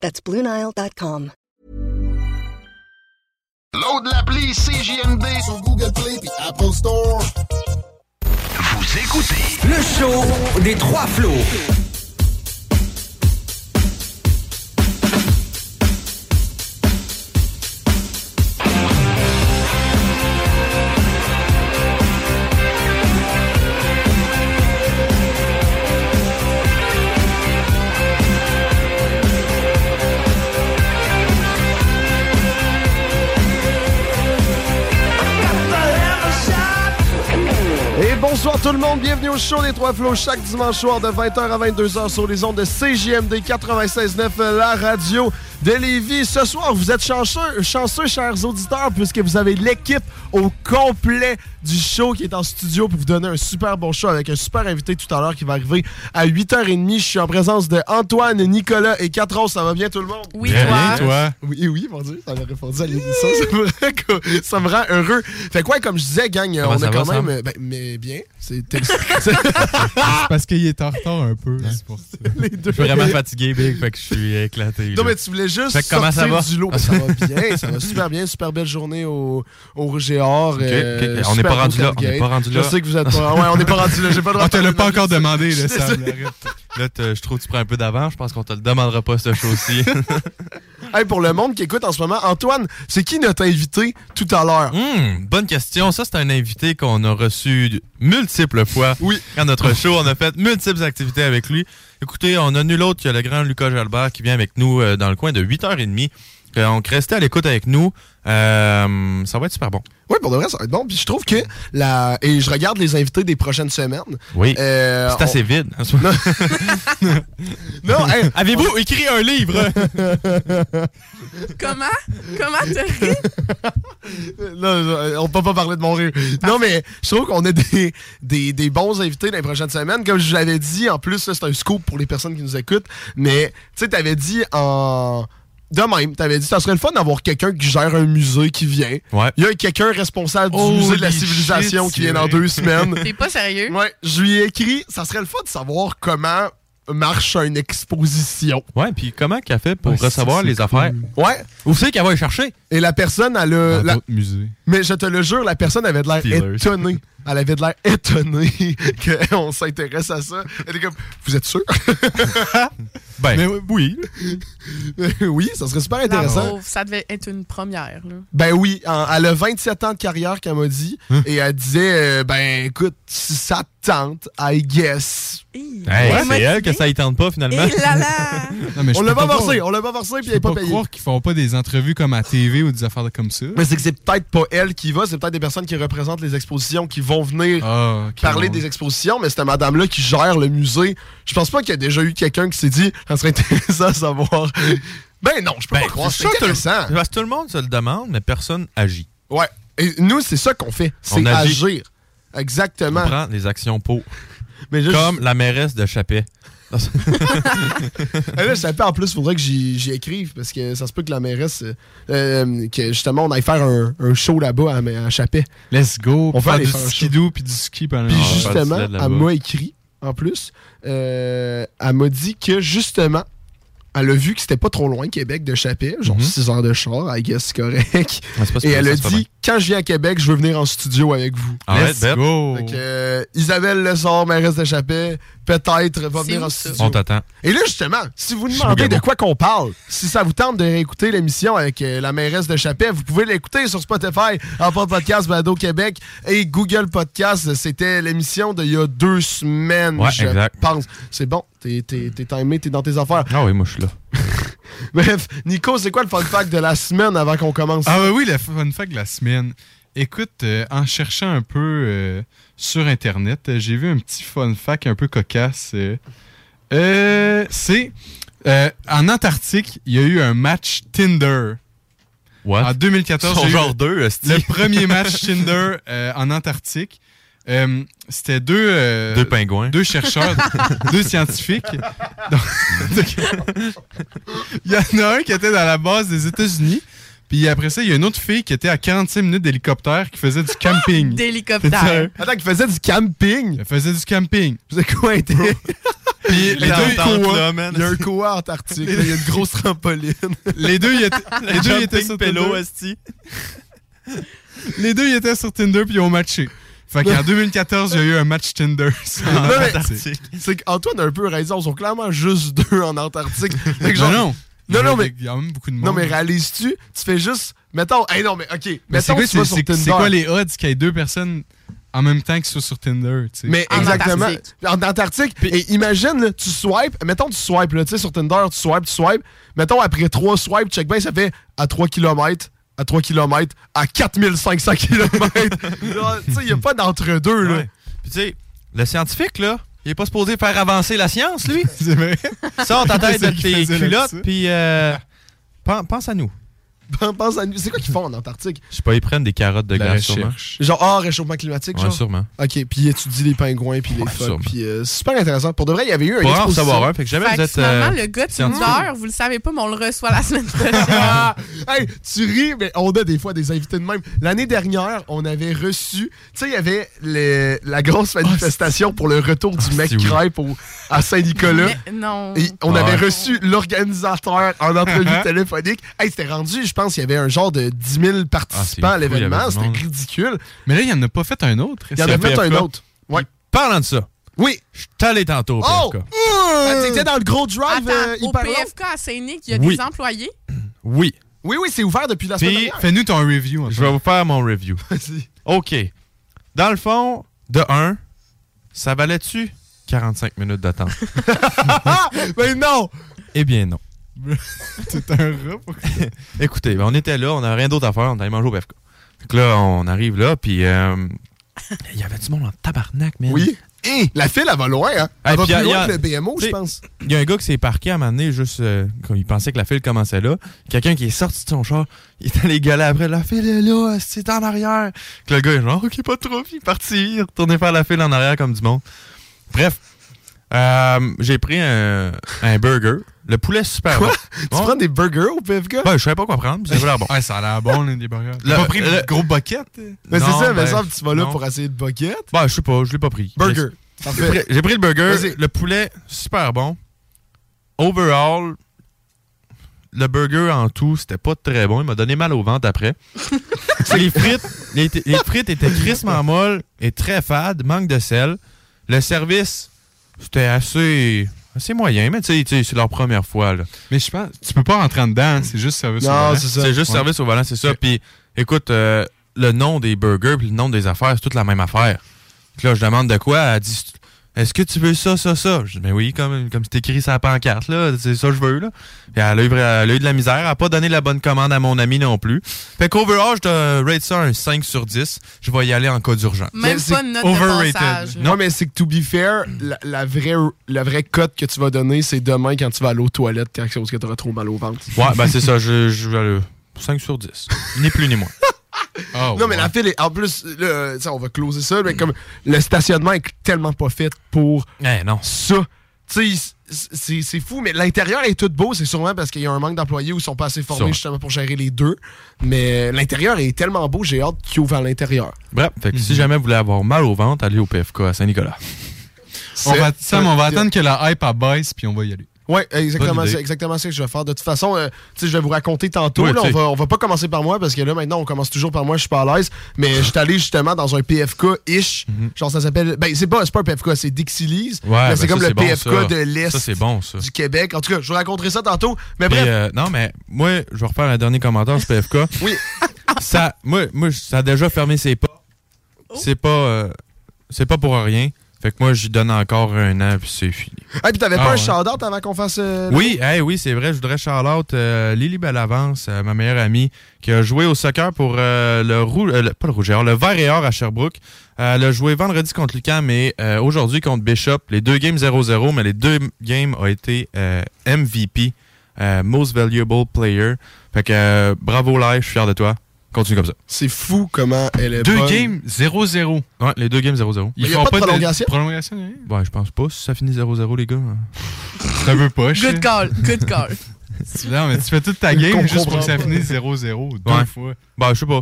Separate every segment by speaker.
Speaker 1: That's BlueNile.com.
Speaker 2: Load l'appli CJMD sur Google Play puis Apple Store. Vous écoutez
Speaker 3: Le show des trois flots.
Speaker 4: Et bonsoir tout le monde, bienvenue au show des Trois Flots chaque dimanche soir de 20h à 22h sur les ondes de CJMD 96.9, la radio de Lévis. Ce soir, vous êtes chanceux, chanceux, chers auditeurs, puisque vous avez l'équipe au complet du show qui est en studio pour vous donner un super bon show avec un super invité tout à l'heure qui va arriver à 8h30. Je suis en présence de Antoine, Nicolas et Catros. Ça va bien tout le monde?
Speaker 5: Oui, Très toi. bien, toi.
Speaker 4: Oui, oui, mon Dieu, ça m'a répondu à l'émission. Ça me rend co- ça me rend heureux. Fait quoi, comme je disais, gang,
Speaker 6: Comment
Speaker 4: on
Speaker 6: ça
Speaker 4: a quand
Speaker 6: va, Sam?
Speaker 4: même... ben, mais bien, c'est
Speaker 7: Ah!
Speaker 6: C'est parce qu'il est en retard un peu.
Speaker 4: Hein?
Speaker 6: c'est pour ça.
Speaker 4: deux.
Speaker 6: Je suis vraiment fatigué, Big, fait que je suis éclaté.
Speaker 4: Non,
Speaker 6: là.
Speaker 4: mais tu voulais juste
Speaker 6: Fait que comment ça
Speaker 4: sortir
Speaker 6: va?
Speaker 4: du lot. Ben, ça va bien, ça va super bien. Super belle journée au, au Rouge et Or.
Speaker 6: Ok,
Speaker 4: euh,
Speaker 6: ok, on n'est
Speaker 4: super
Speaker 6: pas
Speaker 4: beau
Speaker 6: rendu là, on
Speaker 4: tailgate.
Speaker 6: n'est pas rendu là.
Speaker 4: Je sais que vous êtes pas. Ouais, on n'est pas rendu là. J'ai pas le droit
Speaker 6: On te
Speaker 4: de
Speaker 6: l'a
Speaker 4: parler
Speaker 6: pas
Speaker 4: de-
Speaker 6: encore demandé,
Speaker 4: Je
Speaker 6: là,
Speaker 4: suis
Speaker 6: Sam.
Speaker 4: désolé.
Speaker 6: arrête. Là, t'as- je trouve que tu prends un peu d'avance. Je pense qu'on te le demandera pas, ce show-ci.
Speaker 4: Hey, pour le monde qui écoute en ce moment, Antoine, c'est qui notre invité tout à l'heure?
Speaker 6: Hmm, bonne question. Ça, c'est un invité qu'on a reçu multiples fois.
Speaker 4: Oui.
Speaker 6: À notre show, on a fait multiples activités avec lui. Écoutez, on a nul autre que le grand Lucas Jalbert qui vient avec nous euh, dans le coin de 8h30. Euh, donc, restez à l'écoute avec nous. Euh, ça va être super bon.
Speaker 4: Oui, pour de vrai, ça va être bon. Puis je trouve que la. Et je regarde les invités des prochaines semaines.
Speaker 6: Oui.
Speaker 4: Euh,
Speaker 6: c'est assez
Speaker 4: on-
Speaker 6: vide. en ce moment.
Speaker 4: Non, hey,
Speaker 6: Avez-vous écrit un livre?
Speaker 5: Comment? Comment te ris?
Speaker 4: Là, là, on peut pas parler de mon rire. Non, mais je trouve qu'on a des, des, des bons invités dans les prochaines semaines. Comme je vous l'avais dit, en plus, là, c'est un scoop pour les personnes qui nous écoutent. Mais, tu sais, t'avais dit en. De même, t'avais dit, ça serait le fun d'avoir quelqu'un qui gère un musée qui vient.
Speaker 6: Ouais.
Speaker 4: Il y a quelqu'un responsable du
Speaker 6: Holy
Speaker 4: musée de la
Speaker 6: shit,
Speaker 4: civilisation qui vient dans
Speaker 6: ouais.
Speaker 4: deux semaines.
Speaker 5: T'es pas sérieux?
Speaker 4: ouais, je lui ai écrit, ça serait le fun de savoir comment marche une exposition.
Speaker 6: Ouais, puis comment qu'elle fait pour
Speaker 4: Ouais, ça,
Speaker 6: recevoir
Speaker 4: c'est
Speaker 6: les affaires?
Speaker 4: Ouais.
Speaker 6: Où c'est qu'elle va les chercher? Ah, bah.
Speaker 4: Et la personne, elle a.
Speaker 6: Dans
Speaker 4: la-
Speaker 6: d'autres musées.
Speaker 4: Mais je te le jure, la personne avait de l'air
Speaker 6: Steelers.
Speaker 4: étonnée. Elle avait de l'air étonnée qu'on s'intéresse à ça. Elle était comme Vous êtes sûr
Speaker 6: Ben,
Speaker 4: Mais oui. oui, ça serait super
Speaker 5: La
Speaker 4: intéressant.
Speaker 5: pauvre, ça devait être une première. Là.
Speaker 4: Ben oui, en- elle a 27 ans de carrière qu'elle m'a dit.
Speaker 6: Hein?
Speaker 4: Et elle disait euh, Ben écoute, si ça te tente, I guess.
Speaker 6: hey,
Speaker 5: Ouais,
Speaker 6: c'est
Speaker 5: motivé.
Speaker 6: elle que ça y tente pas finalement.
Speaker 5: Et Eh là là!
Speaker 7: Non, mais je
Speaker 4: On
Speaker 7: peux
Speaker 4: l'a pas
Speaker 7: croire-
Speaker 4: versé, on l'a pas versé, puis
Speaker 7: Je
Speaker 4: elle est
Speaker 7: peux
Speaker 4: pas
Speaker 7: pas
Speaker 4: payée.
Speaker 7: croire qu'ils font pas des entrevues comme à TV ou des affaires de- comme ça.
Speaker 4: Mais c'est que c'est peut-être pas elle qui va, c'est peut-être des personnes qui représentent les expositions qui vont venir
Speaker 7: Ah, ok,
Speaker 4: parler
Speaker 7: bon.
Speaker 4: des expositions, mais cette madame-là qui gère le musée, je pense pas qu'il y a déjà eu quelqu'un qui s'est dit « Ça serait intéressant à savoir. » Ben non, je peux
Speaker 6: Ben,
Speaker 4: pas croire,
Speaker 6: c'est
Speaker 4: c'est
Speaker 6: sûr que-
Speaker 4: intéressant.
Speaker 6: Parce que tout le monde se le demande, mais personne agit.
Speaker 4: Ouais, et nous, c'est ça qu'on fait, c'est
Speaker 6: On agit.
Speaker 4: agir. Exactement.
Speaker 6: On prend des actions pour.
Speaker 4: Mais juste-
Speaker 6: Comme la mairesse de Chappé.
Speaker 4: Ah là, je savais pas, en plus, faudrait que j'y j'y écrive parce que ça se peut que la mairesse, euh, euh, que justement, on aille faire un, un show là-bas à, à Chappé.
Speaker 7: Let's go.
Speaker 4: On
Speaker 7: On
Speaker 4: peut
Speaker 7: faire
Speaker 4: aller
Speaker 7: du
Speaker 4: faire un show.
Speaker 7: skidoo puis du ski pendant
Speaker 4: Puis
Speaker 6: on va faire du
Speaker 4: justement,
Speaker 6: sled là-bas.
Speaker 4: elle m'a écrit, en plus, euh, elle m'a dit que justement, elle a vu que c'était pas trop loin, Québec, de Chappé, genre 6 heures de char, I guess, c'est correct.
Speaker 6: Ah, Mhm. c'est pas
Speaker 4: Et
Speaker 6: super,
Speaker 4: elle
Speaker 6: ça,
Speaker 4: a
Speaker 6: c'est pas mal.
Speaker 4: dit, quand je viens à Québec, je veux venir en studio avec vous.
Speaker 6: Arrête,
Speaker 7: Let's
Speaker 6: Beb.
Speaker 7: go.
Speaker 4: Fait que, euh, Isabelle Le Sort, mairesse de Chappé, peut-être va
Speaker 5: C'est
Speaker 4: venir
Speaker 5: où,
Speaker 4: en
Speaker 5: ça?
Speaker 4: studio.
Speaker 6: On t'attend.
Speaker 4: Et là, justement, si vous
Speaker 6: suis
Speaker 4: demandez de
Speaker 6: Gabon.
Speaker 4: quoi qu'on parle, si ça vous tente de réécouter l'émission avec euh, la mairesse de Chapet, vous pouvez l'écouter sur Spotify, Apple Podcast, Bado Québec et Google Podcast. C'était l'émission d'il y a deux semaines,
Speaker 6: Ouais,
Speaker 4: je
Speaker 6: exact.
Speaker 4: pense. C'est bon, t'es t'es- t'es timé, t'es dans tes affaires.
Speaker 6: Ah oui, moi, je suis là.
Speaker 4: Bref, Nico, c'est quoi le fun fact de la semaine avant qu'on commence?
Speaker 7: Ah bah oui, le fun fact de la semaine. Écoute, euh, en cherchant un peu euh, sur Internet, euh, j'ai vu un petit fun fact un peu cocasse. euh. Euh, C'est... euh, en Antarctique, il y a eu un match Tinder. En
Speaker 6: What?
Speaker 7: 2014, il y a eu le-
Speaker 6: deux,
Speaker 7: le premier match Tinder euh, en Antarctique. Euh, C'était deux... euh,
Speaker 6: Deux pingouins.
Speaker 7: deux chercheurs, deux scientifiques. Donc- il y en a un qui était dans la base des États-Unis. Puis après ça, il y a une autre fille qui était à 45 minutes d'hélicoptère qui faisait du camping.
Speaker 5: D'hélicoptère.
Speaker 4: Attends, qu'il faisait du camping.
Speaker 7: Elle faisait du camping.
Speaker 4: Vous avez quoi été?
Speaker 7: Puis les
Speaker 6: Dans
Speaker 7: deux,
Speaker 6: la tente,
Speaker 7: coa-
Speaker 6: là, man.
Speaker 4: Il y a un coa antarctique, là, il y a une grosse trampoline.
Speaker 7: les deux, ils étaient, les deux, ils étaient
Speaker 6: Jumping
Speaker 7: sur
Speaker 6: pélo,
Speaker 7: Tinder.
Speaker 6: esti.
Speaker 7: Les deux, ils étaient sur Tinder puis ils ont matché. Fait qu'en 2014, il y a eu un match Tinder. en
Speaker 4: Non, mais-
Speaker 7: Antarctique.
Speaker 4: C'est qu'Antoine a un peu raison, ils sont clairement juste deux en Antarctique. Fait que genre,
Speaker 7: Non, Ben non.
Speaker 4: Non, non, mais-
Speaker 7: Il y a quand même beaucoup de monde.
Speaker 4: Non, mais réalises-tu? Tu fais juste. Mettons. Hey, non, mais OK.
Speaker 7: Mais c'est
Speaker 4: mettons,
Speaker 7: quoi,
Speaker 4: tu vas
Speaker 7: c'est-
Speaker 4: sur
Speaker 7: c'est-
Speaker 4: Tinder.
Speaker 7: c'est quoi les odds qu'il y ait deux personnes en même temps qui soient sur Tinder? tu sais?
Speaker 4: Mais
Speaker 6: Ah,
Speaker 5: En
Speaker 4: exactement.
Speaker 5: Antarctique.
Speaker 4: En Antarctique. Et imagine, là, tu swipes. Mettons, tu swipes, là, tu sais, sur Tinder, tu swipes, tu swipes. Mettons, après trois swipes, check bien, ça fait à 3 km, à 3 km, à 4500 km. tu sais, il n'y a pas d'entre-deux, là.
Speaker 6: Ouais. Puis tu sais, le scientifique, là, il est pas supposé faire avancer la science, lui.
Speaker 7: C'est vrai.
Speaker 6: Sors ta tête de
Speaker 7: C'est ce qu'il
Speaker 6: tes
Speaker 7: faisait
Speaker 6: culottes,
Speaker 7: là-dessus.
Speaker 6: puis euh, pen- pense à nous.
Speaker 4: Pense à nous. C'est quoi qu'ils font en Antarctique?
Speaker 6: Je sais pas, ils prennent des carottes de hein.
Speaker 7: La
Speaker 6: glace, sûrement.
Speaker 7: recherche.
Speaker 4: Genre, ah, réchauffement climatique,
Speaker 6: Ouais,
Speaker 4: genre.
Speaker 6: sûrement.
Speaker 4: Ok, puis ils étudient les pingouins, puis les
Speaker 6: Ouais,
Speaker 4: phoques,
Speaker 6: sûrement.
Speaker 4: puis euh, c'est super intéressant. Pour de vrai, il y avait eu un
Speaker 6: Pour en
Speaker 4: exposition.
Speaker 6: savoir un, fait que jamais
Speaker 5: Fait
Speaker 6: vous
Speaker 5: que
Speaker 6: êtes.
Speaker 5: finalement,
Speaker 6: euh,
Speaker 5: le gars de
Speaker 6: scientifique.
Speaker 5: Tinder, vous le savez pas, mais on le reçoit la semaine prochaine.
Speaker 4: Ah! hey, tu ris, mais on a des fois des invités de même. L'année dernière, on avait reçu, tu sais, il y avait les- la grosse
Speaker 7: Ah,
Speaker 4: manifestation pour le retour du mec
Speaker 6: c'est oui.
Speaker 4: crêpe au- à Saint-Nicolas.
Speaker 5: Mais non.
Speaker 4: Et on
Speaker 6: Ah
Speaker 4: avait
Speaker 6: ouais.
Speaker 4: reçu l'organisateur en
Speaker 7: Uh-huh.
Speaker 4: entrevue téléphonique. Hey, c'était rendu, je pense, il y avait un genre de 10
Speaker 7: Ah,
Speaker 4: 000 participants
Speaker 6: fou,
Speaker 4: à
Speaker 6: il y
Speaker 4: l'événement.
Speaker 6: avait du
Speaker 4: C'était
Speaker 6: monde.
Speaker 4: ridicule.
Speaker 7: Mais là, il n'y en a pas fait un autre.
Speaker 4: Il y en a
Speaker 6: C'est
Speaker 4: fait
Speaker 6: PFK.
Speaker 4: un autre. Ouais.
Speaker 6: Parlant de ça,
Speaker 4: Oui.
Speaker 6: je suis allé tantôt au
Speaker 4: Oh!
Speaker 6: PFK.
Speaker 4: Ah, T'étais dans le gros drive
Speaker 5: Attends,
Speaker 4: euh,
Speaker 5: au
Speaker 4: hyper long?
Speaker 5: PFK à Saint-Nic, il y a
Speaker 6: Oui.
Speaker 5: des employés.
Speaker 6: Oui,
Speaker 4: Oui, oui, c'est ouvert depuis la semaine
Speaker 6: Puis-
Speaker 4: dernière.
Speaker 7: Fais-nous ton review.
Speaker 6: je vais vous faire mon review.
Speaker 4: Vas-y.
Speaker 6: OK. Dans le fond, de 1, ça valait-tu 45 minutes d'attente?
Speaker 4: Ah! Mais non!
Speaker 6: eh bien, non.
Speaker 7: T'es un rat. pourquoi?
Speaker 6: Écoutez, ben, on était là, on n'a rien d'autre à faire, on allait manger au PFK. Fait que là, on arrive là, puis euh, il y avait du monde en tabarnak, man.
Speaker 4: Oui. Hein, la file, elle va loin, hein? Elle
Speaker 6: Hey,
Speaker 4: va
Speaker 6: puis
Speaker 4: plus
Speaker 6: y a-
Speaker 4: loin
Speaker 6: y
Speaker 4: que
Speaker 6: a-
Speaker 4: le BMO, je
Speaker 6: t'sais,
Speaker 4: pense.
Speaker 6: Il y a un gars qui s'est parqué à un moment donné, juste euh, quand il pensait que la file commençait là. Quelqu'un qui est sorti de son char, il est allé gueuler après. La file est là, c'est en arrière. Que le gars est genre, OK, pas trop. Puis il est parti, il est retourné faire la file en arrière comme du monde. Bref, euh, j'ai pris un, un burger. Le poulet super
Speaker 4: Quoi?
Speaker 6: bon.
Speaker 4: Tu
Speaker 6: Bon.
Speaker 4: prends des burgers au PFK?
Speaker 6: Ben, je savais pas quoi prendre, mais ça avait l'air bon.
Speaker 7: Ouais, ça a l'air bon, là, des burgers.
Speaker 6: Le-
Speaker 7: T'as pas pris le,
Speaker 6: le-
Speaker 7: gros hein? bucket?
Speaker 4: mais c'est
Speaker 6: non,
Speaker 4: ça, mais
Speaker 6: ben,
Speaker 4: ça, tu vas là
Speaker 6: non.
Speaker 4: pour essayer de bucket.
Speaker 6: Ben, je sais pas, je l'ai pas pris.
Speaker 4: Burger.
Speaker 6: J'ai
Speaker 4: Parfait.
Speaker 6: pris, j'ai pris le burger,
Speaker 4: Vas-y.
Speaker 6: le poulet super bon. Overall, le burger en tout, c'était pas très bon. Il m'a donné mal au ventre après. les frites, les, les frites étaient crissement molles et très fades, manque de sel. Le service, c'était assez, assez moyen, mais tu sais, tu sais, c'est leur première fois. là.
Speaker 7: Mais je pense, tu peux pas rentrer en dedans, hein, c'est juste service. au volant.
Speaker 6: C'est juste
Speaker 7: Ouais.
Speaker 6: service au volant, c'est ça. Puis, écoute, euh, le nom des burgers puis le nom des affaires, c'est toute la même affaire. Puis là, je demande de quoi. Elle dit Est-ce que tu veux ça, ça, ça Je dis Ben oui, comme, comme c'est écrit sur la pancarte, là. C'est ça que je veux, là. Puis elle a, eu, vra- elle a eu de la misère. Elle n'a pas donné la bonne commande à mon ami non plus. Fait qu'overall, je te rate ça un 5 sur 10. Je vais y aller en cas d'urgence.
Speaker 5: Même
Speaker 4: c'est
Speaker 5: pas une note
Speaker 7: overrated.
Speaker 5: de passage.
Speaker 4: Non, mais c'est que, to be fair, la, la vraie, la vraie cote que tu vas donner, c'est demain quand tu vas aller aux toilettes, quelque
Speaker 6: ben,
Speaker 4: chose que t'auras trop mal au ventre.
Speaker 6: Ouais, ben c'est ça. Je, je vais aller 5 sur 10. Ni plus ni moins.
Speaker 4: non, mais la file est. En plus, là, tu sais, on va closer ça, mais comme le stationnement est tellement pas fait pour
Speaker 6: Eh,
Speaker 4: ça. Tu sais, c'est- c'est c'est fou, mais l'intérieur est tout beau. C'est sûrement parce qu'il y a un manque d'employés ou ils sont pas assez formés
Speaker 6: Sûrement.
Speaker 4: justement pour gérer les deux. Mais euh, l'intérieur est tellement beau, j'ai hâte qu'il ouvre à l'intérieur.
Speaker 6: Bref, fait que si jamais vous voulez avoir mal au ventre, allez au PFK à Saint-Nicolas.
Speaker 7: On va,
Speaker 4: C'est-
Speaker 7: Sam, on va attendre que la hype abaisse, puis on va y aller.
Speaker 4: Ouais, exactement,
Speaker 7: Bonne idée.
Speaker 4: c'est exactement ça que je vais faire. De toute façon, euh, tu sais, je vais vous raconter tantôt.
Speaker 7: Ouais,
Speaker 4: là, on,
Speaker 7: tu sais.
Speaker 4: va, on va pas commencer par moi parce que là, maintenant, on commence toujours par moi, je suis pas à l'aise. Mais je suis allé justement dans un PFK-ish. Genre, ça s'appelle. Ben, c'est pas, c'est pas un PFK, c'est Dixilise.
Speaker 6: Ouais, ben
Speaker 4: c'est
Speaker 6: ça,
Speaker 4: comme le
Speaker 6: c'est bon,
Speaker 4: PFK
Speaker 6: ça.
Speaker 4: de l'Est
Speaker 6: Ça, c'est bon, ça.
Speaker 4: du Québec. En tout cas, je vous raconterai ça tantôt. Mais
Speaker 6: Puis,
Speaker 4: bref.
Speaker 6: euh, non, mais moi, je vais refaire un dernier commentaire sur PFK.
Speaker 4: oui.
Speaker 6: Ça, moi, moi, ça a déjà fermé ses pas. C'est pas, euh, c'est pas pour rien. Fait que moi, j'y donne encore un an, puis c'est fini.
Speaker 4: Ah, puis t'avais
Speaker 6: Ah,
Speaker 4: pas un
Speaker 6: ouais.
Speaker 4: shout-out avant qu'on fasse. euh, le-
Speaker 6: Oui, hey, oui, c'est vrai. Je voudrais Charlotte, Lily Bellavance, euh, ma meilleure amie, qui a joué au soccer pour euh, le rouge, pas le rouge et or, le vert et or à Sherbrooke. Euh, elle a joué vendredi contre Lucan, mais euh, aujourd'hui contre Bishop. Les deux games 0-0, mais les deux games ont été euh, MVP, euh, Most Valuable Player. Fait que euh, bravo Lai, je suis fier de toi. Continue comme ça.
Speaker 4: C'est fou comment elle est.
Speaker 7: Deux
Speaker 4: bonne.
Speaker 7: games 0-0.
Speaker 6: Ouais, les deux games 0-0.
Speaker 7: Ils
Speaker 4: Mais y a
Speaker 7: font
Speaker 4: pas de
Speaker 7: pas
Speaker 4: prolongation?
Speaker 7: de prolongation. hein?
Speaker 6: Ouais, je pense pas si ça finit 0-0, les gars. hein.
Speaker 7: Ça veut pas.
Speaker 8: Good call, good call.
Speaker 7: Non, mais tu fais toute ta
Speaker 4: Qu'on
Speaker 7: game juste pour
Speaker 4: comprend
Speaker 7: que ça
Speaker 4: pas.
Speaker 7: finisse 0-0 deux
Speaker 6: Ouais.
Speaker 7: fois.
Speaker 6: Bah, je sais pas.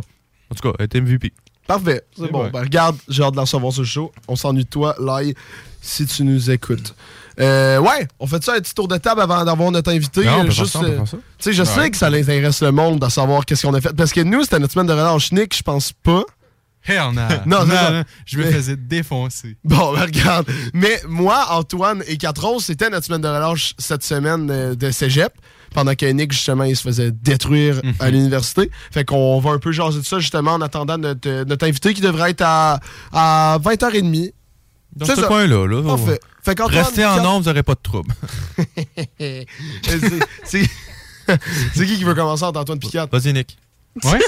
Speaker 6: En tout cas, elle était MVP.
Speaker 4: Parfait. C'est
Speaker 7: C'est
Speaker 4: bon.
Speaker 7: vrai.
Speaker 4: Ben, regarde, j'ai hâte de la recevoir ce show. On s'ennuie de toi, Lai, si tu nous écoutes. Euh, ouais, on fait ça un petit tour de table avant d'avoir notre invité.
Speaker 6: Non, on
Speaker 4: Euh,
Speaker 6: peut faire
Speaker 4: juste,
Speaker 6: ça, on peut
Speaker 4: euh,
Speaker 6: faire ça.
Speaker 4: Tu sais, je sais que ça intéresse le monde de savoir qu'est-ce qu'on a fait. Parce que nous, c'était notre semaine de relâche Nick, je pense pas.
Speaker 7: Hell no.
Speaker 4: Non, c'est ça.
Speaker 7: Je me
Speaker 4: Mais-
Speaker 7: faisais défoncer.
Speaker 4: Bon, ben, regarde. Mais moi, Antoine et Catron, c'était notre semaine de relâche cette semaine euh, de cégep. Pendant que Nick, justement, il se faisait détruire à
Speaker 6: Mhm.
Speaker 4: l'université. Fait qu'on va un peu jaser de ça, justement, en attendant notre, euh, notre invité qui devrait être à, à 20h30.
Speaker 6: Dans
Speaker 4: C'est
Speaker 6: ce
Speaker 4: ça.
Speaker 6: coin-là, là.
Speaker 4: Parfait. Fait qu'Antoine,
Speaker 6: Restez en
Speaker 4: Cat-
Speaker 6: nombre, vous n'aurez pas de trouble.
Speaker 4: Euh, c'est- C'est c'est qui qui veut commencer entre Antoine Piquet?
Speaker 6: Vas-y, Nick.
Speaker 7: Ouais?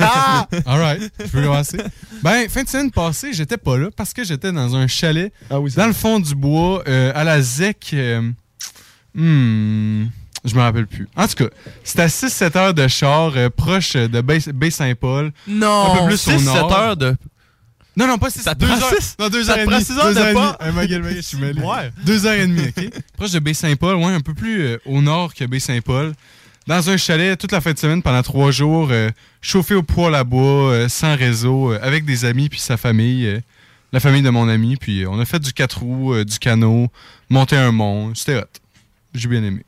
Speaker 4: Ah!
Speaker 7: All right. Je peux commencer. Ben, fin de semaine passée, j'étais pas là parce que j'étais dans un chalet
Speaker 4: Ah oui, c'est
Speaker 7: dans le fond du bois euh, à la ZEC. euh, hmm, je me rappelle plus. En tout cas, c'était à 6-7 heures de char euh, proche de Baie- Baie-Saint-Paul.
Speaker 8: Non.
Speaker 7: Un peu plus
Speaker 6: Six,
Speaker 7: au
Speaker 6: sept
Speaker 7: nord.
Speaker 6: heures de.
Speaker 7: Non, non, pas 6
Speaker 6: Ça te
Speaker 7: 2
Speaker 6: prend
Speaker 7: heures.
Speaker 6: six-
Speaker 7: non, 2
Speaker 6: ça
Speaker 7: heures
Speaker 6: te
Speaker 7: et
Speaker 6: prends
Speaker 7: demie.
Speaker 6: six heures
Speaker 7: deux
Speaker 6: de
Speaker 7: heures et
Speaker 6: pas.
Speaker 7: demie. Euh, ma gueule, ma gueule, je suis mêlé.
Speaker 6: Ouais.
Speaker 7: Deux heures et demie, OK? Proche de Baie-Saint-Paul, ouais, un peu plus euh, au nord que Baie-Saint-Paul. Dans un chalet toute la fin de semaine pendant trois jours, euh, chauffé au poêle à bois, euh, sans réseau, euh, avec des amis puis sa famille, euh, la famille de mon ami. Puis euh, on a fait du quatre roues, euh, du canot, monté un mont. C'était hot. J'ai bien aimé.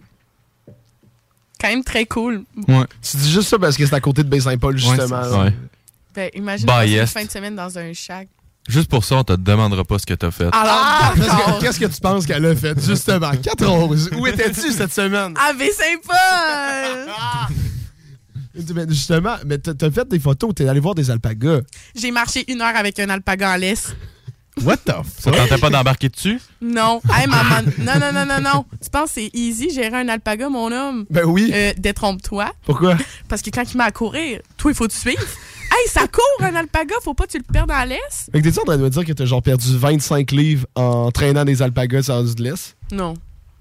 Speaker 8: Quand même très cool.
Speaker 7: Ouais.
Speaker 4: Tu dis juste ça parce que c'est à côté de Baie-Saint-Paul, justement.
Speaker 7: c'est
Speaker 4: là.
Speaker 7: ça.
Speaker 6: Ouais.
Speaker 8: Ben, imagine
Speaker 6: Bah,
Speaker 8: passer une
Speaker 6: yes.
Speaker 8: fin de semaine dans un shack.
Speaker 6: Juste pour ça, on te demandera pas ce que t'as fait.
Speaker 8: Alors,
Speaker 4: Ah! Parce que-
Speaker 8: d'accord.
Speaker 4: Qu'est-ce que tu penses qu'elle a fait, justement? 14. Où étais-tu cette semaine?
Speaker 8: Ave Saint-Paul!
Speaker 4: Ben, justement, mais t'as- t'as fait des photos, t'es allé voir des alpagas.
Speaker 8: J'ai marché une heure avec un alpaga en laisse.
Speaker 4: What the
Speaker 6: Ça tentait pas d'embarquer dessus?
Speaker 8: Non. Hey, maman. Non, non, non, non, non. Tu penses que c'est easy gérer un alpaga, mon homme?
Speaker 4: Ben oui.
Speaker 8: Euh, détrompe-toi.
Speaker 4: Pourquoi?
Speaker 8: Parce que quand il met à courir, toi, il faut te suivre. Hey, ça court, un alpaga. Faut pas que tu le perdes en laisse.
Speaker 4: Fait que t'es-tu en train de me dire que t'as genre perdu 25 livres en traînant des alpagas sur du laisse?
Speaker 8: Non.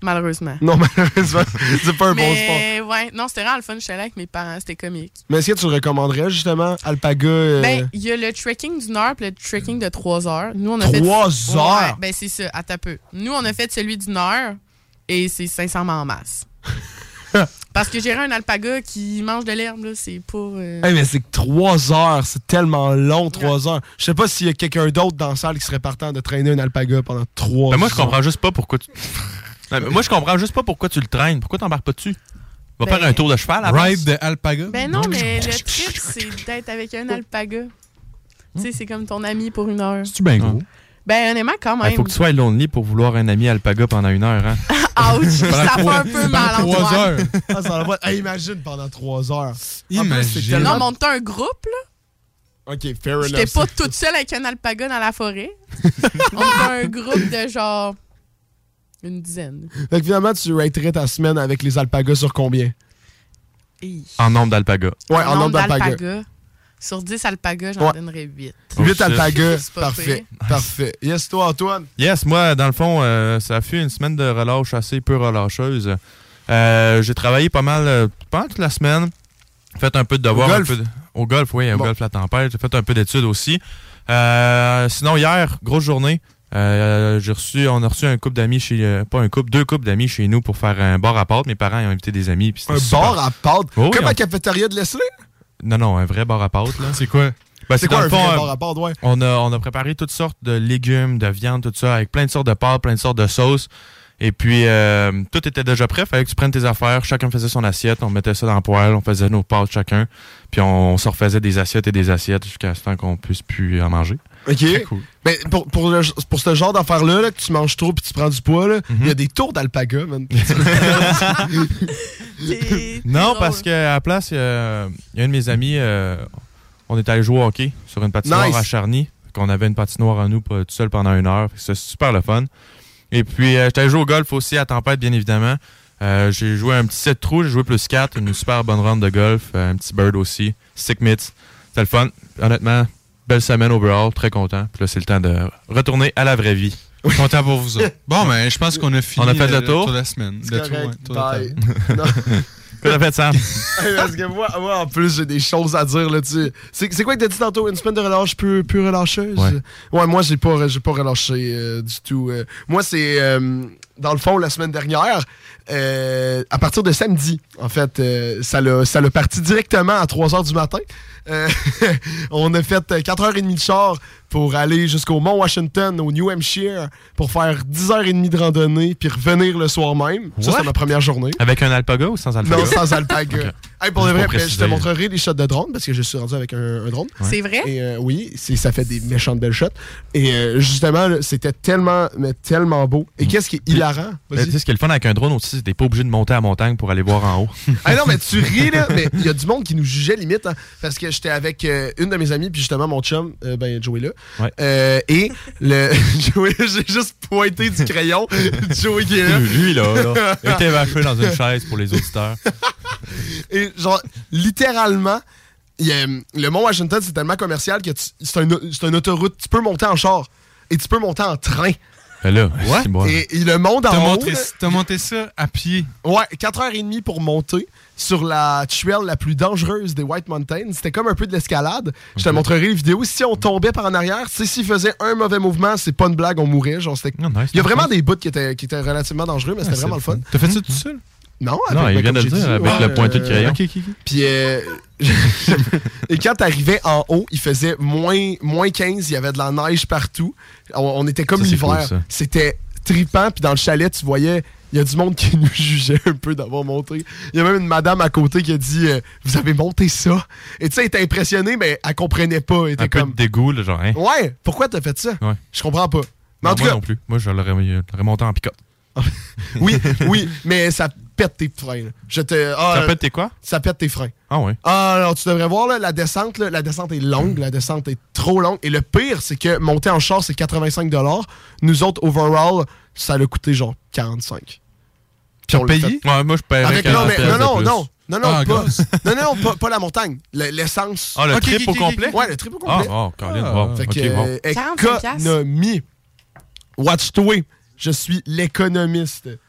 Speaker 8: Malheureusement.
Speaker 4: Non, malheureusement, c'est pas un bon sport.
Speaker 8: Mais, ouais, non, c'était vraiment le fun. Je suis allée avec mes parents. C'était comique.
Speaker 4: Mais est-ce que tu le recommanderais, justement, alpaga? euh,
Speaker 8: Ben, il y a le trekking du Nord puis le trekking de 3 heures. Nous, on a fait.
Speaker 4: Trois
Speaker 8: Ouais,
Speaker 4: heures!
Speaker 8: ben, c'est ça. À ta peu. Nous, on a fait celui du Nord et c'est 500 en masse. Parce que gérer un alpaga qui mange de l'herbe, là, c'est pas. euh,
Speaker 4: Hey, Eh, mais c'est que 3 heures, c'est tellement long, 3 heures. Je sais pas s'il y a quelqu'un d'autre dans la salle qui serait partant de traîner un alpaga pendant 3
Speaker 6: Ben, moi, je
Speaker 4: heures.
Speaker 6: comprends juste pas pourquoi tu. Non, mais moi, je comprends juste pas pourquoi tu le traînes. Pourquoi t'embarques pas dessus? Va
Speaker 8: Ben-
Speaker 6: faire un tour de cheval à la
Speaker 7: Ride
Speaker 6: place.
Speaker 7: de Alpaga.
Speaker 8: Ben non, mais le trip, c'est d'être avec un alpaga. Tu sais, c'est comme ton ami pour une heure.
Speaker 7: C'est-tu
Speaker 6: Ah.
Speaker 7: bien gros?
Speaker 8: Ben, honnêtement, quand
Speaker 6: Il
Speaker 8: même.
Speaker 6: faut que tu sois lonely pour vouloir un ami alpaga pendant une heure. Hein?
Speaker 8: Ouch, ça fait un peu mal, hein,
Speaker 7: Pendant trois
Speaker 8: Antoine.
Speaker 7: heures.
Speaker 4: Ah, ça va. Hey, imagine pendant 3 heures.
Speaker 7: Imagine.
Speaker 4: tellement-
Speaker 8: Non, monter un groupe, là.
Speaker 4: Ok, fair enough.
Speaker 8: J'étais pas toute seule avec un alpaga dans la forêt. On fait un groupe de genre... Une dizaine.
Speaker 4: Fait que finalement, tu raterais ta semaine avec les alpagas sur combien?
Speaker 8: Hi.
Speaker 6: En nombre d'alpaga.
Speaker 4: Ouais,
Speaker 8: Le
Speaker 4: en nombre d'alpagas.
Speaker 8: Sur 10 alpagas, j'en
Speaker 4: Ouais.
Speaker 8: donnerais 8.
Speaker 6: Oh,
Speaker 4: 8
Speaker 6: shit.
Speaker 4: alpagas.
Speaker 8: C'est pas
Speaker 4: Parfait. Parfait. Yes, toi, Antoine.
Speaker 6: Yes, moi, dans le fond, euh, ça fut une semaine de relâche assez peu relâcheuse. Euh, j'ai travaillé pas mal, euh, pas mal toute la semaine. Faites un peu de devoir. Au golf, un peu de... au golf oui, au bon. golf La Tempête. J'ai fait un peu d'études aussi. Euh, sinon, hier, grosse journée. Euh, j'ai reçu, on a reçu un couple d'amis chez, euh, pas un couple, deux couples d'amis chez nous pour faire un bar à pâtes. Mes parents ils ont invité des amis. Puis
Speaker 4: un
Speaker 6: super.
Speaker 4: bar à pâtes?
Speaker 6: Oh, oui,
Speaker 4: Comme
Speaker 6: on-
Speaker 4: la cafétéria de Leslie?
Speaker 6: Non, non, un vrai bar à pâtes. là.
Speaker 7: C'est quoi?
Speaker 6: Ben,
Speaker 4: C'est
Speaker 6: dans
Speaker 4: quoi un
Speaker 6: le fond,
Speaker 4: vrai
Speaker 6: euh,
Speaker 4: bar à pâtes, ouais?
Speaker 6: on a, on a préparé toutes sortes de légumes, de viande, tout ça, avec plein de sortes de pâtes, plein de sortes de sauces. Et puis, euh, tout était déjà prêt. Fallait que tu prennes tes affaires. Chacun faisait son assiette. On mettait ça dans le poêle. On faisait nos pâtes chacun. Puis, on, on se refaisait des assiettes et des assiettes jusqu'à ce temps qu'on puisse plus en manger.
Speaker 4: OK.
Speaker 6: cool.
Speaker 4: Mais pour, pour, le- pour ce genre d'affaires-là, là, que tu manges trop puis tu prends du poids, là, il y a des tours d'alpaga, man.
Speaker 6: Non, parce qu'à la place, euh, il y a un de mes amis, euh, on est allé jouer au hockey sur une patinoire
Speaker 4: Nice.
Speaker 6: à Charny. Qu'on avait une patinoire à nous pas- tout seul pendant une heure. Fait que C'était super le fun. Et puis, euh, j'étais allé jouer au golf aussi à Tempête, bien évidemment. Euh, j'ai joué un petit 7 trous, j'ai joué plus 4, une super bonne ronde de golf, euh, un petit bird aussi, Sick mitts. C'était le fun. Honnêtement, belle semaine overall, très content. Puis là, c'est le temps de retourner à la vraie vie.
Speaker 7: Content pour vous autres. Bon, ben, je pense qu'on a fini
Speaker 6: On a fait le
Speaker 7: euh,
Speaker 6: tour.
Speaker 7: tour de la semaine.
Speaker 4: C'est
Speaker 7: Le tour,
Speaker 4: correct.
Speaker 7: ouais, tour de la
Speaker 4: Bye.
Speaker 7: table.
Speaker 4: Non,
Speaker 6: Qu'est-ce que t'as fait, Sam?
Speaker 4: parce que moi, moi, en plus, j'ai des choses à dire là-dessus. C'est c'est quoi que t'as dit tantôt? Une semaine de relâche plus, plus relâcheuse?
Speaker 6: Ouais.
Speaker 4: Ouais, moi, j'ai pas, j'ai pas relâché euh, du tout. euh. moi, c'est, euh, dans le fond, la semaine dernière, euh, à partir de samedi, en fait, euh, ça l'a ça l'a parti directement à 3 h du matin. Euh, on a fait 4h30 de char pour aller jusqu'au Mont Washington, au New Hampshire, pour faire 10h30 de randonnée, puis revenir le soir même. Ça,
Speaker 6: What?
Speaker 4: c'est ma première journée.
Speaker 6: Avec un alpaga ou sans alpaga?
Speaker 4: Non, sans alpaga.
Speaker 6: Ok.
Speaker 4: Hey, pour
Speaker 6: Juste
Speaker 4: de vrai,
Speaker 6: pour
Speaker 4: ben, je te
Speaker 6: préciser.
Speaker 4: montrerai les shots de drone parce que je suis rendu avec un, un drone.
Speaker 5: C'est vrai?
Speaker 4: Et euh, oui, c'est- ça fait des méchantes belles shots. Et euh, justement, là, c'était tellement, mais tellement beau. Et qu'est-ce qui est hilarant?
Speaker 6: Mm. Mais Tu
Speaker 4: Vas-y.
Speaker 6: sais, ce qui est le fun avec un drone aussi, c'est que t'es pas obligé de monter à la montagne pour aller voir en haut.
Speaker 4: Ah non, mais tu ris, là. Mais il y a du monde qui nous jugeait limite. hein, parce que j'étais avec euh, une de mes amies, puis justement, mon chum, euh, ben, Joey là.
Speaker 6: Ouais.
Speaker 4: Euh, et le. Joey, j'ai juste pointé du crayon. Joey qui est là.
Speaker 6: Lui, là, là. Il était vaché dans une chaise pour les auditeurs.
Speaker 4: Et genre, littéralement, il y a- le Mont Washington, c'est tellement commercial que tu- c'est un, au- c'est une autoroute. Tu peux monter en char et tu peux monter en train.
Speaker 6: Ben là, c'est bon.
Speaker 4: Et, et le monde
Speaker 7: T'as
Speaker 4: en haut,
Speaker 7: monté,
Speaker 4: là,
Speaker 7: t'as monté ça à pied.
Speaker 4: ouais, 4h30 pour monter sur la tuelle la plus dangereuse des White Mountains. C'était comme un peu de l'escalade. Je te montrerai les vidéos. Si on tombait par en arrière, tu sais, s'ils faisaient un mauvais mouvement, c'est pas une blague, on mourrait. Genre, c'était-
Speaker 6: Non, Ah, nice,
Speaker 4: il y a
Speaker 6: nice,
Speaker 4: vraiment
Speaker 6: nice. Ah,
Speaker 4: des bouts qui étaient, qui étaient relativement dangereux, mais c'était
Speaker 6: C'est
Speaker 4: vraiment le fun. Mhm.
Speaker 7: T'as fait ça tout seul?
Speaker 4: Non,
Speaker 6: Non, il vient
Speaker 4: ben, comme
Speaker 6: de le
Speaker 4: j'ai
Speaker 6: dire,
Speaker 4: dit,
Speaker 6: avec
Speaker 4: ouais,
Speaker 6: le pointu de
Speaker 4: euh,
Speaker 6: crayon.
Speaker 7: Ok, ok, ok.
Speaker 4: Puis euh, et quand t'arrivais en haut, il faisait moins, moins 15, il y avait de la neige partout. On, on était comme
Speaker 6: Ça, c'est
Speaker 4: l'hiver.
Speaker 6: cool, ça.
Speaker 4: C'était tripant, puis dans le chalet, tu voyais. Il y a du monde qui nous jugeait un peu d'avoir monté. Il y a même une madame à côté qui a dit euh, Vous avez monté ça Et tu sais, elle était impressionnée, mais elle comprenait pas. Elle était
Speaker 6: Un peu
Speaker 4: comme
Speaker 6: de dégoût, là, genre, hein.
Speaker 4: Ouais, pourquoi t'as fait ça
Speaker 6: Ouais.
Speaker 4: Je comprends pas. Mais en
Speaker 6: Non,
Speaker 4: tout
Speaker 6: moi
Speaker 4: cas,
Speaker 6: non plus. Moi, je l'aurais je l'aurais monté en picote.
Speaker 4: oui, oui, mais ça pète tes freins. là. Je te, ah,
Speaker 6: Ça peut être t'es quoi?
Speaker 4: ça pète tes freins.
Speaker 6: Ah ouais.
Speaker 4: Ah, alors tu devrais voir, là, la descente, là, la descente est longue, la descente est trop longue. Et le pire, c'est que monter en char, c'est 85 Nous autres, overall, ça l'a coûté genre 45 Puis on l'a
Speaker 7: payé?
Speaker 6: Ouais, moi, je paierais
Speaker 4: Avec, non,
Speaker 6: 40
Speaker 4: mais,
Speaker 6: pièces
Speaker 4: non,
Speaker 6: de
Speaker 4: non,
Speaker 6: plus.
Speaker 4: non, non, non,
Speaker 7: Ah,
Speaker 4: pas,
Speaker 7: gosse.
Speaker 4: non, non, pas, pas la montagne, le- l'essence.
Speaker 6: Ah, le
Speaker 7: Ok,
Speaker 6: trip
Speaker 7: ok,
Speaker 6: au
Speaker 7: ok,
Speaker 6: complet?
Speaker 4: Ouais, le triple
Speaker 6: Ah,
Speaker 4: complet.
Speaker 6: oh, Colin,
Speaker 7: Ah.
Speaker 6: wow.
Speaker 4: fait que,
Speaker 6: Ok, wow.
Speaker 4: euh,
Speaker 5: 45 piastres.
Speaker 4: économie. Watch toi, je suis l'économiste.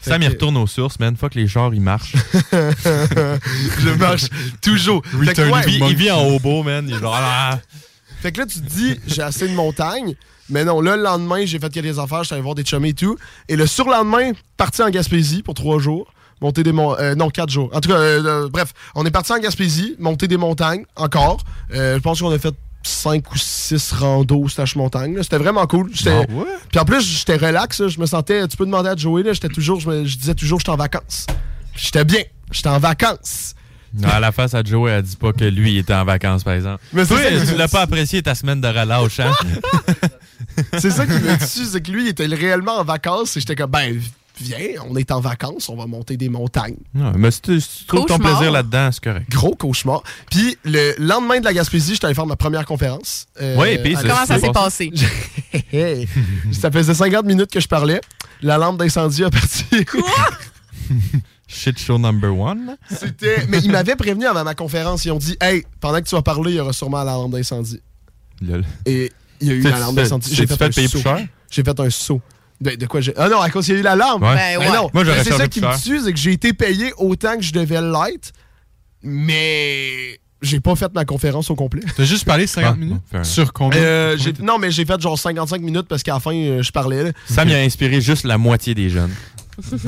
Speaker 4: Fait
Speaker 6: Sam, il
Speaker 4: que-
Speaker 6: retourne aux sources, man. Fuck les genres, il marche.
Speaker 4: je marche toujours. Fait que,
Speaker 6: Return
Speaker 4: ouais,
Speaker 6: il, vit, il vit en hobo, man. Il est genre, ah,
Speaker 4: Fait que là, tu te dis, j'ai assez de montagne. Mais non, là, le lendemain, j'ai fait quelques affaires, j'étais allé voir des chummies et tout. Et le surlendemain, parti en Gaspésie pour trois jours. Monter des mon- euh, non, quatre jours. En tout cas, euh, euh, bref, on est parti en Gaspésie, monter des montagnes, encore. Euh, je pense qu'on a fait cinq ou six randos slash montagne. là. C'était vraiment cool. J'étais-
Speaker 6: Ah ouais?
Speaker 4: Puis en plus, j'étais relax. là. Je me sentais, tu peux demander à Joey, là, j'étais toujours, je, me- je disais toujours, j'étais en vacances. J'étais bien. J'étais en vacances.
Speaker 6: Non, à la face à Joe, elle dit pas que lui, il était en vacances, par exemple.
Speaker 4: Mais c'est
Speaker 6: Toi,
Speaker 4: ça que je
Speaker 6: tu
Speaker 4: me
Speaker 6: l'as
Speaker 4: dis.
Speaker 6: pas apprécié ta semaine de relâche, hein?
Speaker 4: C'est ça qui me tue, c'est que lui, il était réellement en vacances et j'étais comme, ben, viens, on est en vacances, on va monter des montagnes.
Speaker 6: Non, mais si tu, si tu trouves ton
Speaker 5: Cauchemar.
Speaker 6: plaisir là-dedans, c'est correct.
Speaker 4: Gros cauchemar. Puis le lendemain de la Gaspésie, j'étais allé faire ma première conférence. Euh,
Speaker 6: Ouais, puis
Speaker 4: à-
Speaker 6: c'est-
Speaker 5: Comment ça s'est passé?
Speaker 4: Hey, ça faisait 50 minutes que je parlais. La lampe d'incendie a parti.
Speaker 6: Shit show number one.
Speaker 4: C'était- Mais ils m'avaient prévenu avant ma conférence. Ils ont dit, hey, pendant que tu vas parler, il y aura sûrement la lampe d'incendie.
Speaker 6: Lol.
Speaker 4: Et il y a eu
Speaker 6: T'sais,
Speaker 4: la
Speaker 6: tu
Speaker 4: lampe
Speaker 6: fais-
Speaker 4: d'incendie.
Speaker 6: t'sais,
Speaker 4: J'ai
Speaker 6: tu
Speaker 4: fait,
Speaker 6: fais
Speaker 4: un
Speaker 6: payer plus
Speaker 4: saut.
Speaker 6: cher?
Speaker 4: J'ai fait un saut. De, de quoi j'ai. Ah non, à cause qu'il y a eu la lampe.
Speaker 6: Ouais.
Speaker 5: Ben
Speaker 4: Mais
Speaker 5: ouais.
Speaker 4: non,
Speaker 6: Moi, j'aurais
Speaker 4: mais c'est
Speaker 6: chargé
Speaker 4: ça
Speaker 6: plus
Speaker 4: qui me
Speaker 6: cher.
Speaker 4: tue, c'est que j'ai été payé autant que je devais l'être, Mais j'ai pas fait ma conférence au complet. Ah.
Speaker 7: T'as juste parlé 50 minutes? Sur combien?
Speaker 4: Euh, j'ai- non, mais j'ai fait genre 55 minutes parce qu'à la fin, euh, je parlais. là.
Speaker 6: Sam il a inspiré juste la moitié des jeunes.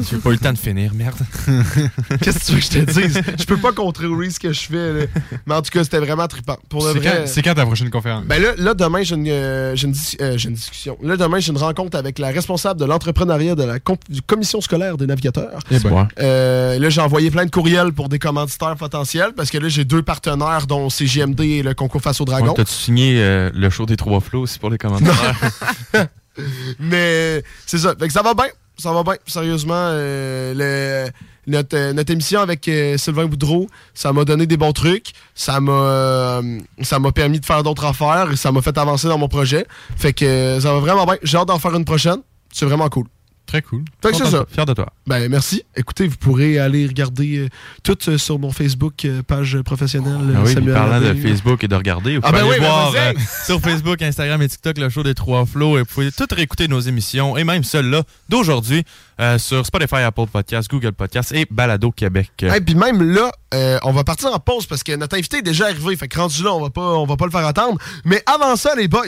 Speaker 6: J'ai pas eu le temps de finir, merde.
Speaker 4: Qu'est-ce que tu veux que je te dise? Je peux pas contrôler ce que je fais. là. Mais en tout cas, c'était vraiment trippant. Pour le
Speaker 7: C'est
Speaker 4: vrai,
Speaker 7: quand, c'est quand ta prochaine conférence?
Speaker 4: Ben là, là, demain, j'ai une, euh, j'ai une, dis- euh, j'ai une discussion. Là, demain, j'ai une rencontre avec la responsable de l'entrepreneuriat de la comp- du commission scolaire des navigateurs.
Speaker 7: Eh ben.
Speaker 4: Euh, là, j'ai envoyé plein de courriels pour des commanditaires potentiels parce que là, j'ai deux partenaires, dont CGMD et le concours Face au Dragon.
Speaker 6: Ouais, T'as-tu signé euh, le show des trois flots aussi pour les commentaires?
Speaker 4: Mais c'est ça. Fait que ça va bien. Ça va bien. Sérieusement, euh, le- notre, euh, notre émission avec euh, Sylvain Boudreau, ça m'a donné des bons trucs. Ça m'a euh, ça m'a permis de faire d'autres affaires. et Ça m'a fait avancer dans mon projet. Fait que euh, ça va vraiment bien. J'ai hâte d'en faire une prochaine. C'est vraiment cool.
Speaker 7: Très cool.
Speaker 4: Fait que c'est
Speaker 6: Content-
Speaker 4: ça.
Speaker 6: Fier de toi.
Speaker 4: Ben, merci. Écoutez, vous pourrez aller regarder euh, tout euh, sur mon Facebook, euh, page professionnelle.
Speaker 6: Ah oui,
Speaker 4: Samuel
Speaker 6: puis parlant de
Speaker 4: Abbé.
Speaker 6: Facebook et de regarder, vous
Speaker 4: Ah
Speaker 6: pouvez
Speaker 4: ben
Speaker 6: aller
Speaker 4: oui, ben
Speaker 6: voir
Speaker 4: vas-y.
Speaker 6: euh, sur Facebook, Instagram et TikTok le show des trois flots. Et vous pouvez tout réécouter nos émissions et même celle-là d'aujourd'hui euh, sur Spotify, Apple Podcasts, Google Podcasts et Balado Québec.
Speaker 4: Et puis même là, euh, on va partir en pause parce que notre invité est déjà arrivé. Fait que rendu là, on va pas, on va pas le faire attendre. Mais avant ça, les boys,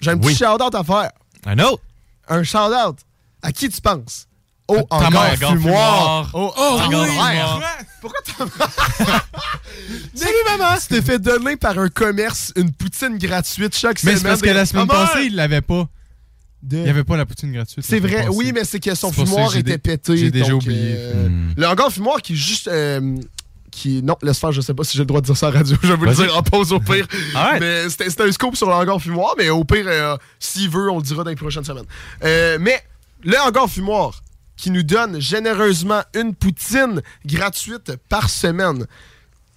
Speaker 4: j'ai un petit
Speaker 6: Oui.
Speaker 4: shout-out à faire.
Speaker 6: Un autre!
Speaker 4: Un shout-out. À qui tu penses? Oh,
Speaker 6: Ta
Speaker 4: encore
Speaker 6: mère, fumoir.
Speaker 4: fumoir. Oh,
Speaker 9: Ah,
Speaker 4: oh,
Speaker 6: Ta
Speaker 4: oui,
Speaker 6: grand-mère.
Speaker 4: mère. Pourquoi t'as... Salut, maman! Tu t'es fait donner par un commerce une poutine gratuite chaque semaine. Ah,
Speaker 7: Mais c'est parce que
Speaker 4: des-
Speaker 7: la semaine
Speaker 4: Maman!
Speaker 7: passée, il l'avait pas.
Speaker 4: De-
Speaker 7: Il n'y avait pas la poutine gratuite.
Speaker 4: C'est
Speaker 7: la semaine
Speaker 4: vrai,
Speaker 7: passée.
Speaker 4: oui, mais c'est que son
Speaker 7: C'est pour ça que
Speaker 4: fumoir
Speaker 7: j'ai
Speaker 4: était
Speaker 7: dé-
Speaker 4: pété.
Speaker 7: j'ai déjà
Speaker 4: donc,
Speaker 7: oublié. Hmm.
Speaker 4: euh,
Speaker 6: Mm.
Speaker 4: Le hangar fumoir qui est juste. euh, qui, non, laisse faire, je sais pas si j'ai le droit de dire ça à la radio. Je vais vous le
Speaker 6: Vas-y.
Speaker 4: dire en pause au pire.
Speaker 6: Alright.
Speaker 4: Mais c'était c'était un scoop sur le hangar fumoir, mais au pire, euh, s'il veut, on le dira dans les prochaines semaines. Euh, mais le hangar fumoir qui nous donne généreusement une poutine gratuite par semaine,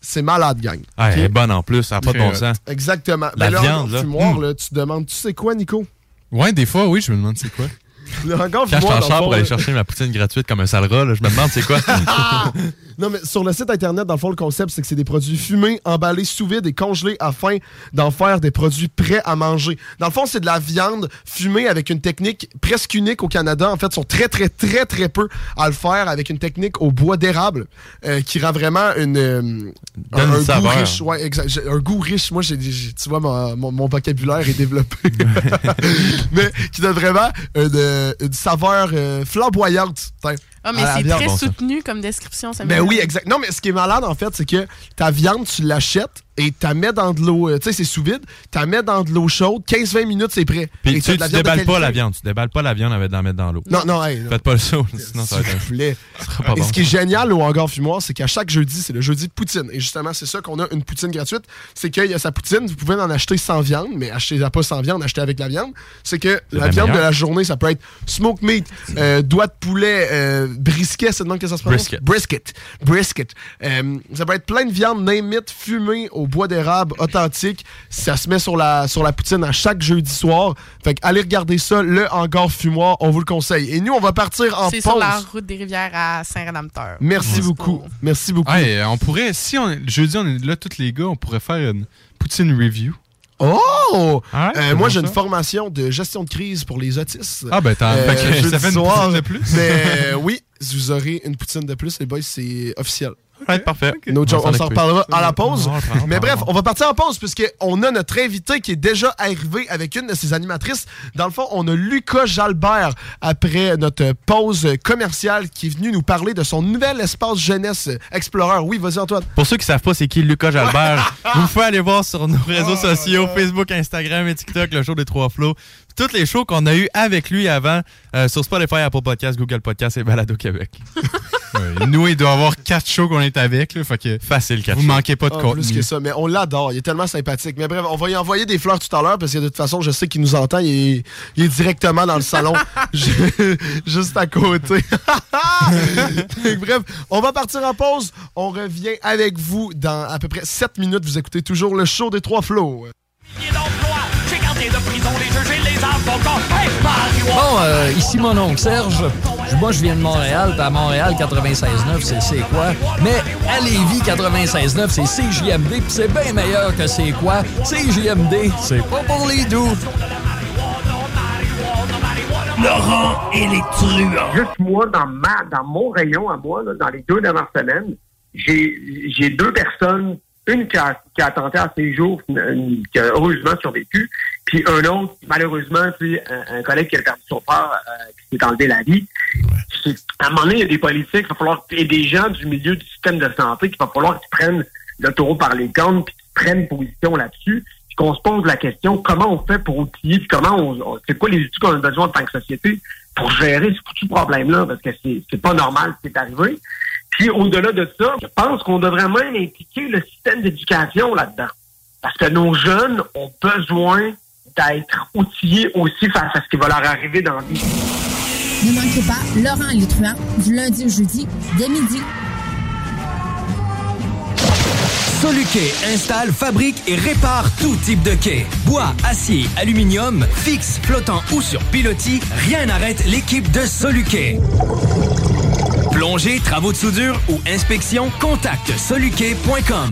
Speaker 4: c'est malade, gang.
Speaker 6: Ah, Elle
Speaker 4: Ok? Euh,
Speaker 6: est bonne en plus, ça n'a pas de
Speaker 7: Très
Speaker 6: bon
Speaker 7: hot.
Speaker 6: sens.
Speaker 4: Exactement.
Speaker 6: La
Speaker 4: Mais le hangar
Speaker 6: viande, là.
Speaker 4: fumoir,
Speaker 6: Mm.
Speaker 4: là, tu te demandes, tu sais quoi, Nico
Speaker 7: Ouais, des fois, oui, je me demande c'est quoi.
Speaker 4: Le hangar
Speaker 6: Quand je suis
Speaker 4: fumoir.
Speaker 6: en
Speaker 4: dans le
Speaker 6: chambre
Speaker 4: fond,
Speaker 6: pour aller
Speaker 4: là-
Speaker 6: chercher ma poutine gratuite comme un sale rat, là, je me demande c'est quoi.
Speaker 4: Non, mais sur le site internet, dans le fond, le concept, c'est que c'est des produits fumés, emballés sous vide et congelés afin d'en faire des produits prêts à manger. Dans le fond, c'est de la viande fumée avec une technique presque unique au Canada. En fait, ils sont très, très, très, très peu à le faire avec une technique au bois d'érable euh, qui rend vraiment une, euh,
Speaker 6: Donne une
Speaker 4: goût
Speaker 6: saveur.
Speaker 4: riche. Ouais, exact. J'ai- Un goût riche. Moi, j'ai, j'ai- tu vois, mon, mon- mon vocabulaire est développé. mais qui donne vraiment une, euh, une saveur euh, flamboyante. Tiens.
Speaker 5: Ah, mais
Speaker 6: Ah, la
Speaker 5: c'est
Speaker 6: bière,
Speaker 5: très
Speaker 6: bon, ça.
Speaker 5: soutenu comme description, ça
Speaker 4: Ben
Speaker 5: me-
Speaker 4: oui, exact. Non, mais ce qui est malade, en fait, c'est que ta viande, tu l'achètes et tu la mets dans de l'eau. euh, Tu sais, c'est sous vide. Tu la mets dans de l'eau chaude. 15-20 minutes, c'est prêt.
Speaker 6: Puis tu,
Speaker 4: Et t'as
Speaker 6: tu
Speaker 4: de la viande de
Speaker 6: déballes pas la
Speaker 4: qualité.
Speaker 6: viande, tu déballes pas la viande avant de la mettre dans l'eau.
Speaker 4: Non, non, hey. non.
Speaker 6: Faites pas le saut, sinon ça va être
Speaker 4: S'il
Speaker 6: un-
Speaker 4: vous plaît.
Speaker 6: ça sera pas
Speaker 4: Et
Speaker 6: bon.
Speaker 4: ce qui est génial au hangar fumoir, c'est qu'à chaque jeudi, c'est le jeudi de poutine. Et justement, c'est ça qu'on a une poutine gratuite. C'est qu'il y a sa poutine, vous pouvez en acheter sans viande, mais achetez-la pas sans viande, achetez avec la viande. C'est que la
Speaker 6: bien
Speaker 4: viande
Speaker 6: meilleur.
Speaker 4: de la journée, ça peut être smoke meat, euh, doigt de poulet, euh, brisket, c'est le nom que ça se prononce?
Speaker 6: Brisket.
Speaker 4: Brisket. Brisket. Euh, ça peut être plein de viande, name it, fumée au bois d'érable, authentique. Ça se met sur la, sur la poutine à chaque jeudi soir. Fait que allez regarder ça, le hangar fumoir, on vous le conseille. Et nous, on va partir en
Speaker 5: C'est
Speaker 4: pause.
Speaker 5: sur la route des rivières à Saint-Rédempteur.
Speaker 4: Merci beaucoup. Merci beaucoup.
Speaker 7: Ah, et, euh, on pourrait, si on, est- jeudi, on est là, tous les gars, on pourrait faire une poutine review.
Speaker 4: Oh!
Speaker 6: Ah ouais,
Speaker 4: Euh,
Speaker 6: c'est
Speaker 4: moi,
Speaker 6: bon
Speaker 4: j'ai une
Speaker 6: ça.
Speaker 4: formation de gestion de crise pour les autistes.
Speaker 7: Ah, ben, t'as,
Speaker 4: Euh,
Speaker 7: fait que
Speaker 4: jeudi
Speaker 7: ça fait une
Speaker 4: soir.
Speaker 7: poutine de plus.
Speaker 4: Mais euh, oui, vous aurez une poutine de plus, les boys, c'est officiel.
Speaker 6: Ouais, parfait.
Speaker 4: No joke, on s'en
Speaker 6: occupe.
Speaker 4: reparlera à la pause.
Speaker 6: On s'en reparlera.
Speaker 4: Mais bref, on va partir en pause puisqu'on a notre invité qui est déjà arrivé avec une de ses animatrices. Dans le fond, on a Lucas Jalbert après notre pause commerciale qui est venu nous parler de son nouvel espace jeunesse Explorer. Oui, vas-y Antoine.
Speaker 6: Pour ceux qui savent pas c'est qui Lucas Jalbert, vous pouvez aller voir sur nos réseaux
Speaker 7: Oh,
Speaker 6: sociaux, Facebook, Instagram et TikTok, le show des trois flots. Toutes les shows qu'on a eu avec lui avant euh, sur Spotify, Apple Podcasts, Google Podcasts et Balado Québec.
Speaker 7: Ouais, nous, il doit y avoir quatre shows qu'on est avec, là, fait que
Speaker 6: Facile, quatre
Speaker 7: vous
Speaker 6: shows.
Speaker 7: manquez pas de
Speaker 4: Ah, plus
Speaker 7: contenu.
Speaker 4: que ça, mais on l'adore. Il est tellement sympathique. Mais bref, on va y envoyer des fleurs tout à l'heure parce que de toute façon, je sais qu'il nous entend. Il est, il est directement dans le salon, ju- juste à côté. Fait que bref, on va partir en pause. On revient avec vous dans à peu près 7 minutes. Vous écoutez toujours le show des trois flots.
Speaker 3: Bon, euh, ici mon oncle Serge. Je- Moi, je viens de Montréal, puis à Montréal, 96.9, c'est c'est quoi? Mais à Lévis, 96.9, c'est CJMD, puis c'est bien meilleur que c'est quoi? CJMD, c'est pas pour les doux.
Speaker 10: Juste moi, dans, ma, dans mon rayon à moi, là, dans les deux dernières semaines, j'ai j'ai deux personnes, une qui a, qui a tenté à ses jours, une- qui a heureusement survécu, puis un autre, malheureusement, tu sais, un, un collègue qui a perdu son frère, euh, qui s'est enlevé la vie. C'est- À un moment donné, il y a des politiques, il va falloir, et des gens du milieu du système de santé, qu'il va falloir qu'ils prennent le taureau par les cornes, puis qu'ils prennent position là-dessus, puis qu'on se pose la question, comment on fait pour outiller, puis comment on, on- c'est quoi les outils qu'on a besoin en tant que société pour gérer ce foutu problème-là, parce que c'est c'est pas normal ce qui est arrivé. Puis au-delà de ça, je pense qu'on devrait même impliquer le système d'éducation là-dedans. Parce que nos jeunes ont besoin d'être outillés aussi face à ce qui va leur arriver dans la vie.
Speaker 8: Ne manquez pas Laurent Lutruand du lundi au jeudi dès midi.
Speaker 11: Soluquet installe, fabrique et répare tout type de quai. Bois, acier, aluminium, fixe, flottant ou sur pilotis, rien n'arrête l'équipe de Soluquet. Plongée, travaux de soudure ou inspection, contacte soluquet.com.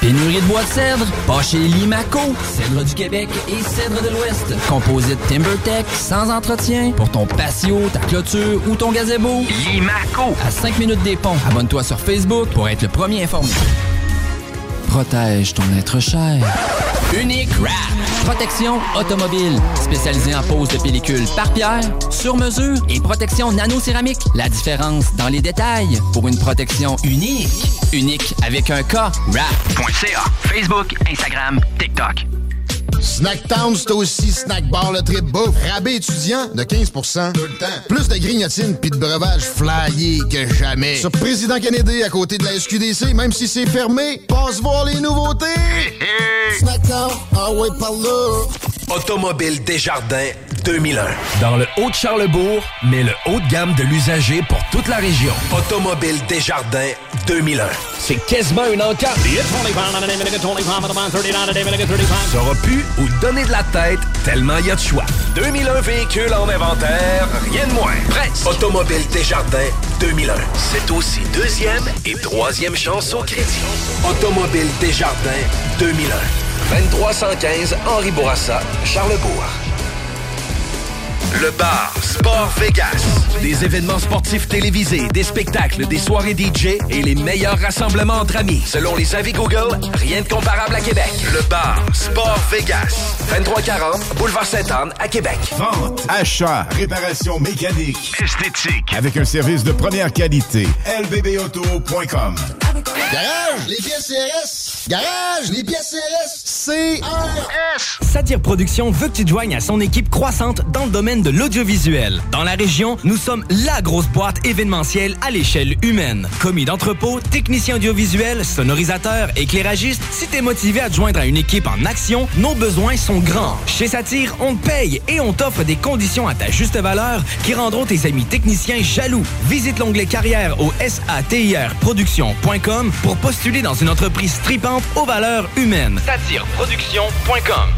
Speaker 12: Pénurie de bois de cèdre, pas chez Limaco. Cèdre du Québec et cèdre de l'Ouest. Composite TimberTech, sans entretien. Pour ton patio, ta clôture ou ton gazebo. Limaco. À 5 minutes des ponts. Abonne-toi sur Facebook pour être le premier informé. Protège ton être cher. Unique Wrap. Protection automobile. Spécialisée en pose de pellicule par pierre, sur mesure et protection nano-céramique. La différence dans les détails pour une protection unique. Unique avec un cas. Wrap.ca. Facebook, Instagram, TikTok.
Speaker 2: Snacktown, c'est aussi Snack Bar le trip bouffe. Rabais étudiant de 15 Tout le temps. Plus de grignotines puis de breuvages flyés que jamais. Sur Président Kennedy, à côté de la SQDC, même si c'est fermé, passe voir les nouveautés. Snacktown, ah ouais, par là.
Speaker 13: Automobile Desjardins 2001.
Speaker 11: Dans le haut de Charlebourg, mais le haut de gamme de l'usager pour toute la région.
Speaker 13: Automobile Desjardins 2001.
Speaker 11: C'est quasiment une encarte. Sera pu ou donner de la tête tellement il y a de choix.
Speaker 13: 2001 véhicules en inventaire, rien de moins. Presque. Automobile Desjardins 2001. C'est aussi deuxième et troisième chance au crédit. Automobile Desjardins 2001. 2315 Henri Bourassa, Charlebourg. Le bar Sport Vegas.
Speaker 11: Des événements sportifs télévisés, des spectacles, des soirées DJ et les meilleurs rassemblements entre amis.
Speaker 13: Selon les avis Google, rien de comparable à Québec. Le bar Sport Vegas. 2340 Boulevard Sainte-Anne à Québec.
Speaker 14: Vente, achat, réparation mécanique, esthétique, avec un service de première qualité. lbbauto.com.
Speaker 2: Garage, les pièces CRS. Garage, les pièces CRS. CRS.
Speaker 11: Satire Productions veut que tu te joignes à son équipe croissante dans le domaine de l'audiovisuel. Dans la région, nous sommes la grosse boîte événementielle à l'échelle humaine. Commis d'entrepôt, technicien audiovisuel, sonorisateur, éclairagiste, si t'es motivé à te joindre à une équipe en action, nos besoins sont grands. Chez Satire, on te paye et on t'offre des conditions à ta juste valeur qui rendront tes amis techniciens jaloux. Visite l'onglet carrière au satirproduction.com pour postuler dans une entreprise stripante aux valeurs humaines. Satireproduction.com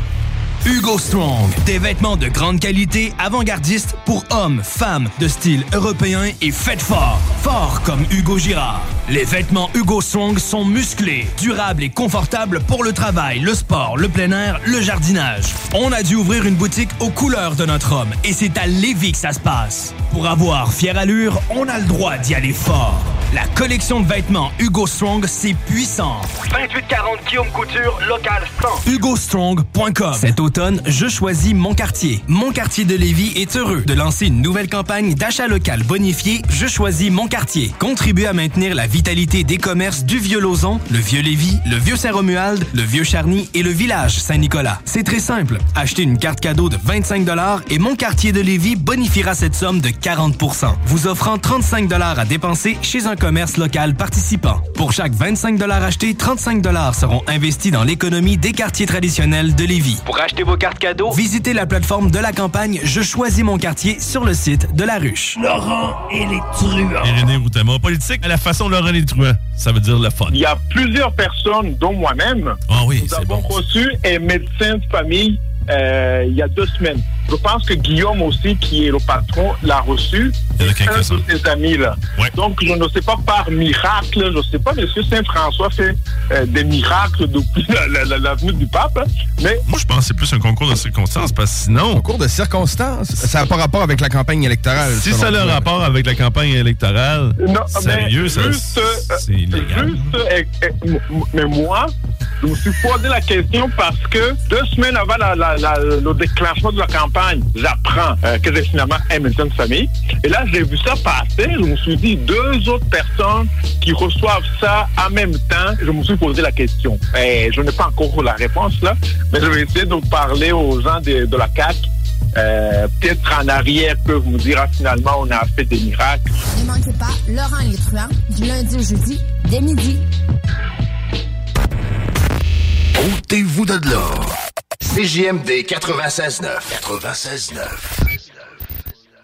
Speaker 11: Hugo Strong, des vêtements de grande qualité avant-gardistes pour hommes, femmes, de style européen et faites fort. Fort comme Hugo Girard. Les vêtements Hugo Strong sont musclés, durables et confortables pour le travail, le sport, le plein air, le jardinage. On a dû ouvrir une boutique aux couleurs de notre homme et c'est à Lévis que ça se passe. Pour avoir fière allure, on a le droit d'y aller fort. La collection de vêtements Hugo Strong, c'est puissant.
Speaker 13: 2840 Guillaume Couture, local 100.
Speaker 11: HugoStrong.com. Cet automne, je choisis mon quartier. Mon quartier de Lévis est heureux de lancer une nouvelle campagne d'achat local bonifié Je choisis mon quartier. Contribue à maintenir la vitalité des commerces du Vieux Lauson, le Vieux Lévis, le Vieux Saint-Romuald, le Vieux Charny et le Village Saint-Nicolas. C'est très simple. Achetez une carte cadeau de 25 et mon quartier de Lévis bonifiera cette somme de 40 vous offrant 35 à dépenser chez un commerce local participant. Pour chaque 25 achetés, 35 seront investis dans l'économie des quartiers traditionnels de Lévis. Pour acheter vos cartes cadeaux, visitez la plateforme de la campagne Je choisis mon quartier sur le site de La Ruche.
Speaker 13: Laurent et les truands.
Speaker 9: Irénée Routama, politique à la façon Laurent les truands. Ça veut dire le fun.
Speaker 15: Il y a plusieurs personnes, dont moi-même.
Speaker 9: Ah oui,
Speaker 15: nous avons reçu un médecin de famille euh, il y a deux semaines. Je pense que Guillaume aussi, qui est le patron, l'a reçu.
Speaker 9: Il y en a
Speaker 15: un
Speaker 9: quelques-uns.
Speaker 15: de ses amis là. Donc je ne sais pas par miracle, je ne sais pas, Monsieur Saint François fait euh, des miracles depuis la, la- la- la venue du pape, hein, mais
Speaker 9: Moi, je pense que c'est plus un concours de circonstances, parce que sinon...
Speaker 16: Concours de circonstances? Ça n'a pas rapport avec la campagne électorale.
Speaker 9: Si
Speaker 16: selon
Speaker 9: ça a
Speaker 16: toi.
Speaker 9: le rapport avec la campagne électorale, sérieux,
Speaker 15: mais
Speaker 9: ça...
Speaker 15: juste, euh,
Speaker 9: c'est illégal.
Speaker 15: juste, euh, euh, m- m- mais moi, je me suis posé la question parce que deux semaines avant la- la- la- le déclenchement de la campagne, j'apprends euh, que j'ai finalement un médecin de famille. Et là, j'ai vu ça passer. Je me suis dit, deux autres personnes qui reçoivent ça en même temps, je me suis posé la question. Et je n'ai pas encore la réponse là, mais je vais essayer de parler aux gens de, de la CAC. Euh, peut-être en arrière peuvent vous dire Ah, finalement on a fait des miracles.
Speaker 8: Ne manquez pas Laurent Létruant du lundi au jeudi dès midi.
Speaker 13: Ôtez-vous de l'or. CJMD 96.9. 96.9.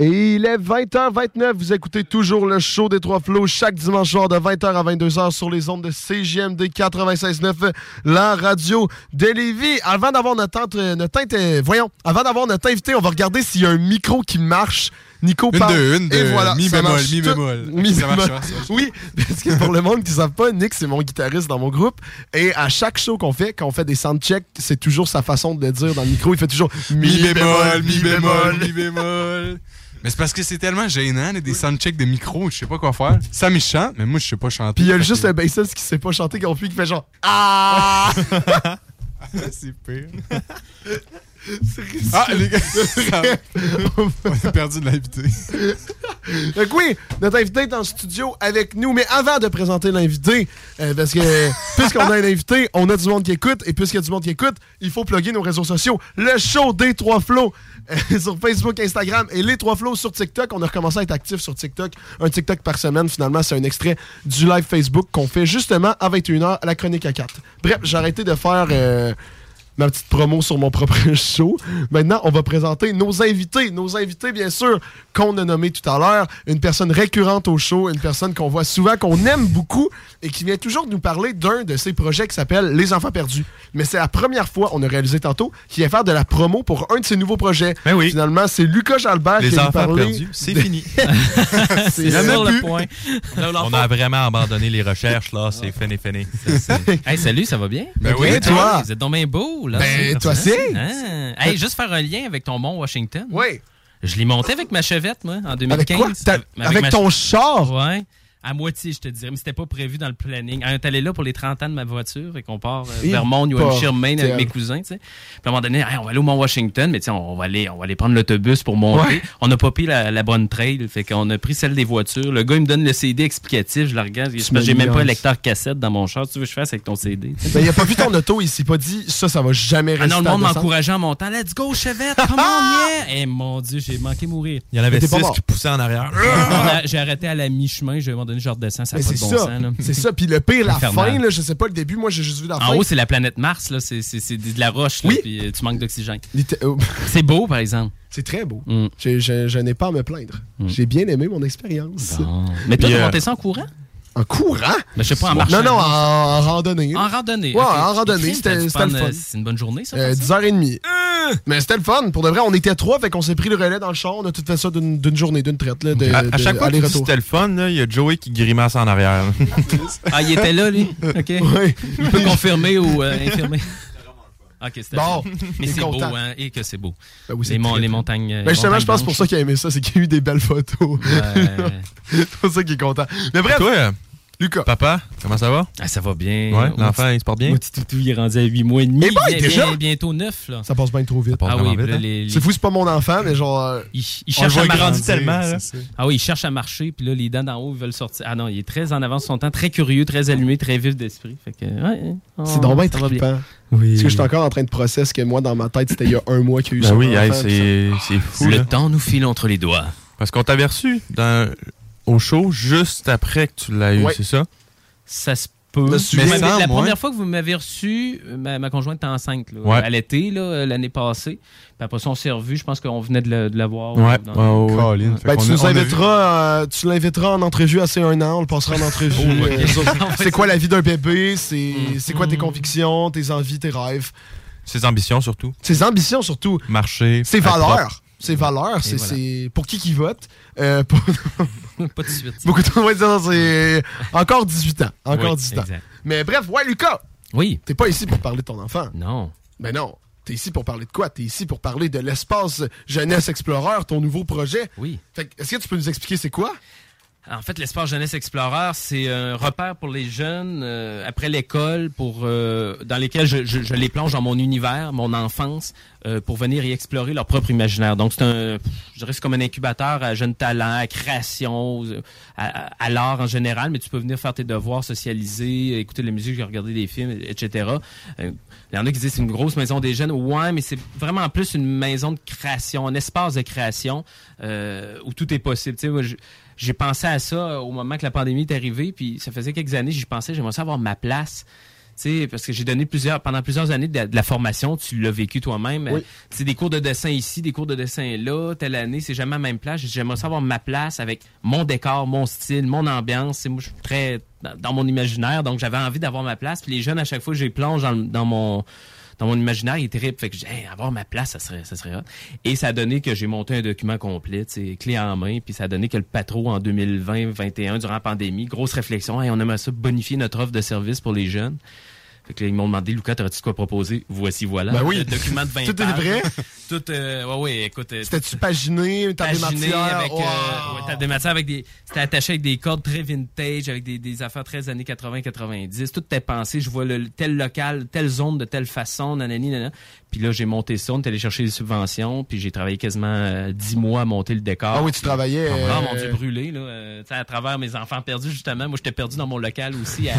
Speaker 4: Et il est 20h29, vous écoutez toujours le show des Trois Flots chaque dimanche soir de 20h à 22h sur les ondes de CGMD 96.9, la radio de Lévis. Avant d'avoir notre, entre- notre teinte, euh, voyons, avant d'avoir notre invité, on va regarder s'il y a un micro qui marche. Nico
Speaker 7: Une,
Speaker 4: parle.
Speaker 7: deux, une,
Speaker 4: Et
Speaker 7: deux.
Speaker 4: voilà,
Speaker 7: Mi
Speaker 4: ça
Speaker 7: bémol,
Speaker 4: marche
Speaker 7: mi
Speaker 4: tout.
Speaker 7: bémol.
Speaker 4: Mi
Speaker 7: Ça marche,
Speaker 4: bémol.
Speaker 7: ça marche, ça marche.
Speaker 4: Oui, parce que pour le monde qui ne savent pas, Nick, c'est mon guitariste dans mon groupe. Et à chaque show qu'on fait, quand on fait des soundchecks, c'est toujours sa façon de le dire dans le micro. Il fait toujours
Speaker 7: Mi bémol, mi bémol, mi bémol. Mais c'est parce que c'est tellement gênant, là, des soundchecks de micro, je sais pas quoi faire. Sam il chante, mais moi je sais pas chanter.
Speaker 4: Puis il y a
Speaker 7: Fait
Speaker 4: juste
Speaker 7: que-
Speaker 4: un bassiste qui sait pas chanter, qui a plus, qui fait genre Ah
Speaker 7: c'est pire. Ah, les gars, ça- on a perdu de l'invité.
Speaker 4: Donc oui, notre invité est en studio avec nous, mais avant de présenter l'invité, euh, parce que puisqu'on a un invité, on a du monde qui écoute, et puisqu'il y a du monde qui écoute, il faut plugger nos réseaux sociaux. Le show des trois flots euh, sur Facebook, Instagram et les trois flots sur TikTok. On a recommencé à être actif sur TikTok, un TikTok par semaine. Finalement, c'est un extrait du live Facebook qu'on fait justement à 21h à la chronique à 4. Bref, j'ai arrêté de faire... euh, ma petite promo sur mon propre show. Maintenant, on va présenter nos invités. Nos invités, bien sûr, qu'on a nommés tout à l'heure. Une personne récurrente au show, une personne qu'on voit souvent, qu'on aime beaucoup et qui vient toujours nous parler d'un de ses projets qui s'appelle Les Enfants Perdus. Mais c'est la première fois, on a réalisé tantôt, qu'il vient faire de la promo pour un de ses nouveaux projets. Finalement, c'est Lucas Jalbert
Speaker 6: Ben Les
Speaker 4: qui a nous
Speaker 6: enfants
Speaker 4: parlé
Speaker 6: perdus, c'est
Speaker 4: de-
Speaker 6: fini.
Speaker 4: C'est jamais
Speaker 6: sur le
Speaker 4: plus.
Speaker 6: point. On a vraiment abandonné les recherches, là. C'est fini, fini.
Speaker 17: Hey, salut, ça va bien?
Speaker 6: Ben
Speaker 17: Ok,
Speaker 6: oui,
Speaker 17: hey,
Speaker 6: toi?
Speaker 17: Vous êtes donc bien beau, là.
Speaker 6: Ben, toi
Speaker 17: Merci.
Speaker 6: aussi.
Speaker 17: Ah. Hey, juste faire un lien avec ton mont Washington.
Speaker 4: Oui.
Speaker 17: Je l'ai monté avec ma chevette, moi, en 2015.
Speaker 4: quoi? T'as- avec ton char?
Speaker 17: Ouais. À moitié, je te dirais, mais c'était pas prévu dans le planning. Ah, On est allé là pour les 30 ans de ma voiture et qu'on part euh,
Speaker 12: Et
Speaker 17: vers Mont, New Hampshire,
Speaker 12: portel.
Speaker 17: Maine avec mes cousins, tu sais. Puis à un moment donné, Hey, on va aller au Mont Washington, mais tu sais, on va aller, on va aller prendre l'autobus pour monter.
Speaker 12: Ouais.
Speaker 17: On n'a pas pris la, la bonne trail, fait qu'on a pris celle des voitures. Le gars, il me donne le CD explicatif, je le regarde,
Speaker 4: Tu
Speaker 17: je pense que j'ai
Speaker 4: me
Speaker 17: même pas
Speaker 4: nuances.
Speaker 17: le lecteur cassette dans mon char. Tu veux que je fasse avec ton CD? tu sais?
Speaker 4: Ben, il a pas vu ton auto, il s'est pas dit ça, ça va jamais
Speaker 17: Ah
Speaker 4: rester.
Speaker 17: non, le
Speaker 4: à
Speaker 17: monde
Speaker 4: descendre.
Speaker 17: m'encourageait en montant. Let's go, chevette, come on, yeah! Eh mon Dieu, j'ai manqué mourir.
Speaker 6: Il y en avait
Speaker 17: Mais t'es
Speaker 6: six
Speaker 17: pas mort.
Speaker 6: qui poussaient en arrière.
Speaker 17: On a- J'ai arrêté à la mi-chemin, je vais m'en donner genre de sang, ça
Speaker 4: Mais
Speaker 17: n'a pas
Speaker 4: c'est
Speaker 17: de bon
Speaker 4: ça.
Speaker 17: sens. là.
Speaker 4: C'est ça. Puis le pire, la
Speaker 17: Infernal.
Speaker 4: fin, là, je sais pas le début, moi j'ai juste vu la
Speaker 17: En
Speaker 4: fin.
Speaker 17: haut, c'est la planète Mars, là. C'est, c'est- c'est de la roche, là, puis euh, tu manques d'oxygène.
Speaker 4: euh,
Speaker 17: C'est beau, par exemple. Mm.
Speaker 4: C'est très beau. J'ai- Je, je n'ai pas à me plaindre. J'ai bien aimé mon expérience. euh,
Speaker 17: Mais toi, t'as monté ça en courant?
Speaker 4: En courant?
Speaker 17: Ben, je sais pas, en marchant.
Speaker 4: Non, non, en, en randonnée.
Speaker 17: En randonnée.
Speaker 4: Ouais,
Speaker 17: ok.
Speaker 4: en randonnée.
Speaker 17: Crime, t'as
Speaker 4: C'était
Speaker 17: dû
Speaker 4: c'était le
Speaker 17: prendre,
Speaker 4: fun.
Speaker 17: euh, C'est une bonne journée, ça? Euh!
Speaker 4: Euh, 10h30. Mais c'était le fun. Pour de vrai, on était trois, fait qu'on s'est pris le relais dans le char. On a tout fait ça d'une d'une journée, d'une traite. Là, de,
Speaker 6: À, à
Speaker 4: de
Speaker 6: chaque fois que tu dis
Speaker 4: aller-retour.
Speaker 6: c'était le fun, là, il y a Joey qui grimace en arrière.
Speaker 17: Ah, il était là, lui? OK. Il peut confirmer ou euh, infirmer. OK, c'était bon.
Speaker 4: Bon, t'es
Speaker 17: Mais c'est beau,
Speaker 4: content.
Speaker 17: hein? Et que c'est beau.
Speaker 4: Ben oui, c'est
Speaker 17: les, mon-
Speaker 4: très
Speaker 17: les
Speaker 4: beau.
Speaker 17: montagnes. euh,
Speaker 4: Ben justement,
Speaker 17: montagnes
Speaker 4: je pense pour
Speaker 17: blanches.
Speaker 4: ça qu'il a aimé ça, c'est qu'il y a eu des belles photos.
Speaker 17: Ouais.
Speaker 4: c'est pour ça qu'il est content. Mais bref,
Speaker 6: Toi, euh,
Speaker 4: Lucas.
Speaker 6: Papa, comment ça va?
Speaker 17: Ah, ça va bien.
Speaker 6: Ouais,
Speaker 17: Mon
Speaker 6: l'enfant,
Speaker 17: petit-
Speaker 6: il se porte bien.
Speaker 17: mon petit toutou, il est rendu à 8 mois et demi.
Speaker 4: Eh ben,
Speaker 17: Il est
Speaker 4: déjà?
Speaker 17: bien- bientôt 9, là.
Speaker 4: Ça passe bien trop vite.
Speaker 17: Ah oui,
Speaker 6: hein.
Speaker 17: là, les- les-
Speaker 4: C'est fou, c'est pas mon enfant, mais genre. euh,
Speaker 17: Il, il
Speaker 4: on le
Speaker 17: cherche
Speaker 4: voit
Speaker 17: à
Speaker 4: grandir,
Speaker 17: marcher
Speaker 4: c'est ça.
Speaker 17: Ah oui, il cherche à marcher, puis là, les dents d'en haut, ils veulent sortir. Ah non, il est très en avance de son temps, très curieux, très allumé,
Speaker 6: Ah.
Speaker 17: très vif d'esprit. Fait que, ouais, hein. on-
Speaker 4: C'est donc bien
Speaker 17: Oh, ça va bien.
Speaker 4: trippant. Parce que je suis encore en train de process que moi, dans ma tête, c'était il y a un mois qu'il y a eu
Speaker 6: Ben
Speaker 4: son
Speaker 6: oui,
Speaker 4: enfant,
Speaker 6: hey,
Speaker 4: tout ça.
Speaker 6: c'est c'est fou.
Speaker 17: Le
Speaker 6: temps
Speaker 17: nous file entre les doigts.
Speaker 6: Parce qu'on t'avait reçu dans- au show juste après que tu l'as eu,
Speaker 17: Ouais.
Speaker 6: c'est ça?
Speaker 17: Ça se peut.
Speaker 6: Mais
Speaker 17: Vous m'avez-
Speaker 6: sans
Speaker 17: la
Speaker 6: moi.
Speaker 17: première fois que vous m'avez reçu, euh, ma, ma conjointe était enceinte. Là,
Speaker 6: Ouais.
Speaker 17: Elle était là, euh, l'année passée. Puis après ça, on s'est revus. Je pense qu'on venait de, la- de la voir.
Speaker 6: Ouais.
Speaker 17: dans-
Speaker 6: Ouais, ouais, ouais. Colin, fait
Speaker 4: Ben,
Speaker 6: qu'on
Speaker 4: tu
Speaker 6: a-
Speaker 4: nous
Speaker 6: on a
Speaker 4: inviteras, euh, tu l'inviteras en entrevue à c'est un an, on le passera en entrevue.
Speaker 6: Oh, ok.
Speaker 17: Mm.
Speaker 4: euh, sur- c'est quoi la vie d'un bébé, c'est c'est quoi tes convictions, tes envies, tes rêves.
Speaker 6: Ses ambitions surtout.
Speaker 4: Ses ambitions surtout.
Speaker 6: Marcher.
Speaker 4: Ses
Speaker 6: être
Speaker 4: valeurs.
Speaker 6: propre.
Speaker 4: Ses valeurs,
Speaker 6: Et
Speaker 4: c'est
Speaker 6: voilà.
Speaker 4: c'est pour qui qui vote. Euh, pour-
Speaker 17: Pas de suite.
Speaker 4: Beaucoup de gens vont dire c'est encore 18 ans. Encore
Speaker 17: Oui,
Speaker 4: 18 ans.
Speaker 17: exact.
Speaker 4: Mais bref, ouais, Lucas.
Speaker 17: Oui.
Speaker 4: T'es pas ici pour parler de ton enfant.
Speaker 17: Non.
Speaker 4: Ben non. T'es ici pour parler de quoi? T'es ici pour parler de l'espace Jeunesse Explorer, ton nouveau projet.
Speaker 17: Oui.
Speaker 4: Fait que, est-ce que tu peux nous expliquer c'est quoi?
Speaker 17: En fait, l'espace jeunesse explorer, c'est un repère pour les jeunes euh, après l'école, pour euh, dans lesquels je, je- je les plonge dans mon univers, mon enfance, euh, pour venir y explorer leur propre imaginaire. Donc, c'est un, je dirais, que c'est comme un incubateur à jeunes talents, à création, euh, à, à- à l'art en général. Mais tu peux venir faire tes devoirs, socialiser, écouter de la musique, regarder des films, etc. Euh, Il y en a qui disent c'est une grosse maison des jeunes. Ouais, mais c'est vraiment plus une maison de création, un espace de création euh, où tout est possible. Tu sais, moi, je- j'ai pensé à ça euh, au moment que la pandémie est arrivée, puis ça faisait quelques années, j'y pensais, j'aimerais ça avoir ma place. Tu sais, parce que j'ai donné plusieurs pendant plusieurs années de la, de la formation, tu l'as vécu toi-même. Euh,
Speaker 4: Oui.
Speaker 17: tu sais, des cours de dessin ici, des cours de dessin là, telle année, c'est jamais à la même place. J'ai dit, J'aimerais savoir ma place avec mon décor, mon style, mon ambiance. Et moi, je suis très dans, dans mon imaginaire, donc j'avais envie d'avoir ma place. Puis les jeunes, à chaque fois, je les plonge dans, le- dans mon dans mon imaginaire, il est terrible. Fait que j'ai hey, avoir ma place, ça serait, ça serait hot. Et ça a donné que j'ai monté un document complet, tu sais, clé en main, puis ça a donné que le patro en 2020-21, durant la pandémie, grosse réflexion, hey, on aimerait ça bonifier notre offre de service pour les jeunes. Fait que là, ils m'ont demandé, Lucas, t'aurais-tu de quoi proposer? Voici, voilà.
Speaker 4: Ben oui.
Speaker 17: Le document de 20
Speaker 4: Tout est
Speaker 17: pages.
Speaker 4: vrai.
Speaker 17: Tout, euh, ouais, ouais, écoute. euh,
Speaker 4: C'était-tu paginé, t'as des
Speaker 17: paginé
Speaker 4: matières?
Speaker 17: avec, euh,
Speaker 4: Wow.
Speaker 17: ouais, t'as des matières avec des, c'était attaché avec des cordes très vintage, avec des, des affaires très années 80-90. Tout était pensé. Je vois le, tel local, telle zone de telle façon, nanani, nanana. Puis là, j'ai monté ça, on est allé chercher des subventions, puis j'ai travaillé quasiment euh, 10 mois à monter le décor.
Speaker 4: Ah oui, tu travaillais,
Speaker 17: Ah
Speaker 4: euh,
Speaker 17: mon Dieu, brûlé, là. euh, tu sais, à travers mes enfants perdus, justement. Moi, j'étais perdu dans mon local aussi à,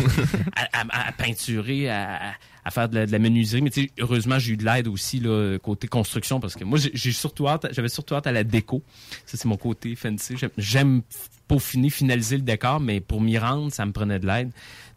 Speaker 17: à- à- à peinturer, à, à- à faire de la, de la menuiserie. Mais tu sais, heureusement, j'ai eu de l'aide aussi, là, côté construction, parce que moi, j'ai- j'ai surtout hâte, j'avais surtout hâte à la déco. Ça, c'est mon côté fancy. J'aime- J'aime peaufiner, finaliser le décor, mais pour m'y rendre, ça me prenait de l'aide.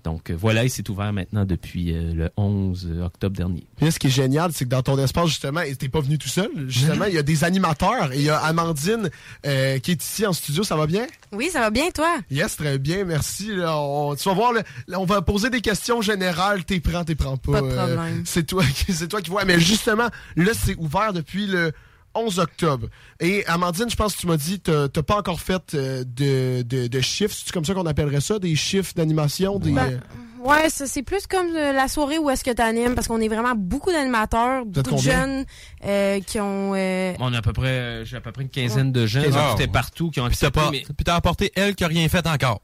Speaker 17: Donc euh, voilà, il s'est ouvert maintenant depuis euh, le 11 octobre dernier.
Speaker 4: Mais ce qui est génial, c'est que dans ton espace, justement, et t'es pas venu tout seul. Justement, il y a des animateurs. Et il y a Amandine euh, qui est ici en studio. Ça va bien?
Speaker 18: Oui, ça va bien, toi?
Speaker 4: Yes, très bien, merci. Là, on- tu vas voir, là, là, on va poser des questions générales. T'es prends, t'es prends pas.
Speaker 18: Pas de
Speaker 4: euh,
Speaker 18: problème.
Speaker 4: c'est toi, qui- c'est toi qui vois. Mais justement, là, c'est ouvert depuis le 11 octobre. Et Amandine, je pense que tu m'as dit, t'as t'as pas encore fait euh, de, de, de chiffres. C'est comme ça qu'on appellerait ça, des chiffres d'animation, des. euh,
Speaker 18: Ben, Ouais, ça, c'est plus comme euh, la soirée où est-ce que tu animes, parce qu'on est vraiment beaucoup d'animateurs,
Speaker 17: Vous êtes
Speaker 18: beaucoup de
Speaker 17: combien?
Speaker 18: jeunes euh, qui ont... euh,
Speaker 17: On a à peu près, euh, j'ai à peu près une quinzaine de jeunes
Speaker 6: Quinzaine.
Speaker 17: qui étaient partout, qui ont accepté, mais-
Speaker 6: Puis t'as apporté elle qui a rien fait encore.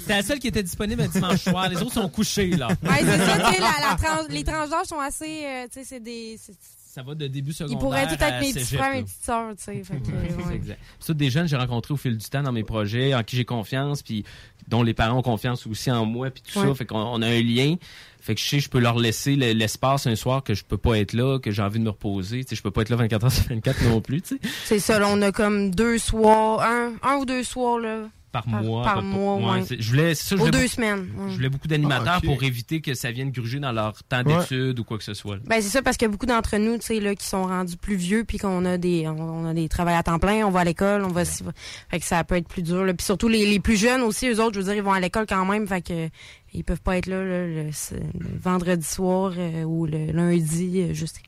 Speaker 17: C'était la seule qui était disponible un dimanche soir. Les autres sont couchés, là.
Speaker 18: Ouais, c'est ça, tu sais, la- la trans- les tranches d'âge sont assez... euh, tu sais, c'est des... c'est-
Speaker 17: Ça va de début secondaire
Speaker 18: Ils pourraient tout
Speaker 17: à
Speaker 18: être mes petits
Speaker 17: cégep,
Speaker 18: frères,
Speaker 17: là.
Speaker 18: mes petites sœurs, tu sais. fait que,
Speaker 17: C'est
Speaker 18: ouais.
Speaker 17: exact. Puis ça, des jeunes que j'ai rencontrés au fil du temps dans mes projets, en qui j'ai confiance, puis dont les parents ont confiance aussi en moi, puis tout
Speaker 18: Ouais.
Speaker 17: ça. Fait qu'on on a un lien. Fait que je sais, je peux leur laisser le- l'espace un soir que je peux pas être là, que j'ai envie de me reposer. Tu sais, je peux pas être là 24 heures sur 24 non plus, tu sais.
Speaker 18: C'est ça, là, on a comme deux soirs, un, un ou deux soirs, là.
Speaker 17: Par mois.
Speaker 18: Par
Speaker 17: à peu près.
Speaker 18: mois,
Speaker 17: Ouais,
Speaker 18: ouais.
Speaker 17: c'est- Je voulais, c'est ça, je
Speaker 18: Aux
Speaker 17: voulais
Speaker 18: deux
Speaker 17: beaucoup-
Speaker 18: semaines. ouais.
Speaker 17: Je voulais beaucoup d'animateurs
Speaker 18: Ah, ok.
Speaker 17: pour éviter que ça vienne gruger dans leur temps
Speaker 18: Ouais.
Speaker 17: d'études ou quoi que ce soit. là.
Speaker 18: Ben c'est ça parce que beaucoup d'entre nous, tu sais là, qui sont rendus plus vieux puis qu'on a des, on, on a des travails à temps plein, on va à l'école, on va, s'y- fait que ça peut être plus dur. Là. Puis surtout les, les plus jeunes aussi, eux autres, je veux dire, ils vont à l'école quand même, fait que ils peuvent pas être là, là, le, c'est- le vendredi soir euh, ou le lundi, euh, juste.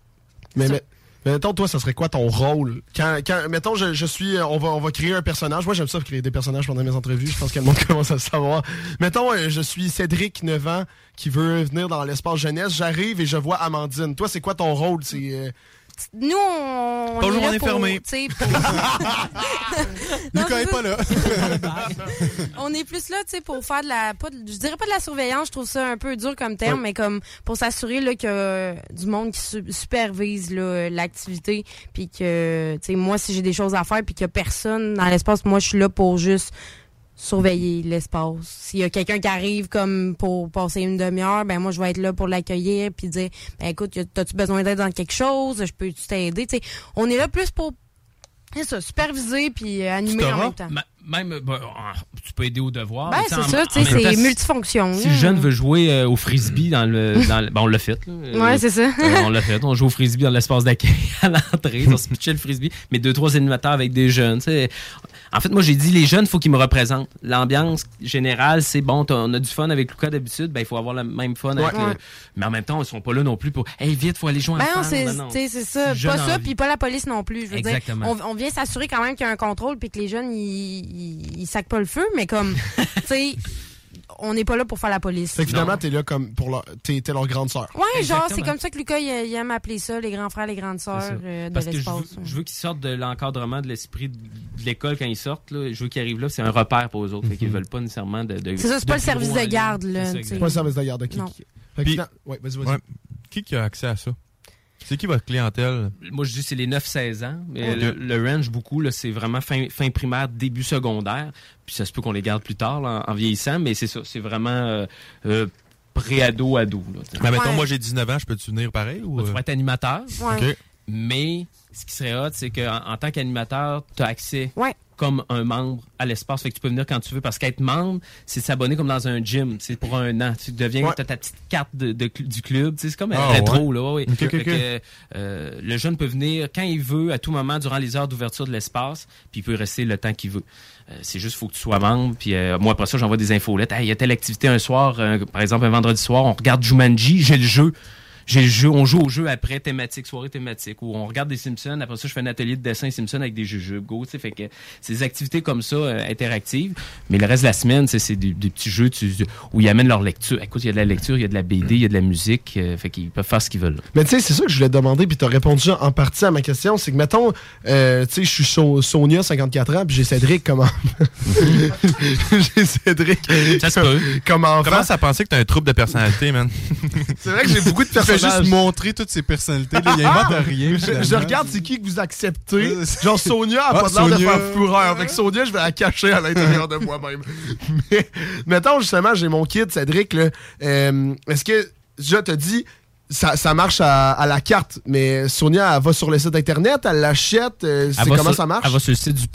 Speaker 4: Mais, mais- mais mettons, toi, ça serait quoi ton rôle? Quand, quand- mettons, je, je suis. euh, On va, on va créer un personnage. Moi, j'aime ça créer des personnages pendant mes entrevues. Je pense que le monde commence à le savoir. Mettons, euh, je suis Cédric, 9 ans, qui veut venir dans l'espace jeunesse. J'arrive et je vois Amandine. Toi, c'est quoi ton rôle? C'est. euh,
Speaker 18: Nous, on,
Speaker 4: Bonjour,
Speaker 18: est, là
Speaker 4: on est
Speaker 18: pour,
Speaker 4: fermé.
Speaker 18: tu sais, pour- Non,
Speaker 4: Lucas
Speaker 18: c'est
Speaker 4: est
Speaker 18: ça.
Speaker 4: pas là.
Speaker 18: on est plus là, tu sais, pour faire de la, pas de- je dirais pas de la surveillance, je trouve ça un peu dur comme terme, mais comme pour s'assurer là que euh, du monde qui su- supervise là, euh, l'activité, puis que, tu sais, moi si j'ai des choses à faire, puis qu'il y a personne dans l'espace, moi je suis là pour juste surveiller l'espace. S'il y a quelqu'un qui arrive comme pour passer une demi-heure, ben moi je vais être là pour l'accueillir puis dire ben écoute, y a- t'as-tu besoin d'aide dans quelque chose, je peux t'aider, tu sais. On est là plus pour c'est ça, superviser puis euh, animer en même temps.
Speaker 17: Ma- même, ben, ah, tu peux aider au devoir.
Speaker 18: Ben,
Speaker 17: mais tu sais,
Speaker 18: c'est
Speaker 17: en-
Speaker 18: ça,
Speaker 17: en
Speaker 18: tu sais,
Speaker 17: même temps,
Speaker 18: c'est
Speaker 17: si-
Speaker 18: multifonction.
Speaker 17: Si le jeune veut jouer euh, au frisbee dans le. Dans le- ben, on l'a fait, là. Euh,
Speaker 18: Ouais, c'est ça.
Speaker 17: euh, on l'a fait. On joue au frisbee dans l'espace d'accueil à l'entrée. On se pitchait le frisbee. Mais deux, trois animateurs avec des jeunes. tu sais. En fait, moi, j'ai dit, les jeunes, faut qu'ils me représentent. L'ambiance générale, c'est bon, t'as- on a du fun avec Lucas d'habitude. Ben, il faut avoir le même fun avec
Speaker 18: Ouais.
Speaker 17: le-
Speaker 18: Ouais.
Speaker 17: Mais en même temps, ils sont pas là non plus pour. Hey, vite, faut aller jouer
Speaker 18: Ben non,
Speaker 17: ensemble.
Speaker 18: c'est
Speaker 17: Non, non.
Speaker 18: tu sais, c'est ça.
Speaker 17: Si le
Speaker 18: Pas
Speaker 17: jeune a
Speaker 18: ça,
Speaker 17: envie.
Speaker 18: puis pas la police non plus. Je veux dire,
Speaker 17: Exactement.
Speaker 18: on, on vient s'assurer quand même qu'il y a un contrôle, puis que les jeunes, ils ils- ils sacent pas le feu, mais comme, tu sais, on n'est pas là pour faire la police.
Speaker 4: Fait que finalement, t'es là comme pour leur. T'es t'es leur grande sœur.
Speaker 18: Ouais, genre, c'est comme ça que Lucas, il, il aime appeler ça, les grands frères, les grandes
Speaker 17: C'est
Speaker 18: sœurs
Speaker 17: ça.
Speaker 18: euh, de
Speaker 17: Parce que je
Speaker 18: l'espace.
Speaker 17: veux, je veux qu'ils sortent de l'encadrement de l'esprit de de l'école quand ils sortent. là. Je veux qu'ils arrivent là, c'est un repère pour eux autres.
Speaker 6: Mhm.
Speaker 17: Fait qu'ils veulent pas nécessairement de. de-
Speaker 18: C'est ça, c'est pas
Speaker 17: de
Speaker 18: le service
Speaker 17: bureau en
Speaker 18: de
Speaker 17: ligne.
Speaker 18: garde, là.
Speaker 17: C'est ça,
Speaker 18: tu sais.
Speaker 4: C'est pas le service de garde. ok.
Speaker 18: Non.
Speaker 4: Fait que
Speaker 6: Puis-
Speaker 4: finalement- ouais, vas-y, vas-y.
Speaker 6: Ouais. Qui qui a accès à ça? C'est qui votre clientèle?
Speaker 17: Moi, je dis c'est les 9-16 ans. Mais
Speaker 6: Ok.
Speaker 17: le, le range, beaucoup, là, c'est vraiment fin, fin primaire, début secondaire. Puis ça se peut qu'on les garde plus tard là, en, en vieillissant, mais c'est ça. C'est vraiment euh, euh, pré-ado, ado. là, tu sais.
Speaker 6: Ben, mettons, moi, j'ai 19 ans, je peux-tu venir pareil? Ou...
Speaker 17: Tu vas être animateur.
Speaker 6: Ouais. Ok.
Speaker 17: Mais ce qui serait hot, c'est qu'en en tant qu'animateur, tu as accès
Speaker 18: Ouais.
Speaker 17: comme un membre à l'espace. Fait que tu peux venir quand tu veux. Parce qu'être membre, c'est s'abonner comme dans un gym. C'est pour un an. Tu deviens, t'as ta petite carte de, de cl- du club. Tu sais, C'est comme un
Speaker 6: Ah,
Speaker 17: rétro.
Speaker 6: ouais.
Speaker 17: Là, ouais, ouais.
Speaker 6: Ok, ok,
Speaker 17: Fait
Speaker 6: ok.
Speaker 17: que, euh, le jeune peut venir quand il veut, à tout moment, durant les heures d'ouverture de l'espace. Puis il peut rester le temps qu'il veut. Euh, c'est juste, faut que tu sois membre. Puis euh, moi, après ça, j'envoie des infolettes. Hey, Il y a telle activité un soir. euh, par exemple, un vendredi soir, on regarde Jumanji. J'ai le jeu. J'ai le jeu, on joue au jeu après thématique, soirée thématique, où on regarde des Simpsons. Après ça, je fais un atelier de dessin Simpsons avec des jujubes. Go, tu sais, fait que c'est des activités comme ça, euh, interactives. Mais le reste de la semaine, c'est, c'est des, des petits jeux tu- où ils amènent leur lecture. Écoute, il y a de la lecture, il y a de la BD, il y a de la musique. euh, fait qu'ils peuvent faire ce qu'ils veulent.
Speaker 4: Mais tu sais, c'est ça que je voulais te demander, puis t'as répondu en partie à ma question. C'est que, mettons, euh, tu sais, je suis So- Sonia, 54 ans, puis j'ai Cédric comment. j'ai Cédric.
Speaker 6: Ça se peut.
Speaker 4: Comment
Speaker 6: Commence à penser que t'as un trouble de personnalité, man.
Speaker 4: C'est vrai que j'ai beaucoup de
Speaker 7: Je fais
Speaker 4: personnages.
Speaker 7: juste montrer toutes ces personnalités. Là, il invente rien.
Speaker 4: Je,
Speaker 7: finalement.
Speaker 4: je regarde c'est qui que vous acceptez. Genre Euh, Sonia a
Speaker 7: Ah,
Speaker 4: pas l'air de
Speaker 7: Sonia.
Speaker 4: faire fureur. Fait que Sonia, je vais la cacher à l'intérieur de moi-même. Mais mettons justement, j'ai mon kid, Cédric. là. Euh, Est-ce que je te dis ça, ça marche à, à la carte, mais Sonia elle va sur le site internet, elle l'achète, euh, c'est
Speaker 17: Elle va
Speaker 4: comment
Speaker 17: sur-
Speaker 4: ça marche?
Speaker 17: Elle va sur le site du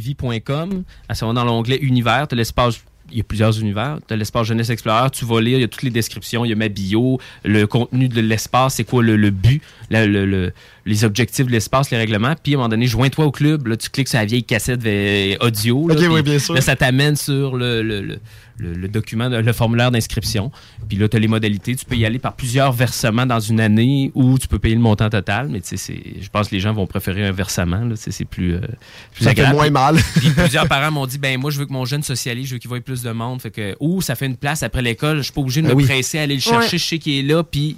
Speaker 17: patrolevy.com. Elle s'en va dans l'onglet Univers. Tu l'espace. Il y a plusieurs univers. Tu l'espace Jeunesse Explorer. Tu vas lire. Il y a toutes les descriptions. Il y a ma bio, le contenu de l'espace. C'est quoi le, le but, la- le- le- les objectifs de l'espace, les règlements. Puis à un moment donné, joins-toi au club. Là, tu cliques sur la vieille cassette euh, audio. Là,
Speaker 4: Ok, oui,
Speaker 17: Puis
Speaker 4: bien sûr.
Speaker 17: Là, ça t'amène sur le, le- le- le- le document, le formulaire d'inscription. Puis là, tu as les modalités. Tu peux y aller par plusieurs versements dans une année ou tu peux payer le montant total. Mais tu sais, c'est- je pense que les gens vont préférer un versement. là. Tu sais, C'est plus, euh, plus
Speaker 4: Ça fait
Speaker 17: agréable.
Speaker 4: moins mal.
Speaker 17: Puis plusieurs parents m'ont dit ben moi, je veux que mon jeune socialise, je veux qu'il voie plus de monde. Fait que, ou ça fait une place après l'école. Je suis pas obligé de
Speaker 4: Ben
Speaker 17: me
Speaker 4: oui. Mm-hmm.
Speaker 17: presser, aller le chercher.
Speaker 18: Ouais.
Speaker 17: Je sais qu'il est là. Puis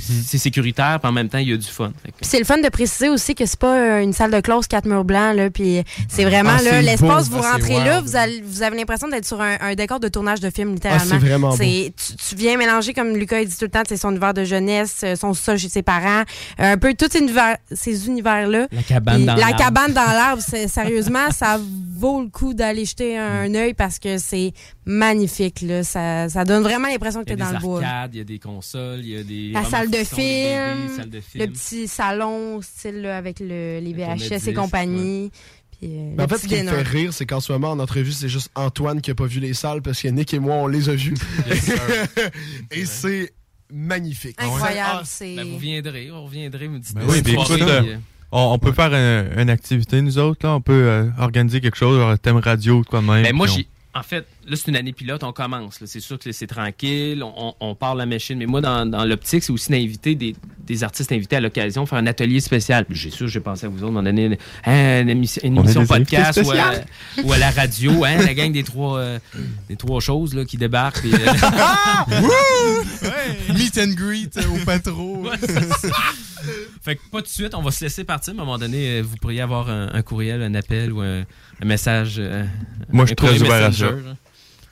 Speaker 17: c'est sécuritaire. Puis en même temps, il y a du fun. Fait que-
Speaker 18: Puis c'est le fun de préciser aussi que c'est pas euh, une salle de classe quatre murs blancs là, puis c'est vraiment
Speaker 17: Ah,
Speaker 18: là
Speaker 17: c'est
Speaker 18: l'espace
Speaker 17: beau.
Speaker 18: vous
Speaker 17: Ah, c'est
Speaker 18: rentrez là,
Speaker 17: wild.
Speaker 18: vous allez- vous avez l'impression d'être sur un, un décor de tournage de film littéralement.
Speaker 4: Ah, c'est vraiment beau.
Speaker 18: C'est- tu, tu viens mélanger comme Lucas il dit tout le temps, c'est son univers de jeunesse, euh, son sol chez ses parents, euh, un peu tous ces univers ces univers là.
Speaker 17: La cabane dans
Speaker 18: la
Speaker 17: l'arbre.
Speaker 18: cabane dans l'arbre, c'est- sérieusement, ça vaut le coup d'aller jeter un
Speaker 17: Mm.
Speaker 18: œil parce que c'est magnifique là, ça, ça donne vraiment l'impression que tu
Speaker 17: Il y
Speaker 18: es
Speaker 17: a des
Speaker 18: dans le bois.
Speaker 17: arcades, il y a des consoles, il y a des.
Speaker 18: La
Speaker 17: romans
Speaker 18: salle de,
Speaker 17: fictions, des
Speaker 18: film,
Speaker 17: BD, salle de film.
Speaker 18: le petit salon style là, avec le- les
Speaker 17: on met
Speaker 18: VHS et
Speaker 17: 10,
Speaker 18: compagnie. Puis, euh,
Speaker 4: Mais
Speaker 18: le
Speaker 4: Ben, en fait,
Speaker 18: petit
Speaker 4: ce qui me fait
Speaker 18: dinner.
Speaker 4: rire, c'est qu'en ce moment, en entrevue, c'est juste Antoine qui a pas vu les salles parce que Nick et moi, on les a vues. et c'est magnifique.
Speaker 18: Incroyable, c'est.
Speaker 17: Ben, vous viendrez, on reviendrez, me dites.
Speaker 6: Ben oui,
Speaker 17: une
Speaker 6: puis
Speaker 17: soirée,
Speaker 6: écoute,
Speaker 17: euh,
Speaker 6: euh, on, on peut faire un- une activité, nous autres, là. On peut euh, organiser quelque chose, un thème radio, quoi même.
Speaker 17: Ben, moi,
Speaker 6: puis on-
Speaker 17: j'ai. En fait, là, c'est une année pilote, on commence. là. C'est sûr que là, c'est tranquille, on, on part la machine. Mais moi, dans, dans l'optique, c'est aussi d'inviter des, des artistes invités à l'occasion, faire un atelier spécial. Puis, J'ai sûr, j'ai pensé à vous autres, m'en donner une, hein, une émission, une
Speaker 6: On a
Speaker 17: émission
Speaker 6: des invités
Speaker 17: podcast ou à,
Speaker 6: spéciales.
Speaker 17: ou à la radio, hein, la gang des trois, euh, des trois choses là, qui débarquent. puis, euh,
Speaker 4: Ah!
Speaker 7: Meet and greet euh, au patro.
Speaker 17: Fait que pas tout de suite, on va se laisser partir. Mais à un moment donné, euh, vous pourriez avoir un, un courriel, un appel ou un, un message. euh,
Speaker 6: Moi, je
Speaker 17: un
Speaker 6: suis
Speaker 17: courrier
Speaker 6: très ouvert à ça.
Speaker 17: messenger, hein.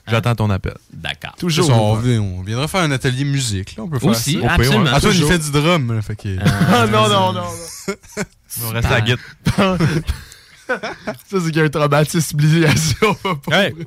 Speaker 6: J'attends ton appel.
Speaker 17: D'accord.
Speaker 7: Toujours. On, vi- on viendra faire un atelier musique. Là, on peut faire
Speaker 17: Aussi,
Speaker 7: ça. On peut,
Speaker 17: absolument. Euh,
Speaker 6: Ah,
Speaker 7: ouais. Antoine, il
Speaker 17: Toujours.
Speaker 7: fait du drum. là, fait que-
Speaker 4: Ah non, non, non. non. Ah.
Speaker 6: On reste à la guide.
Speaker 4: Ça, c'est qu'il y a un traumatisme lié à ça.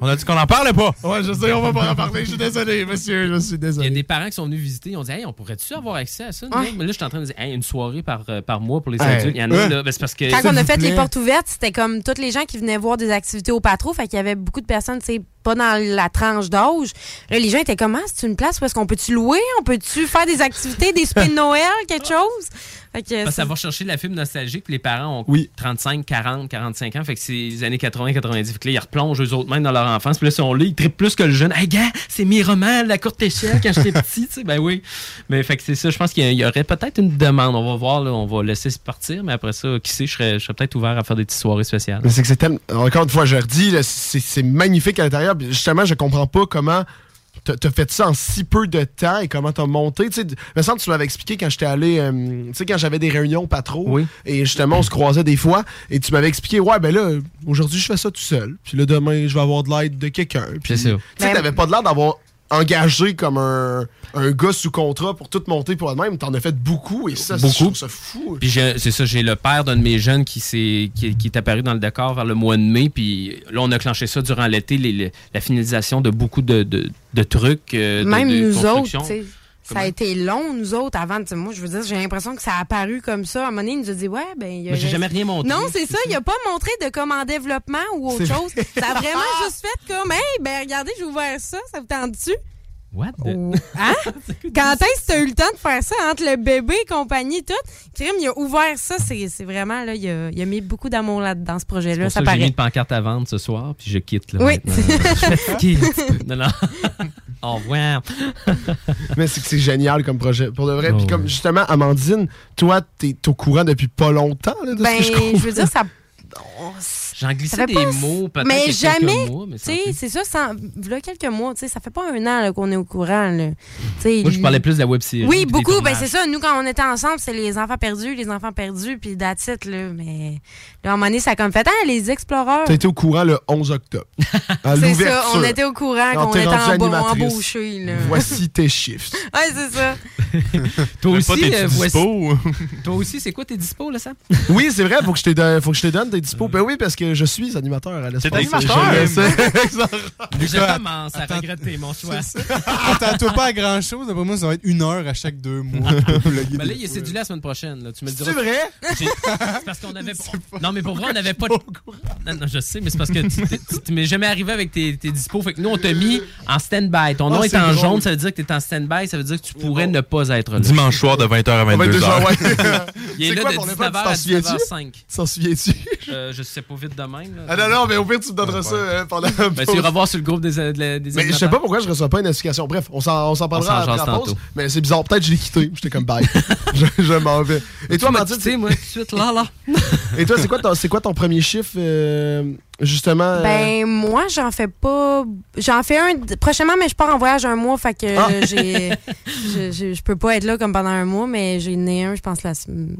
Speaker 6: on a dit qu'on n'en parlait pas.
Speaker 4: Ouais, je sais, on va pas en parler. Je suis désolé, monsieur, je suis désolé. Ah.
Speaker 17: Il y a des parents qui sont venus visiter, ils ont dit Hey, on pourrait-tu avoir accès à ça nous
Speaker 18: Ouais.
Speaker 17: autres? Mais là, je suis en train de dire Hey, une soirée par, euh, par mois pour les
Speaker 18: Hey,
Speaker 17: adultes. Il y en a,
Speaker 18: hein?
Speaker 17: là, ben, c'est parce que.
Speaker 18: Quand on a fait les portes ouvertes, c'était comme toutes les gens qui venaient voir des activités au patro. Fait qu'il y avait beaucoup de personnes, tu sais, pas dans la tranche d'âge. Là, les gens étaient comme, ah, c'est une place où est-ce qu'on peut-tu louer? On peut-tu faire des activités, des soupers de Noël, quelque chose? Fait
Speaker 17: Parce
Speaker 18: que
Speaker 17: que
Speaker 18: c'est-
Speaker 17: ça va chercher la film nostalgique, puis les parents ont
Speaker 4: Oui.
Speaker 17: 35, 40, 45 ans, fait que c'est les années 80, 90. Fait que là, ils replongent eux autres même dans leur enfance, puis là, ils sont là, ils trippent plus que le jeune. Hey, gars, c'est mes romans, la courte échelle, quand j'étais petit, tu sais, ben oui. Mais fait que c'est ça, je pense qu'il y a- il y aurait peut-être une demande. On va voir, là, on va laisser se partir, mais après ça, qui sait, je serais, je serais peut-être ouvert à faire des petites soirées spéciales.
Speaker 4: Mais c'est que c'est tellement- Encore une fois, je redis, là, c'est c'est magnifique à l'intérieur. Puis Justement, je comprends pas comment t'as t'as fait ça en si peu de temps et comment t'as monté. Tu sais, d- me semble que tu l'avais expliqué quand j'étais allé, euh, tu sais, quand j'avais des réunions pas trop. Et justement, on se croisait des fois. Et tu m'avais expliqué, ouais, ben là, aujourd'hui, je fais ça tout seul. Puis là, demain, je vais avoir de l'aide de quelqu'un. Puis
Speaker 17: C'est ça.
Speaker 4: Tu sais, t'avais pas de l'air d'avoir engagé comme un, un gars sous contrat pour tout monter pour elle-même. T'en as fait beaucoup et ça, c'est- je
Speaker 17: Beaucoup.
Speaker 4: trouve ça fou.
Speaker 17: Puis j'ai- c'est ça, j'ai le père d'un de mes jeunes qui, s'est- qui, qui est apparu dans le décor vers le mois de mai. Puis là, on a clenché ça durant l'été, les- les- la finalisation de beaucoup de, de- de trucs. euh, de-
Speaker 18: Même
Speaker 17: de
Speaker 18: nous autres,
Speaker 17: construction.
Speaker 18: tu sais, Ça
Speaker 17: Comment?
Speaker 18: a été long, nous autres, avant. tu sais, Moi, je veux dire, j'ai l'impression que ça a apparu comme ça. À un moment donné, il nous a dit, ouais, ben. il y a-
Speaker 17: Mais j'ai jamais rien montré.
Speaker 18: Non, c'est ça. Il a pas montré de comme en développement ou autre
Speaker 17: C'est
Speaker 18: chose. Ça a vraiment juste fait comme, hey, ben, regardez, j'ai ouvert ça. Ça vous tente-tu?
Speaker 17: What? the-
Speaker 18: Hein? Quand est-ce que tu as eu le temps de faire ça entre le bébé et compagnie, tout? Crime, il a ouvert ça. C'est c'est vraiment, là, il a, il a mis beaucoup d'amour là dans ce
Speaker 17: C'est
Speaker 18: projet-là.
Speaker 17: pour
Speaker 18: Ça
Speaker 17: ça, que j'ai mis
Speaker 18: paraît.
Speaker 17: une pancarte à vendre ce soir, puis je quitte. Là,
Speaker 18: Oui.
Speaker 17: maintenant. je quitte. Non, non. Au revoir.
Speaker 4: Mais c'est que c'est génial comme projet. Pour de vrai.
Speaker 17: Oh,
Speaker 4: Puis comme justement, Amandine, toi, t'es au courant depuis pas longtemps là, de
Speaker 18: Ben,
Speaker 4: ce que je
Speaker 18: je veux dire, ça
Speaker 17: J'en
Speaker 18: Ça
Speaker 17: glissais
Speaker 18: fait
Speaker 17: des
Speaker 18: pas-
Speaker 17: mots, peut-être. il
Speaker 18: Mais
Speaker 17: y a
Speaker 18: jamais,
Speaker 17: quelques mois, mais
Speaker 18: tu
Speaker 17: ça-
Speaker 18: sais, c'est ça, sans, là, quelques mois, tu sais, ça fait pas un an là, qu'on est au courant. Là. Tu sais,
Speaker 17: Moi, je
Speaker 18: lui-
Speaker 17: parlais plus de la web série. puis
Speaker 18: Oui,
Speaker 17: des
Speaker 18: beaucoup. Ben,
Speaker 17: tournages.
Speaker 18: c'est ça. Nous, quand on était ensemble, c'est les enfants perdus, les enfants perdus, puis that's it, là. Mais là, à un moment donné, ça a comme fait, ah, les exploreurs.
Speaker 4: T'as été au courant le 11 octobre. À
Speaker 18: C'est ça,
Speaker 4: l'ouverture.
Speaker 18: on était au courant
Speaker 4: Quand
Speaker 18: qu'on
Speaker 4: t'es
Speaker 18: était
Speaker 4: rendue
Speaker 18: en
Speaker 4: animatrice.
Speaker 18: embauché, là.
Speaker 4: Voici tes chiffres.
Speaker 18: Ouais, c'est ça.
Speaker 17: Toi
Speaker 4: Mais pas
Speaker 17: aussi,
Speaker 4: tes
Speaker 17: euh, voici-
Speaker 4: dispo.
Speaker 17: Toi aussi, c'est quoi tes dispos, là, ça?
Speaker 4: Oui, c'est vrai, faut que je te donne, faut que je te donne des
Speaker 17: Euh.
Speaker 4: dispos. Ben oui, parce que je suis animateur à l'espace.
Speaker 17: T'es animateur?
Speaker 4: Je le sais.
Speaker 17: Je
Speaker 7: Lucas,
Speaker 17: commence à regretter mon choix.
Speaker 7: Attends-toi pas à grand-chose. D'après moi, ça va être une heure à chaque deux mois.
Speaker 17: Mais Ben là, il est cédulé la semaine prochaine. Là. Tu me le diras.
Speaker 7: C'est vrai?
Speaker 17: J'ai- C'est parce qu'on avait. Non, mais pour vrai, on n'avait pas. de- Non, non, je sais, mais c'est parce que tu t'es- tu m'es jamais arrivé avec tes, tes dispos. Fait que nous, on t'a mis en stand-by. Ton
Speaker 6: Ah,
Speaker 17: nom est,
Speaker 6: c'est
Speaker 17: en
Speaker 6: drôle.
Speaker 17: jaune, ça veut dire que t'es en stand-by, ça veut dire que tu pourrais ne pas être là.
Speaker 6: Dimanche soir de 20h à 22h.
Speaker 17: Il est
Speaker 4: C'est
Speaker 17: là
Speaker 4: quoi
Speaker 17: de
Speaker 4: ton époque,
Speaker 17: 19h
Speaker 4: t'en
Speaker 17: à
Speaker 4: souviens-tu?
Speaker 17: 19h05.
Speaker 4: T'en souviens-tu?
Speaker 17: Euh, je sais pas vite de même. là.
Speaker 4: Ah non, non, mais au pire, tu me donneras ça euh, pendant la
Speaker 17: Ben,
Speaker 4: pause.
Speaker 17: tu iras voir sur le groupe des. euh, des, des
Speaker 4: Mais je sais pas pourquoi je reçois pas une notification. Bref, on s'en on s'en parlera
Speaker 17: s'en
Speaker 4: après
Speaker 17: jase
Speaker 4: la pause.
Speaker 17: tantôt.
Speaker 4: Mais c'est bizarre. Peut-être que je l'ai quitté. J'étais comme bye. je je m'en vais. Et toi, Amandine,
Speaker 17: Tu sais, moi, tout de suite, là, là.
Speaker 4: Et toi, c'est quoi, ton- c'est quoi ton premier chiffre, euh, justement?
Speaker 18: Ben, moi, j'en fais pas. J'en fais un d- prochainement, mais je pars en voyage un mois. Fait que
Speaker 4: Ah.
Speaker 18: euh, j'ai. je- Je je peux pas être là comme pendant un mois, mais j'ai né un, je pense, la semaine.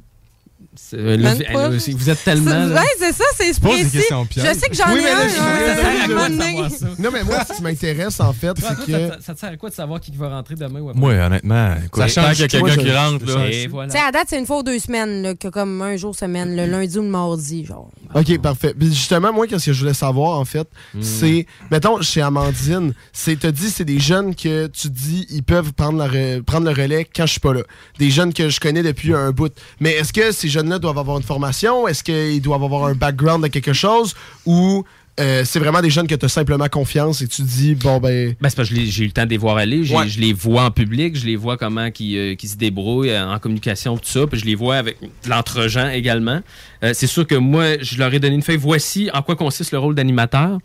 Speaker 17: C'est- euh, là,
Speaker 18: Même pas.
Speaker 17: euh, vous êtes tellement.
Speaker 18: C'est-
Speaker 17: là.
Speaker 18: Ouais, c'est ça, c'est
Speaker 17: Tu poses des
Speaker 18: précis.
Speaker 17: questions
Speaker 18: Je
Speaker 17: pièges.
Speaker 18: sais que j'en
Speaker 17: Oui,
Speaker 18: ai
Speaker 17: mais
Speaker 18: un.
Speaker 17: là,
Speaker 18: là,
Speaker 17: je- ça sert à
Speaker 18: un
Speaker 17: quoi de
Speaker 18: moment donné.
Speaker 17: savoir ça?
Speaker 4: Non, mais moi, ce qui m'intéresse, en fait,
Speaker 17: Toi,
Speaker 4: c'est
Speaker 17: toi,
Speaker 4: que.
Speaker 17: ça, te- ça te sert à quoi de savoir qui va rentrer demain ou après?
Speaker 6: Moi, honnêtement,
Speaker 17: Ça
Speaker 6: écoute, tant
Speaker 17: change
Speaker 6: qu'il y a
Speaker 17: tout.
Speaker 6: quelqu'un
Speaker 17: Moi,
Speaker 6: qui
Speaker 17: je-
Speaker 6: rentre,
Speaker 17: je-
Speaker 6: là.
Speaker 17: Et voilà.
Speaker 18: Tu sais, à date, c'est une fois aux deux semaines, là, que comme un jour semaine, le lundi ou le mardi, genre.
Speaker 4: Ah, OK, parfait. Puis justement, moi, qu'est-ce que je voulais savoir, en fait,
Speaker 17: Hmm.
Speaker 4: c'est, mettons, chez Amandine, c'est, t'as dit, c'est des jeunes que tu dis, ils peuvent prendre, la re- prendre le relais quand je suis pas là. Des jeunes que je connais depuis un bout. Mais est-ce que ces jeunes-là doivent avoir une formation? Est-ce qu'ils doivent avoir un background de quelque chose? Ou euh, c'est vraiment des jeunes que t'as simplement confiance et tu dis, bon, ben.
Speaker 17: Ben, c'est parce que je les- j'ai eu le temps de les voir aller. J'ai- Je les vois en public, je les vois comment qui se débrouillent euh, en communication, tout ça. Puis je les vois avec de l'entre-gens également. Euh, c'est sûr que moi, je leur ai donné une feuille. Voici en quoi consiste le rôle d'animateur.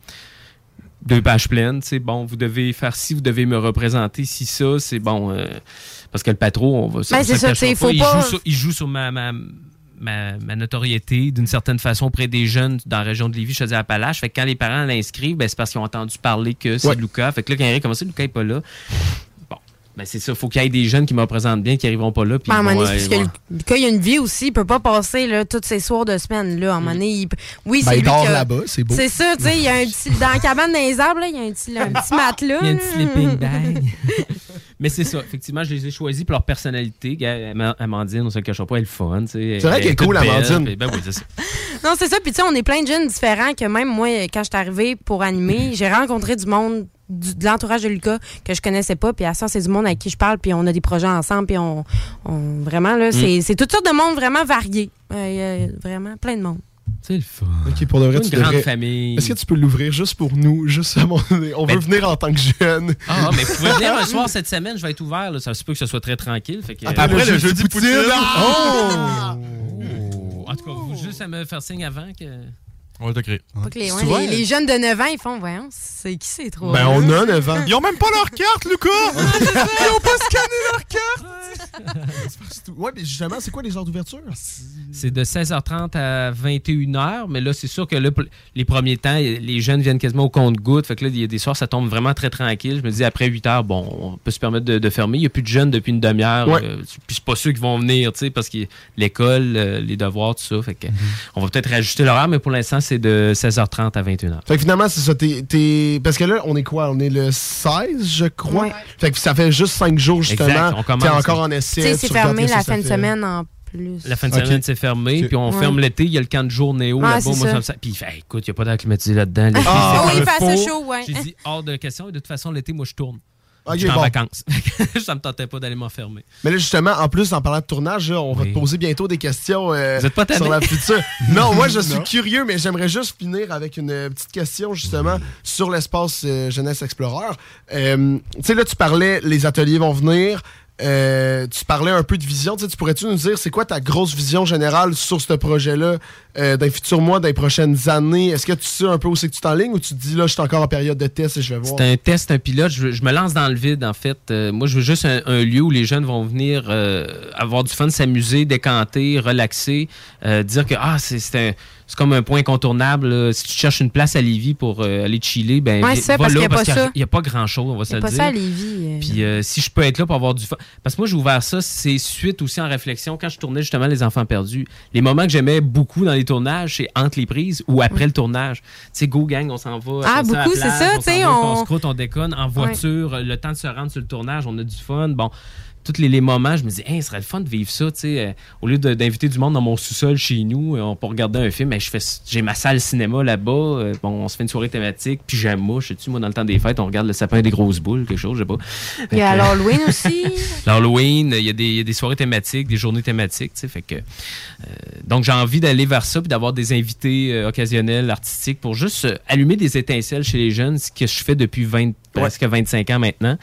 Speaker 17: Deux pages pleines, tu sais, bon, vous devez faire ci, vous devez me représenter, si ça, c'est bon. euh, parce que le patron, on va
Speaker 18: Ben,
Speaker 17: on
Speaker 18: c'est
Speaker 17: se
Speaker 18: ça,
Speaker 17: le cachera
Speaker 18: tu sais, faut
Speaker 17: il,
Speaker 18: pas-
Speaker 17: Joue sur, il joue sur ma, ma, ma- ma notoriété d'une certaine façon auprès des jeunes dans la région de Lévis, je te dis Appalaches. Fait que quand les parents l'inscrivent, ben, c'est parce qu'ils ont entendu parler que c'est
Speaker 4: Ouais.
Speaker 17: Lucas. Fait que là, quand Eric commence, Lucas n'est pas là. Bon, ben, c'est ça, faut qu'il y ait des jeunes qui me représentent bien, qui n'arriveront pas là. puis
Speaker 18: Ben, à un
Speaker 17: ils
Speaker 18: moment
Speaker 17: vont,
Speaker 18: donné, c'est
Speaker 17: euh,
Speaker 18: parce
Speaker 17: ils
Speaker 18: que
Speaker 17: vont-
Speaker 18: le- le gars, il a une vie aussi. Il peut pas passer là, tous ses soirs de semaine. Là, à un moment donné, il... oui,
Speaker 4: Ben,
Speaker 18: c'est
Speaker 4: il
Speaker 18: lui
Speaker 4: dort
Speaker 18: qui a-
Speaker 4: là-bas, c'est beau.
Speaker 18: C'est ça, tu sais, il y a un petit... Dans la cabane des arbres, là, il y a un petit, un petit matelas.
Speaker 17: Il y a un
Speaker 18: là.
Speaker 17: petit sleeping bag. Mais c'est ça. Effectivement, je les ai choisis pour leur personnalité. Gars, Ama- Amandine, on se le cachera pas, elle est fun. C'est
Speaker 4: C'est vrai qu'elle est cool, Amandine.
Speaker 17: Ben oui, c'est ça.
Speaker 18: Non, c'est ça. Puis, tu sais, on est plein de jeunes différents que même moi, quand je suis arrivée pour animer, j'ai rencontré du monde du- de l'entourage de Lucas que je connaissais pas. Puis, à ça, c'est du monde avec qui je parle. Puis, on a des projets ensemble. Puis, on, on- vraiment, là, c'est
Speaker 4: Mm.
Speaker 18: c'est toutes sortes de monde vraiment variés. Euh, il y a vraiment plein de monde.
Speaker 17: C'est le fun.
Speaker 4: Ok, pour de vrai,
Speaker 17: Une
Speaker 4: tu
Speaker 17: grande
Speaker 4: devrais-
Speaker 17: famille.
Speaker 4: Est-ce que tu peux l'ouvrir juste pour nous? Juste à mon- On veut venir en tant que jeune.
Speaker 17: Ah, mais vous pouvez venir un soir cette semaine, je vais être ouvert. là. Ça se peut que ce soit très tranquille. Fait que, euh,
Speaker 4: Après le jeudi poutine.
Speaker 17: Ah! Oh! En tout cas, vous juste à me faire signe avant que.
Speaker 6: On va te créer.
Speaker 18: Pas que les, ouais,
Speaker 6: Souvent,
Speaker 18: les- les jeunes de 9 ans, ils font, voyons, c'est qui ces trois?
Speaker 4: Ben, on a 9 ans.
Speaker 6: Ils ont même pas leur carte, Lucas!
Speaker 4: Ils ont pas scanné leur carte! ouais, mais justement, c'est quoi les heures d'ouverture?
Speaker 17: C'est de 16h30 à 21h, mais là, c'est sûr que là, pour les premiers temps, les jeunes viennent quasiment au compte-goutte. Fait que là, il y a des soirs, ça tombe vraiment très tranquille. Je me dis, après 8h, bon, on peut se permettre de, de fermer. Il n'y a plus de jeunes depuis une demi-heure.
Speaker 4: Ouais.
Speaker 17: euh, puis c'est pas ceux qui vont venir, tu sais, parce que l'école, euh, les devoirs, tout ça. Fait
Speaker 4: Mhm.
Speaker 17: que on va peut-être ajuster l'horaire, mais pour l'instant, c'est de 16h30 à 21h.
Speaker 4: Fait que finalement, c'est ça. t'es- t'es- Parce que là, on est quoi? On est le 16, je crois. Fait que ça fait juste 5 jours, justement.
Speaker 17: Exact, on commence.
Speaker 4: T'es encore en essai.
Speaker 18: Tu sais,
Speaker 4: sur
Speaker 18: c'est fermé
Speaker 4: quatre, ça,
Speaker 18: la
Speaker 4: ça
Speaker 18: fin de
Speaker 4: fait-
Speaker 18: semaine en plus.
Speaker 17: La fin de
Speaker 4: Ok.
Speaker 17: semaine, c'est fermé, puis on
Speaker 18: Ouais.
Speaker 17: ferme l'été. Il y a le camp de jour néo
Speaker 18: Ah,
Speaker 17: là-bas.
Speaker 18: c'est
Speaker 17: Moi,
Speaker 18: ça.
Speaker 17: ça me sert- Puis, fait, écoute, il n'y a pas d'air climatisé là-dedans. Les filles,
Speaker 18: Ah!
Speaker 17: c'est
Speaker 18: Oui,
Speaker 17: dans le
Speaker 18: il fait assez
Speaker 17: four.
Speaker 18: chaud, ouais.
Speaker 17: J'ai dit hors de question, et de toute façon, l'été, moi, je tourne.
Speaker 4: Ok,
Speaker 17: je suis en
Speaker 4: bon.
Speaker 17: vacances. ça me tentait pas d'aller m'enfermer.
Speaker 4: Mais là, justement, en plus, en parlant de tournage, là, on va te poser bientôt des questions euh,
Speaker 17: Vous êtes pas tanné?
Speaker 4: sur la future. non, moi, je suis
Speaker 17: Non.
Speaker 4: curieux, mais j'aimerais juste finir avec une euh, petite question, justement, sur l'espace euh, Jeunesse Explorer. Euh, tu sais, là, tu parlais, les ateliers vont venir. euh, tu parlais un peu de vision. Tu sais, tu pourrais-tu nous dire, c'est quoi ta grosse vision générale sur ce projet-là euh, dans les futurs mois, dans les prochaines années? Est-ce que tu sais un peu où c'est que tu t'enlignes ou tu te dis, là, je suis encore en période de test et je vais voir?
Speaker 17: C'est un test, un pilote. Je, veux- je me lance dans le vide, en fait. Euh, moi, je veux juste un, un lieu où les jeunes vont venir euh, avoir du fun, s'amuser, décanter, relaxer, euh, dire que ah, c'est c'est un- c'est comme un point incontournable. là. Si tu cherches une place à Lévis pour euh, aller chiller, ben,
Speaker 18: Ouais,
Speaker 17: vi-
Speaker 18: c'est ça,
Speaker 17: va
Speaker 18: parce
Speaker 17: là
Speaker 18: qu'il y a pas ça.
Speaker 17: n'y a, pas grand-chose, on va se
Speaker 18: C'est
Speaker 17: le
Speaker 18: pas
Speaker 17: dire.
Speaker 18: ça, Lévi.
Speaker 17: Puis euh, si je peux être là pour avoir du fun. Parce que moi, j'ai ouvert ça, c'est suite aussi en réflexion. Quand je tournais justement Les Enfants Perdus, les moments que j'aimais beaucoup dans les tournages, c'est entre les prises ou après le tournage. Tu sais, go gang, on s'en va.
Speaker 18: Ah,
Speaker 17: on s'en va à la
Speaker 18: beaucoup, c'est
Speaker 17: plage,
Speaker 18: ça,
Speaker 17: on
Speaker 18: tu sais,
Speaker 17: s'en va,
Speaker 18: on-
Speaker 17: On se croûte, on déconne en voiture, le temps de se rendre sur le tournage, on a du fun. Bon. Tous les, les moments, je me dis, hey, ce serait le fun de vivre ça, tu sais. euh, au lieu de- d'inviter du monde dans mon sous-sol chez nous, euh, on peut regarder un film, mais je fais, j'ai ma salle cinéma là-bas. euh, bon, on se fait une soirée thématique, puis j'aime moi, je sais tu moi dans le temps des fêtes, on regarde le sapin des grosses boules, quelque chose, je sais pas.
Speaker 18: Il y a
Speaker 17: Fait que-
Speaker 18: l'Halloween aussi.
Speaker 17: L'Halloween, il y, a des- il y a des soirées thématiques, des journées thématiques, tu sais, fait que... euh, donc, j'ai envie d'aller vers ça, puis d'avoir des invités euh, occasionnels, artistiques, pour juste euh, allumer des étincelles chez les jeunes, ce que je fais depuis 20, presque 25 ans maintenant.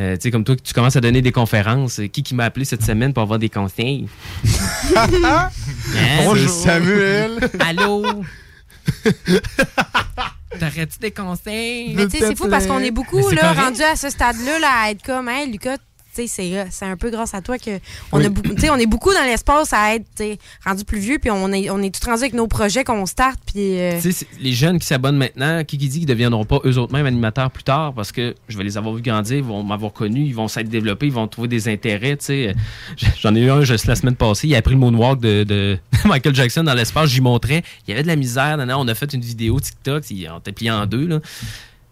Speaker 17: Euh, tu sais, comme toi, tu commences à donner des conférences. euh, Qui qui m'a appelé cette semaine pour avoir des conseils?
Speaker 4: Ah,
Speaker 17: Hein?
Speaker 4: Bonjour. C'est Samuel.
Speaker 17: Allô? T'aurais-tu des conseils?
Speaker 18: Mais tu sais, c'est fou parce qu'on est beaucoup
Speaker 17: Mais c'est
Speaker 18: là,
Speaker 17: correct.
Speaker 18: rendus à ce stade-là là, à être comme, hey, Lucas, tu sais, c'est euh, c'est un peu grâce à toi que on, a beaucoup, tu sais, on est beaucoup dans l'espace à être tu sais, rendu plus vieux, puis on est, on est tout rendu avec nos projets qu'on starte, puis. euh,
Speaker 17: Tu sais, c'est- les jeunes qui s'abonnent maintenant, qui, qui dit qu'ils deviendront pas eux autres mêmes animateurs plus tard parce que je vais les avoir vus grandir, ils vont m'avoir connu, ils vont s'être développés, ils vont trouver des intérêts. tu sais. J- J'en ai eu un juste la semaine passée, il a appris le moonwalk de, de Michael Jackson dans l'espace, j'y montrais, il y avait de la misère, nanan, on a fait une vidéo TikTok, il- on était plié en deux. Là.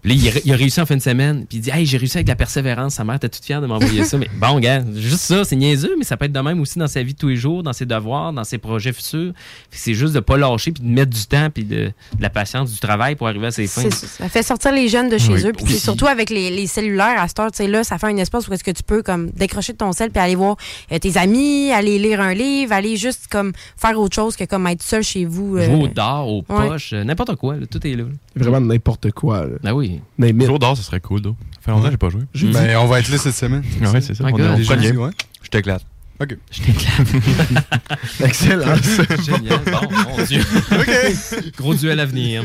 Speaker 17: Puis là, il, a- il a réussi en fin de semaine. Puis il dit Hey, j'ai réussi avec la persévérance. Sa mère était toute fière de m'envoyer ça. Mais bon, gars, juste ça, c'est niaiseux, mais ça peut être de même aussi dans sa vie de tous les jours, dans ses devoirs, dans ses projets futurs. Puis c'est juste de pas lâcher, puis de mettre du temps, puis de, de la patience, du travail pour arriver à ses fins.
Speaker 18: C'est ça, ça fait sortir les jeunes de chez
Speaker 17: Oui,
Speaker 18: eux. Puis
Speaker 17: aussi.
Speaker 18: c'est surtout avec les, les cellulaires à cette heure, tu sais, là, ça fait un espace où est-ce que tu peux comme décrocher de ton sel puis aller voir euh, tes amis, aller lire un livre, aller juste comme faire autre chose que comme être seul chez vous. euh.
Speaker 17: Jouer au dard, aux
Speaker 18: ouais.
Speaker 17: poches, euh, n'importe quoi, là, tout est là.
Speaker 4: Vraiment n'importe quoi. Là.
Speaker 17: Ben oui.
Speaker 6: Jour d'or, ça serait cool, d'eau. Ça fait longtemps que j'ai pas joué.
Speaker 7: J'ai Ben, dit- on va être là cette semaine.
Speaker 6: Ouais, c'est ça.
Speaker 7: My
Speaker 6: On
Speaker 7: God.
Speaker 6: est
Speaker 7: Les
Speaker 6: on connaît.
Speaker 7: jeudis, ben, ouais.
Speaker 6: Je t'éclate.
Speaker 7: OK.
Speaker 17: Je t'éclate.
Speaker 4: Excellent.
Speaker 17: Génial. Bon, mon Dieu.
Speaker 4: OK.
Speaker 17: Gros duel à venir.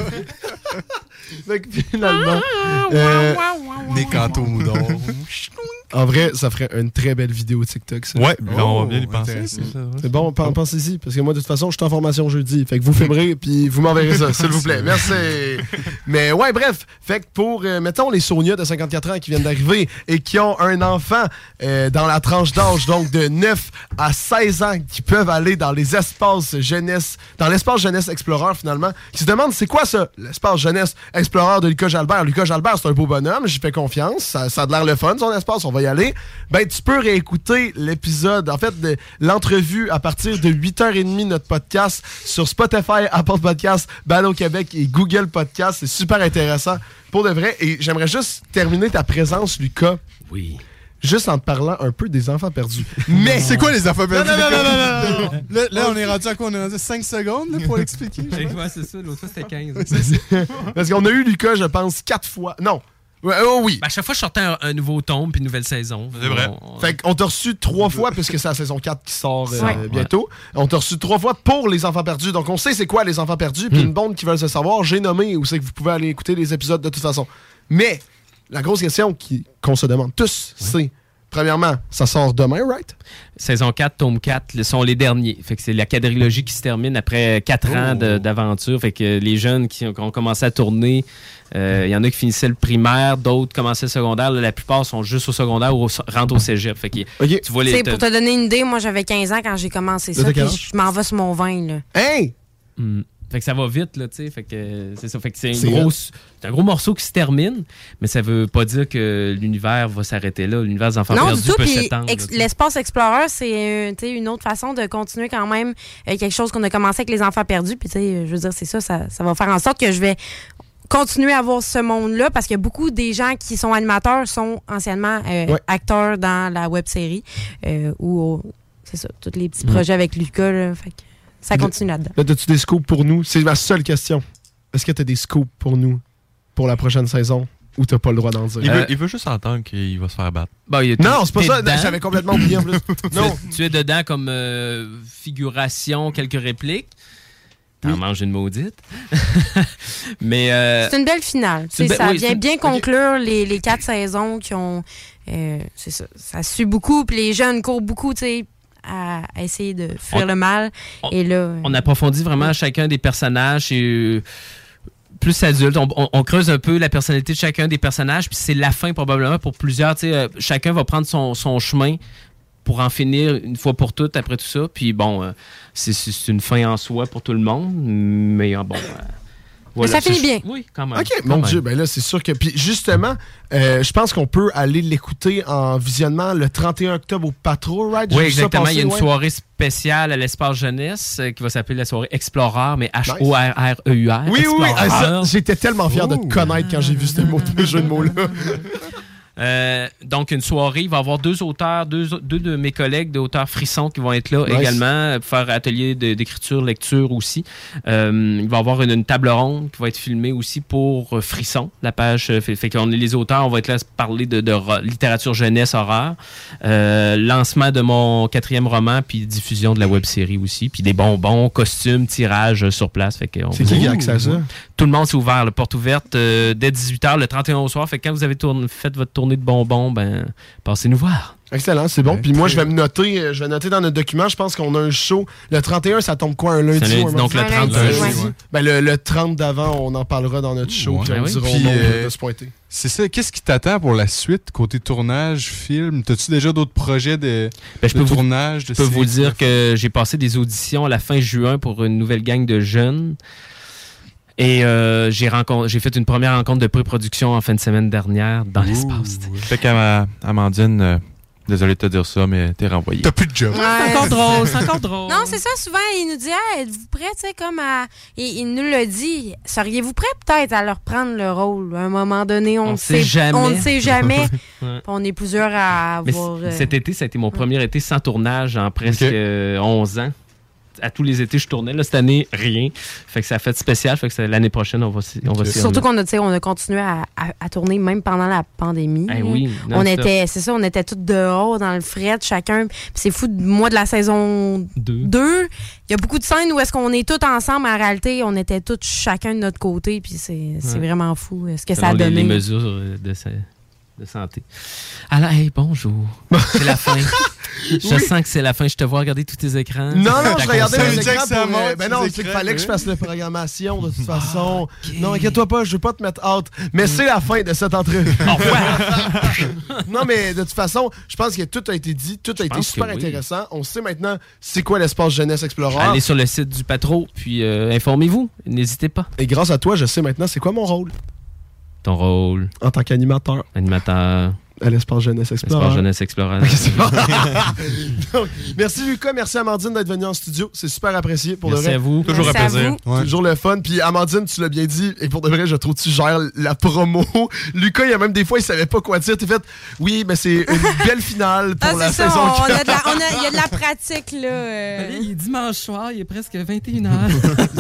Speaker 4: Fait que finalement, euh,
Speaker 7: Des cantos moudons.
Speaker 4: en vrai, ça ferait une très belle vidéo TikTok, ça.
Speaker 6: Ouais, ben,
Speaker 7: Oh,
Speaker 6: on va bien y penser,
Speaker 4: intéressant.
Speaker 6: c'est ça, ouais.
Speaker 4: C'est bon, pen- pensez-y, parce que moi, de toute façon, je suis en formation jeudi. Fait que vous filmerez, puis vous m'enverrez ça, s'il vous plaît. Merci. Mais ouais, bref. Fait que pour, euh, mettons, les Sonia de 54 ans qui viennent d'arriver et qui ont un enfant euh, dans la tranche d'âge, donc de 9 à 16 ans, qui peuvent aller dans les espaces jeunesse, dans l'espace jeunesse explorer, finalement, qui se demandent c'est quoi ça, l'espace jeunesse explorer de Lucas Jalbert. Lucas Jalbert, c'est un beau bonhomme, j'y fais confiance. Ça, ça a de l'air le fun, son espace. On va va y aller, ben tu peux réécouter l'épisode, en fait, de l'entrevue à partir de 8h30 notre podcast sur Spotify, Apple Podcast, Ballo Québec et Google Podcast. C'est super intéressant pour de vrai. Et j'aimerais juste terminer ta présence, Lucas.
Speaker 17: Oui.
Speaker 4: Juste en te parlant un peu des enfants perdus. Mais
Speaker 7: C'est quoi les enfants perdus?
Speaker 4: Non, non, non, non, non, non, non.
Speaker 7: Là, là, on est rendu à quoi? On est rendu à 5 secondes là, pour l'expliquer? je pense.
Speaker 17: c'est ça. L'autre fois,
Speaker 7: Ah.
Speaker 17: c'était 15.
Speaker 4: Parce qu'on a eu Lucas, je pense, quatre fois. Non. Ouais, oh oui.
Speaker 17: Ben, à chaque fois, je sortais un, un nouveau tome puis une nouvelle saison.
Speaker 4: C'est vrai.
Speaker 17: On-
Speaker 4: Fait qu'on t'a reçu trois fois, puisque c'est la saison 4 qui sort euh,
Speaker 17: Ouais.
Speaker 4: bientôt. On t'a reçu trois fois pour Les Enfants Perdus. Donc, on sait c'est quoi Les Enfants Perdus.
Speaker 6: Hmm.
Speaker 4: Puis, une bande qui veulent se savoir, j'ai nommé où c'est que vous pouvez aller écouter les épisodes de toute façon. Mais, la grosse question qui- qu'on se demande tous, c'est premièrement, ça sort demain, right?
Speaker 17: Saison 4, tome 4 le- sont les derniers. Fait que c'est la quadrilogie qui se termine après 4 ans de- d'aventure. Fait que les jeunes qui ont, qui ont commencé à tourner, euh, il y en a qui finissaient le primaire, d'autres commençaient le secondaire. Là, la plupart sont juste au secondaire ou au- rentrent au cégep. Fait que tu vois les.
Speaker 18: C'est pour te donner une idée, moi j'avais 15 ans quand j'ai commencé ça,
Speaker 17: t'as quel
Speaker 18: puis
Speaker 17: âge?
Speaker 18: je m'en vais sur mon vin là.
Speaker 4: Hey!
Speaker 17: Mm. Fait que ça va vite, là, tu sais. Fait que euh, c'est ça. Fait que c'est
Speaker 18: C'est
Speaker 17: une grosse- c'est un gros morceau qui se termine, mais ça veut pas dire que l'univers va s'arrêter là. L'univers des enfants
Speaker 18: Non,
Speaker 17: perdus
Speaker 18: du tout.
Speaker 17: peut
Speaker 18: Puis
Speaker 17: s'étendre.
Speaker 18: ex-
Speaker 17: là, tu sais.
Speaker 18: l'espace explorer, c'est euh, tu sais, une autre façon de continuer quand même euh, quelque chose qu'on a commencé avec les enfants perdus. Puis, tu sais, euh, je veux dire, c'est ça, ça, ça va faire en sorte que je vais continuer à voir ce monde-là parce que beaucoup des gens qui sont animateurs sont anciennement euh,
Speaker 8: Ouais.
Speaker 18: acteurs dans la web série euh, ou au- c'est ça, tous les petits projets avec Lucas. là. Fait que ça continue là-dedans.
Speaker 4: Là, as-tu des scoops pour nous? C'est ma seule question. Est-ce que t'as des scoops pour nous pour la prochaine saison ou t'as pas le droit d'en dire?
Speaker 6: Il,
Speaker 4: Euh,
Speaker 6: veut, il veut juste entendre qu'il va se faire battre.
Speaker 17: Bah, il est-
Speaker 4: Non, c'est pas
Speaker 17: t'es
Speaker 4: ça.
Speaker 17: dedans.
Speaker 4: J'avais complètement oublié en plus.
Speaker 17: Tu es- Tu es dedans comme euh, figuration, quelques répliques. T'en manges une maudite. Mais. euh,
Speaker 18: C'est une belle finale.
Speaker 17: c'est
Speaker 18: Tu
Speaker 17: une
Speaker 18: sais,
Speaker 17: belle-
Speaker 18: ça
Speaker 17: oui, c'est
Speaker 18: vient
Speaker 17: une-
Speaker 18: bien
Speaker 17: ok.
Speaker 18: conclure les, les quatre saisons qui ont. euh, c'est ça. Ça suit beaucoup. Puis les jeunes courent beaucoup, tu sais, à, à essayer de fuir
Speaker 17: On-
Speaker 18: le mal. et là. euh,
Speaker 17: on approfondit vraiment chacun des personnages et euh, plus adulte. On, on- on creuse un peu la personnalité de chacun des personnages, puis c'est la fin probablement pour plusieurs. tu sais, euh, chacun va prendre son, son chemin pour en finir une fois pour toutes après tout ça. Puis bon, euh, c'est- c'est c'est une fin en soi pour tout le monde, mais euh, bon. euh, voilà.
Speaker 18: ça finit
Speaker 17: C'est-
Speaker 18: bien.
Speaker 17: Oui, quand même.
Speaker 4: OK,
Speaker 17: Quand
Speaker 4: mon
Speaker 17: même.
Speaker 4: Dieu, ben là, c'est sûr que. Puis justement, euh, je pense qu'on peut aller l'écouter en visionnement le 31 octobre au Patro, right? J'ai
Speaker 17: Oui,
Speaker 4: vu ça
Speaker 17: exactement.
Speaker 4: passer,
Speaker 17: Il y a une
Speaker 4: ouais.
Speaker 17: soirée spéciale à l'espace jeunesse euh, qui va s'appeler la soirée Explorer, mais H-O-R-R-E-U-R.
Speaker 4: Oui, oui, oui. Ah, ça,
Speaker 17: Explorer.
Speaker 4: J'étais tellement fier de te connaître quand j'ai vu ce mot, ce jeu de mots-là.
Speaker 17: Euh, donc, une soirée. Il va y avoir deux auteurs, deux, deux de mes collègues de auteurs frissons qui vont être là
Speaker 4: Nice.
Speaker 17: également euh, pour faire atelier de- d'écriture, lecture aussi. Euh, il va y avoir une, une table ronde qui va être filmée aussi pour euh, Frisson, la page. euh, fait fait qu'on est les auteurs, on va être là à se parler de, de ro- littérature jeunesse, horreur, euh, lancement de mon quatrième roman, puis diffusion de la web série aussi, puis des bonbons, costumes, tirage euh, sur place. Fait qu'on
Speaker 4: C'est
Speaker 17: vous-
Speaker 4: qui qui a accès à ça?
Speaker 17: tout le monde s'est ouvert, la porte ouverte euh, dès 18h le 31 au soir. Fait que quand vous avez tourné- fait votre tournée de bonbons, ben passez nous voir.
Speaker 4: Excellent, c'est bon. Puis moi, je vais me noter, euh, je vais noter dans notre document, je pense qu'on a un show. Le 31, ça tombe quoi, un lundi?
Speaker 17: C'est un
Speaker 4: ou
Speaker 17: lundi, donc le
Speaker 4: mardi?
Speaker 17: 30,
Speaker 4: Un
Speaker 17: ouais.
Speaker 4: lundi.
Speaker 17: ouais. Ben
Speaker 4: Ben, le, le 30 d'avant, on en parlera dans notre show. Ah Puis on
Speaker 7: Ouais.
Speaker 4: dira au
Speaker 7: Puis,
Speaker 4: monde de-
Speaker 7: euh,
Speaker 4: de se pointer.
Speaker 7: C'est ça. Qu'est-ce qui t'attend pour la suite côté tournage, film T'as-tu déjà d'autres projets de,
Speaker 17: Ben, je
Speaker 7: de
Speaker 17: peux vous-
Speaker 7: tournage
Speaker 17: Je
Speaker 7: de
Speaker 17: peux vous
Speaker 7: séries?
Speaker 17: dire que j'ai passé des auditions à la fin juin pour une nouvelle gang de jeunes. Et euh, j'ai rencon- j'ai fait une première rencontre de pré-production en fin de semaine dernière dans l'espace.
Speaker 6: Fait qu'Amandine, euh, désolé de te dire ça, mais t'es renvoyé. T'as
Speaker 7: plus de job.
Speaker 18: Ouais.
Speaker 17: encore drôle, c'est encore drôle.
Speaker 18: Non, c'est ça, souvent, il nous dit Ah, êtes-vous prêts, tu sais, comme à. Il, il nous le dit. Seriez-vous prêts, peut-être, à leur prendre le rôle À un moment donné, on
Speaker 17: On
Speaker 18: ne
Speaker 17: sait
Speaker 18: sait
Speaker 17: jamais.
Speaker 18: On ne sait jamais.
Speaker 17: Ouais.
Speaker 18: Puis on est plusieurs à
Speaker 17: Mais
Speaker 18: avoir.
Speaker 17: c-
Speaker 18: euh,
Speaker 17: cet été, ça a été mon premier été sans tournage en presque euh, 11 ans. À tous les étés, je tournais. Là, cette année, rien. Fait que ça a fait spécial. Fait que c'est- l'année prochaine, on va s'y on va s'y
Speaker 18: Surtout
Speaker 17: remettre.
Speaker 18: qu'on a, tu sais, on a continué à, à- à tourner même pendant la pandémie.
Speaker 17: Eh oui,
Speaker 18: on
Speaker 17: non-stop.
Speaker 18: était, c'est ça, on était tous dehors dans le fret, chacun. Puis c'est fou, de- moi de la saison 2, il y a beaucoup de scènes où est-ce qu'on est tous ensemble. En réalité, on était tous chacun de notre côté. Puis c'est c'est
Speaker 17: Ouais.
Speaker 18: vraiment fou euh, ce que ça a
Speaker 17: Selon les-
Speaker 18: donné.
Speaker 17: Les, mesures euh, de, sa- de santé. Alors, hey, bonjour. C'est la fin. Je
Speaker 4: Oui.
Speaker 17: sens que c'est la fin. Je te vois regarder tous tes écrans.
Speaker 4: Non, non,
Speaker 17: Hein? Ta
Speaker 4: je regardais
Speaker 17: console.
Speaker 4: les écrans pour, euh, ben non, c'est qu'il fallait
Speaker 17: hein?
Speaker 4: que je fasse la programmation de toute
Speaker 17: Ah,
Speaker 4: façon. Non, inquiète-toi pas, je veux pas te mettre out. Mais
Speaker 17: Mm.
Speaker 4: c'est la fin de cette entrevue. non, mais de toute façon, je pense que tout a été dit, tout a été
Speaker 17: pense
Speaker 4: super
Speaker 17: que oui.
Speaker 4: intéressant. On sait maintenant c'est quoi l'espace jeunesse explorer.
Speaker 17: Allez sur le site du Patro, puis euh, informez-vous. N'hésitez pas.
Speaker 4: Et grâce à toi, je sais maintenant c'est quoi mon rôle
Speaker 17: Ton rôle.
Speaker 4: en tant qu'animateur.
Speaker 17: Animateur.
Speaker 4: À l'espace jeunesse Explorer.
Speaker 17: L'espace jeunesse Explorer.
Speaker 4: Donc, merci Lucas, merci Amandine d'être venue en studio. C'est super apprécié pour
Speaker 17: Merci
Speaker 4: de vrai.
Speaker 17: à vous. Toujours un Merci à plaisir. vous.
Speaker 4: C'est toujours le fun. Puis Amandine, tu l'as bien dit, et pour de vrai, je trouve que tu gères la promo. Lucas, il y a même des fois, il savait pas quoi dire. T'es fait, oui, mais c'est une belle finale pour
Speaker 18: Ah,
Speaker 4: la
Speaker 18: c'est ça,
Speaker 4: saison
Speaker 18: on, on a
Speaker 4: quatre.
Speaker 18: de la, on a- il y a de la pratique, là. euh.
Speaker 19: Il est dimanche soir, il est presque 21h.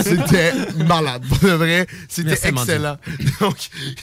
Speaker 4: C'était malade, pour de vrai. C'était
Speaker 19: Merci, Amandine.
Speaker 4: excellent. Donc,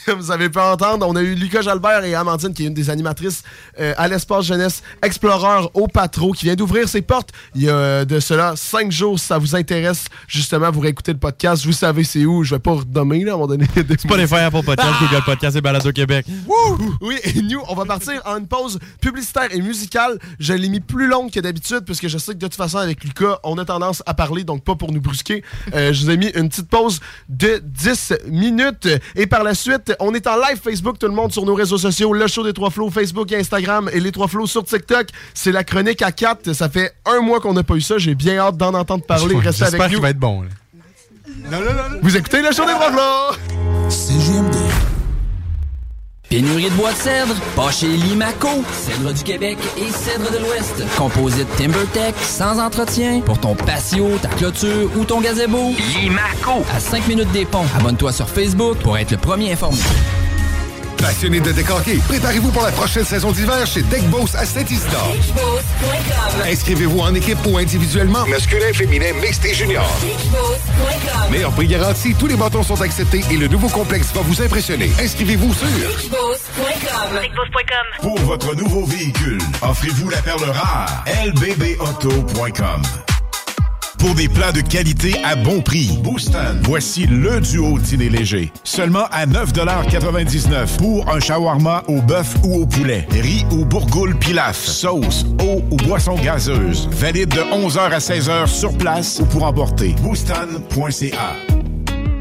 Speaker 4: comme vous avez pu entendre, on a eu Lucas Jalbert et Amandine, qui est une des animatrices euh, à l'espace jeunesse Explorer au Patro, qui vient d'ouvrir ses portes il y a euh, de cela cinq jours. Si ça vous intéresse, justement, vous réécoutez le podcast, vous savez c'est où. Je vais pas redommer, là, à un moment donné.
Speaker 6: Spotify, Apple Podcast,
Speaker 17: Ah.
Speaker 6: Google Podcast et Balado Québec.
Speaker 4: Wouh! Oui, et nous, on va partir en une pause publicitaire et musicale. Je l'ai mis plus longue que d'habitude, puisque je sais que de toute façon, avec Lucas, on a tendance à parler, donc pas pour nous brusquer. Euh, je vous ai mis une petite pause de 10 minutes. Et par la suite, on est en live Facebook, tout le monde, sur nos réseaux sociaux, le show des Trois Flots, Facebook et Instagram, et les Trois Flots sur TikTok. C'est la chronique à 4. Ça fait un mois qu'on n'a pas eu ça. J'ai bien hâte d'en entendre parler. Restez avec
Speaker 7: J'espère
Speaker 4: nous.
Speaker 7: qu'il va être bon. là.
Speaker 4: Vous écoutez le show des Trois Flots!
Speaker 12: Pénurie de bois de cèdre, pas chez Limaco. Cèdre du Québec et cèdre de l'Ouest. Composite TimberTech, sans entretien, pour ton patio, ta clôture ou ton gazebo. Limaco. À 5 minutes des ponts. Abonne-toi sur Facebook pour être le premier informé.
Speaker 20: Passionné de décorquer, préparez-vous pour la prochaine saison d'hiver chez Deckboss à Saint-Isidore. Inscrivez-vous en équipe ou individuellement, masculin, féminin, mixte et junior. Meilleur prix garanti, tous les bâtons sont acceptés et le nouveau complexe va vous impressionner. Inscrivez-vous sur...
Speaker 14: Pour votre nouveau véhicule, offrez-vous la perle rare lbbauto.com. Pour des plats de qualité à bon prix, Boostan, voici le duo dîner léger. Seulement à 9,99 pour un shawarma au bœuf ou au poulet, riz ou bourgoule pilaf, sauce, eau ou boisson gazeuse. Valide de 11h à 16h sur place ou pour emporter. Boostan.ca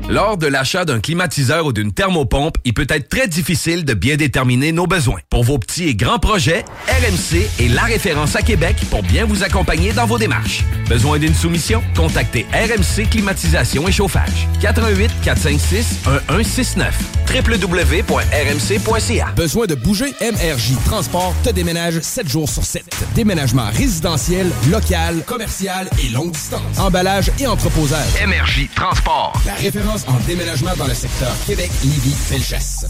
Speaker 21: Lors de l'achat d'un climatiseur ou d'une thermopompe, il peut être très difficile de bien déterminer nos besoins. Pour vos petits et grands projets, RMC est la référence à Québec pour bien vous accompagner dans vos démarches. Besoin d'une soumission? Contactez RMC Climatisation et Chauffage. 88 456 1169 www.rmc.ca
Speaker 16: Besoin de bouger? MRJ Transport te déménage 7 jours sur 7. Déménagement résidentiel, local, commercial et longue distance. Emballage et entreposage.
Speaker 13: MRJ Transport.
Speaker 16: La référence en déménagement dans le secteur Québec, Lévis, Felchesse.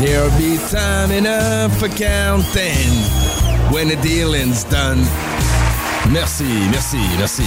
Speaker 16: There'll be time enough for counting when the dealing's done. Merci, merci, merci.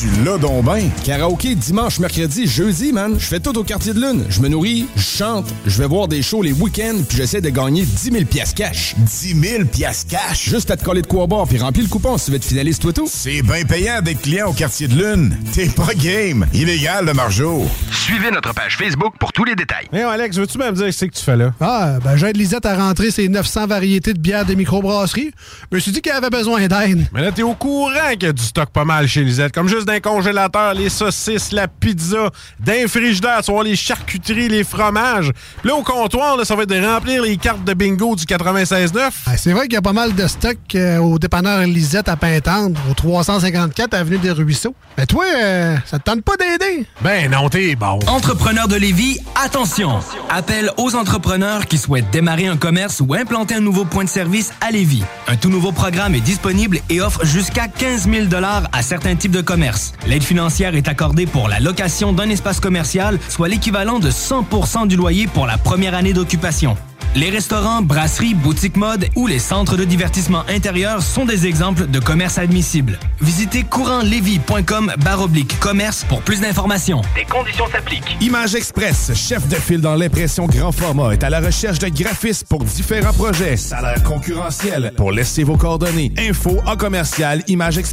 Speaker 14: Tu l'as donc ben.
Speaker 16: Karaoké dimanche, mercredi, jeudi, man. Je fais tout au quartier de lune. Je me nourris, je chante, je vais voir des shows les week-ends, puis j'essaie de gagner 10 000 piastres cash.
Speaker 14: 10 000 piastres cash?
Speaker 16: Juste à te coller de quoi boire, puis remplis le coupon si tu veux être finaliste, toi tout.
Speaker 14: C'est bien payant d'être client au quartier de lune. T'es pas game. Illégal le margeau.
Speaker 21: Suivez notre page Facebook pour tous les détails.
Speaker 22: Mais Alex, veux-tu me dire ce que tu fais là?
Speaker 23: Ah, ben j'aide Lisette à rentrer ses 900 variétés de bières des microbrasseries. Je me suis dit qu'elle avait besoin d'aide.
Speaker 22: Mais là, t'es au courant qu'il y a du stock pas mal chez Lisette. Comme juste d'un congélateur, les saucisses, la pizza, d'un frigidaire, tu vas voir les charcuteries, les fromages. Puis là, au comptoir, là, ça va être de remplir les cartes de bingo du 96.9.
Speaker 23: Ah, C'est vrai qu'il y a pas mal de stock euh, au dépanneur Lisette à Pintendre, au 354 Avenue des Ruisseaux. Mais toi, euh, ça te tente pas d'aider?
Speaker 22: Ben non, t'es bon.
Speaker 11: Entrepreneurs de Lévis, attention! Appel aux entrepreneurs qui souhaitent démarrer un commerce ou implanter un nouveau point de service à Lévis. Un tout nouveau programme est disponible et offre jusqu'à 15 000 à certains types de commerces. L'aide financière est accordée pour la location d'un espace commercial, soit l'équivalent de 100 du loyer pour la première année d'occupation. Les restaurants, brasseries, boutiques mode ou les centres de divertissement intérieur sont des exemples de commerces admissibles. Visitez courantlevy.com baroblique commerce pour plus d'informations.
Speaker 21: Des conditions s'appliquent.
Speaker 14: Image Express, chef de file dans l'impression grand format, est à la recherche de graphistes pour différents projets. Salaire concurrentiel. Pour laisser vos coordonnées, info en commercial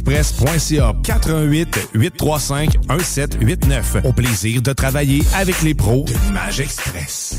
Speaker 14: imageexpress.ca 418 835 1789. Au plaisir de travailler avec les pros de l'Image Express.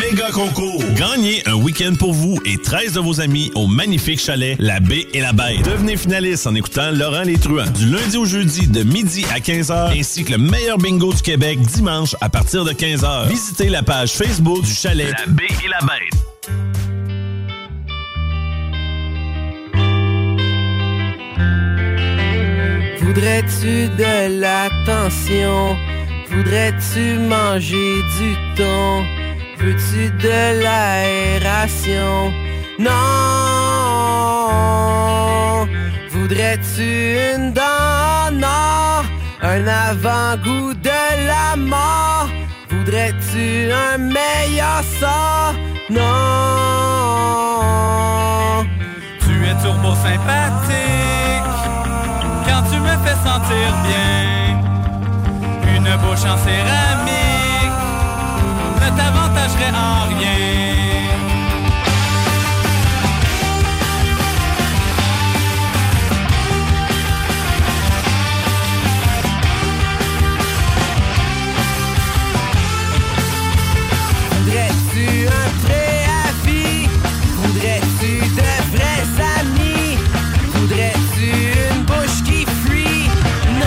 Speaker 24: Méga concours. Gagnez un week-end pour vous et 13 de vos amis au magnifique chalet La Baie et la Bête. Devenez finaliste en écoutant Laurent Les Truands du lundi au jeudi de midi à 15h ainsi que le meilleur bingo du Québec dimanche à partir de 15h. Visitez la page Facebook du chalet
Speaker 13: La baie et la bête.
Speaker 25: Voudrais-tu de l'attention? Voudrais-tu manger du thon? Veux-tu de l'aération? Non! Voudrais-tu une dent? Non! Un avant-goût de la mort? Voudrais-tu un meilleur sort? Non!
Speaker 1: Tu es turbo sympathique quand tu me fais sentir bien. Une bouche en céramique ne t'avantagerait en rien.
Speaker 25: Voudrais-tu un préavis? Voudrais-tu de vrais amis? Voudrais-tu une bouche qui fuit? Non!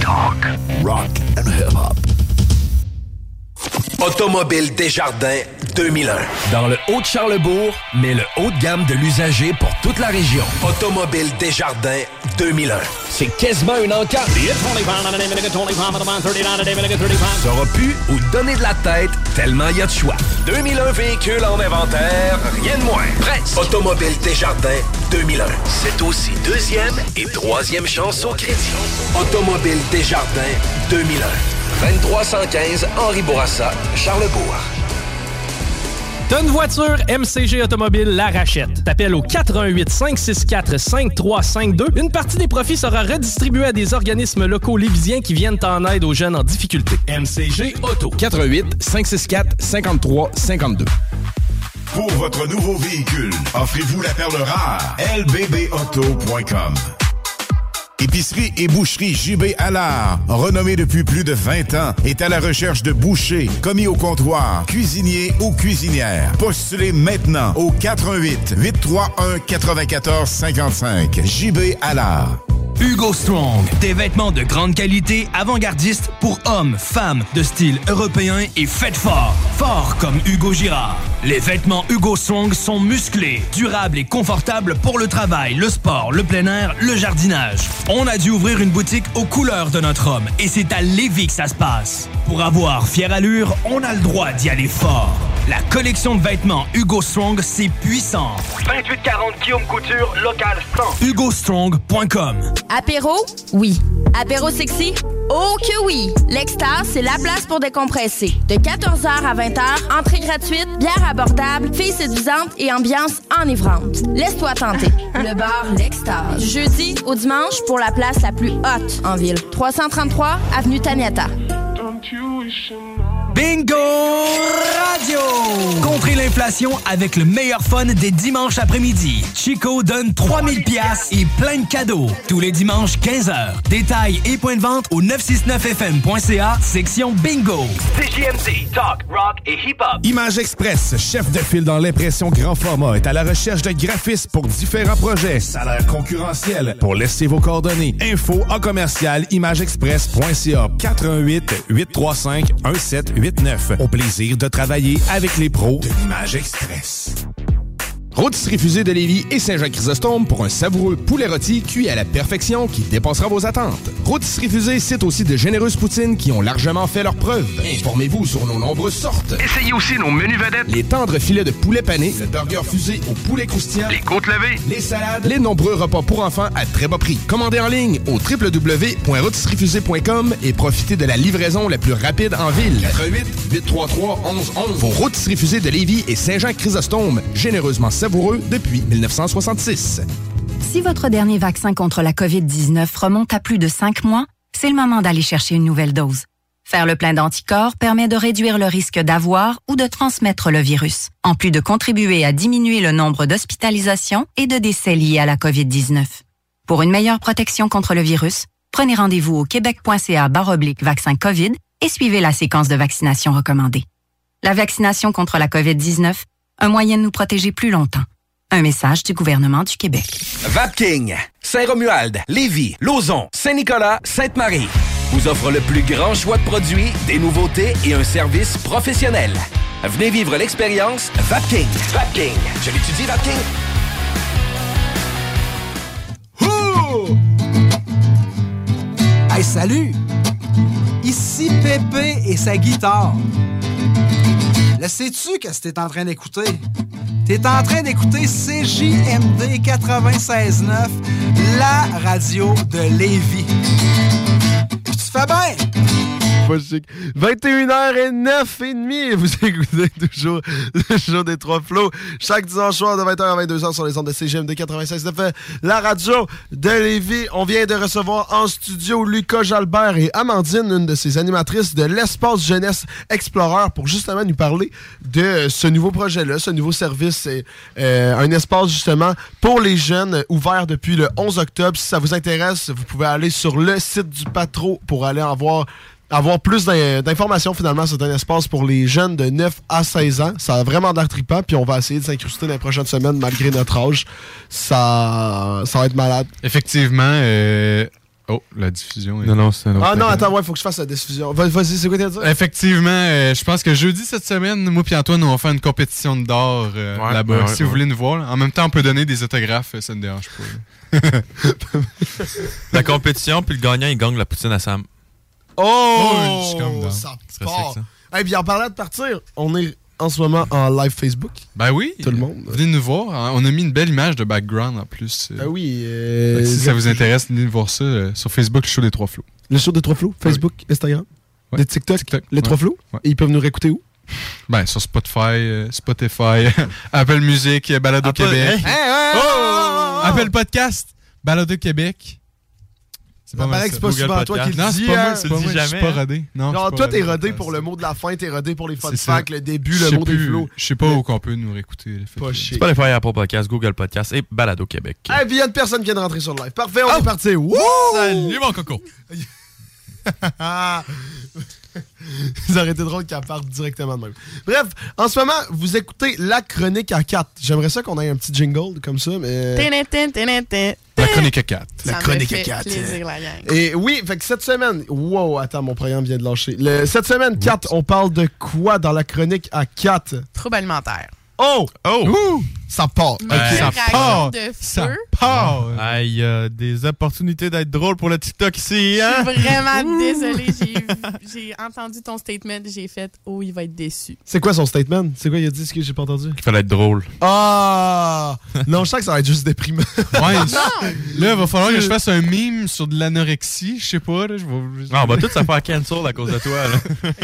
Speaker 13: Talk, rock and hip-hop.
Speaker 21: Automobile Desjardins 2001. Dans le Haut-de-Charlebourg, mais le haut de gamme de l'usager pour toute la région. Automobile Desjardins 2001. C'est quasiment une encarte. T'auras pu ou donner de la tête tellement il y a de choix.
Speaker 13: 2001 véhicules en inventaire, rien de moins.
Speaker 21: Presque. Automobile Desjardins 2001. C'est aussi deuxième et troisième chance au crédit. Automobile Desjardins 2001. 2315 Henri Bourassa, Charlebourg.
Speaker 3: T'as une voiture, MCG Automobile la rachète. T'appelles au 418 564 5352. Une partie des profits sera redistribuée à des organismes locaux lévisiens qui viennent en aide aux jeunes en difficulté. MCG Auto.
Speaker 16: 88 564 53 52.
Speaker 14: Pour votre nouveau véhicule, offrez-vous la perle rare lbbauto.com. Épicerie et boucherie JB Allard, renommée depuis plus de 20 ans, est à la recherche de bouchers, commis au comptoir, cuisiniers ou cuisinières. Postulez maintenant au 88 831 94 55. JB Allard.
Speaker 11: Hugo Strong, des vêtements de grande qualité avant-gardistes pour hommes, femmes, de style européen et faites fort. Fort comme Hugo Girard. Les vêtements Hugo Strong sont musclés, durables et confortables pour le travail, le sport, le plein air, le jardinage. On a dû ouvrir une boutique aux couleurs de notre homme et c'est à Lévis que ça se passe. Pour avoir fière allure, on a le droit d'y aller fort. La collection de vêtements Hugo Strong, c'est puissant.
Speaker 2: 2840 Guillaume Couture, local 100.
Speaker 11: HugoStrong.com
Speaker 5: Apéro? Oui. Apéro sexy? Oh que oui! L'Extase, c'est la place pour décompresser. De 14h à 20h, entrée gratuite, bière abordable, filles séduisantes et ambiance enivrante. Laisse-toi tenter. Le bar L'Extase. Du Jeudi au dimanche pour la place la plus haute en ville. 333 Avenue Taniata.
Speaker 11: Bingo Radio! Contrer l'inflation avec le meilleur fun des dimanches après-midi. Chico donne 3000 pièces et plein de cadeaux. Tous les dimanches, 15h. Détails et points de vente au 969fm.ca, section Bingo.
Speaker 2: CJMD, talk, rock et hip-hop.
Speaker 10: Image Express, chef de file dans l'impression grand format, est à la recherche de graphistes pour différents projets. Salaire concurrentiel. Pour laisser vos coordonnées, info en commercial imageexpress.ca 418 835 1789. Au plaisir de travailler avec les pros de l'Image Express.
Speaker 16: Rôtisserie Fusée de Lévis et Saint-Jean-Chrysostome pour un savoureux poulet rôti cuit à la perfection qui dépassera vos attentes. Rôtisserie Fusée cite aussi de généreuses poutines qui ont largement fait leurs preuves. Informez-vous sur nos nombreuses sortes.
Speaker 2: Essayez aussi nos menus vedettes.
Speaker 16: Les tendres filets de poulet pané, le burger fusé au poulet croustillant, les
Speaker 2: côtes levées,
Speaker 16: les salades, les nombreux repas pour enfants à très bas prix. Commandez en ligne au www.rôtisseriefusée.com et profitez de la livraison la plus rapide en ville. 88 833 1111. Vos Rôtisseries Fusée de Lévis et Saint-Jean-Chrysostome, généreusement savoureux depuis 1966.
Speaker 9: Si votre dernier vaccin contre la COVID-19 remonte à plus de 5 mois, c'est le moment d'aller chercher une nouvelle dose. Faire le plein d'anticorps permet de réduire le risque d'avoir ou de transmettre le virus, en plus de contribuer à diminuer le nombre d'hospitalisations et de décès liés à la COVID-19. Pour une meilleure protection contre le virus, prenez rendez-vous au québec.ca baroblique vaccin COVID et suivez la séquence de vaccination recommandée. La vaccination contre la COVID-19, un moyen de nous protéger plus longtemps. Un message du gouvernement du Québec.
Speaker 21: Vapking, Saint-Romuald, Lévis, Lauson, Saint-Nicolas, Sainte-Marie vous offre le plus grand choix de produits, des nouveautés et un service professionnel. Venez vivre l'expérience Vapking. Vapking. Je l'étudie, Vapking.
Speaker 15: Hey, salut! Ici Pépé et sa guitare. Le sais-tu qu'est-ce que t'es en train d'écouter? T'es en train d'écouter CJMD 96.9, la radio de Lévis. Puis tu fais bien!
Speaker 4: Pas chic. 21h09 et demi et vous écoutez toujours le show des trois flots chaque dimanche soir de 20h à 22h sur les ondes de CGMD 96.9 la radio de Lévis on vient de recevoir en studio Lucas Jalbert et Amandine une de ses animatrices de l'espace jeunesse Explorer pour justement nous parler de ce nouveau projet-là ce nouveau service c'est euh, un espace justement pour les jeunes ouvert depuis le 11 octobre si ça vous intéresse vous pouvez aller sur le site du Patro pour aller en voir avoir plus d'in- d'informations finalement c'est un espace pour les jeunes de 9 à 16 ans. Ça a vraiment de l'air trippant, puis on va essayer de s'incruster dans les prochaines semaines malgré notre âge. Ça, ça va être malade.
Speaker 7: Effectivement, euh, oh, la diffusion est...
Speaker 6: Non, non, c'est un autre
Speaker 4: Ah non,
Speaker 6: appel.
Speaker 4: attends, ouais, faut que je fasse la diffusion. Va- Vas-y, c'est quoi t'as dit?
Speaker 7: Effectivement, euh, je pense que jeudi cette semaine, moi et Antoine, on va faire une compétition de d'or euh,
Speaker 6: Ouais,
Speaker 7: là-bas.
Speaker 6: ouais,
Speaker 7: si
Speaker 6: ouais.
Speaker 7: vous voulez nous voir, là. en même temps, on peut donner des autographes, euh, ça ne dérange pas.
Speaker 6: La compétition, puis le gagnant, il gagne la poutine à Sam.
Speaker 4: Oh!
Speaker 7: je suis comme dans-
Speaker 4: ça
Speaker 6: C'est
Speaker 4: part!
Speaker 6: sexy,
Speaker 4: Et puis en parlant de partir, on est en ce moment en live Facebook.
Speaker 7: Ben oui.
Speaker 4: Tout le monde.
Speaker 7: Venez nous voir. hein. On a mis une belle image de background en plus. euh.
Speaker 4: Ben oui. euh,
Speaker 7: Fait que si ça vous intéresse, venez nous voir ça euh, sur Facebook, le show des trois flots.
Speaker 4: Le show des trois flots, Facebook, Instagram,
Speaker 7: Ouais.
Speaker 4: les TikTok, les trois
Speaker 7: ouais,
Speaker 4: flots. Et ils peuvent nous réécouter où?
Speaker 7: Ben, sur Spotify, euh, Spotify, Apple Music, euh, Balado
Speaker 4: Apple-
Speaker 7: Québec.
Speaker 4: Hey!
Speaker 25: Hein,
Speaker 6: hein?
Speaker 4: Hey, ouais,
Speaker 7: Oh!
Speaker 4: oh, oh, oh.
Speaker 7: Apple Podcast, Balado Québec. C'est
Speaker 4: Ben, Alex, c'est pas souvent toi qui le
Speaker 7: Non,
Speaker 4: dis.
Speaker 7: c'est pas moi,
Speaker 4: hein.
Speaker 7: c'est pas moi, je suis pas rodé. Non, je suis pas
Speaker 4: toi, t'es
Speaker 7: rodé.
Speaker 4: rodé pour le mot de la fin, t'es rodé pour les fun
Speaker 7: C'est ça.
Speaker 4: facts, le début,
Speaker 7: Je
Speaker 4: le
Speaker 7: sais
Speaker 4: mot des
Speaker 7: plus-
Speaker 4: flots.
Speaker 7: Je sais pas où qu'on peut nous réécouter.
Speaker 4: Pas chier.
Speaker 6: Spotify, Apple Podcast, Google Podcast et Balado Québec.
Speaker 4: Ah, puis il y a une personne qui vient de rentrer sur le live. Parfait, on est parti. Oh! Wouh!
Speaker 6: Salut mon coco!
Speaker 4: Ça aurait été drôle qu'elle parte directement de même. Bref, en ce moment, vous écoutez la chronique à 4. J'aimerais ça qu'on ait un petit jingle comme ça, mais.
Speaker 7: La chronique à 4.
Speaker 4: La chronique à 4. Et oui, fait que cette semaine, wow, attends, mon programme vient de lâcher. Le- cette semaine, 4, on parle de quoi dans la chronique à 4?
Speaker 26: Trouble alimentaire.
Speaker 4: Oh!
Speaker 6: Oh!
Speaker 4: Ça part.
Speaker 7: Ok, ça part. Ça part.
Speaker 6: Aïe, il y a des opportunités d'être drôle pour le TikTok ici, hein?
Speaker 8: Je suis vraiment désolée. j'ai- J'ai entendu ton statement. J'ai fait Oh, il va être déçu.
Speaker 4: C'est quoi son statement? C'est quoi il a dit ce que j'ai pas entendu?
Speaker 6: Il fallait être drôle.
Speaker 4: Ah! non, je sens que ça va être juste déprimant.
Speaker 7: Ouais, Là, il va falloir que je fasse un mime sur de l'anorexie. Je sais pas. Là, je vais...
Speaker 6: Ah, on va
Speaker 4: bah,
Speaker 6: tout se faire cancel à cause de toi, là.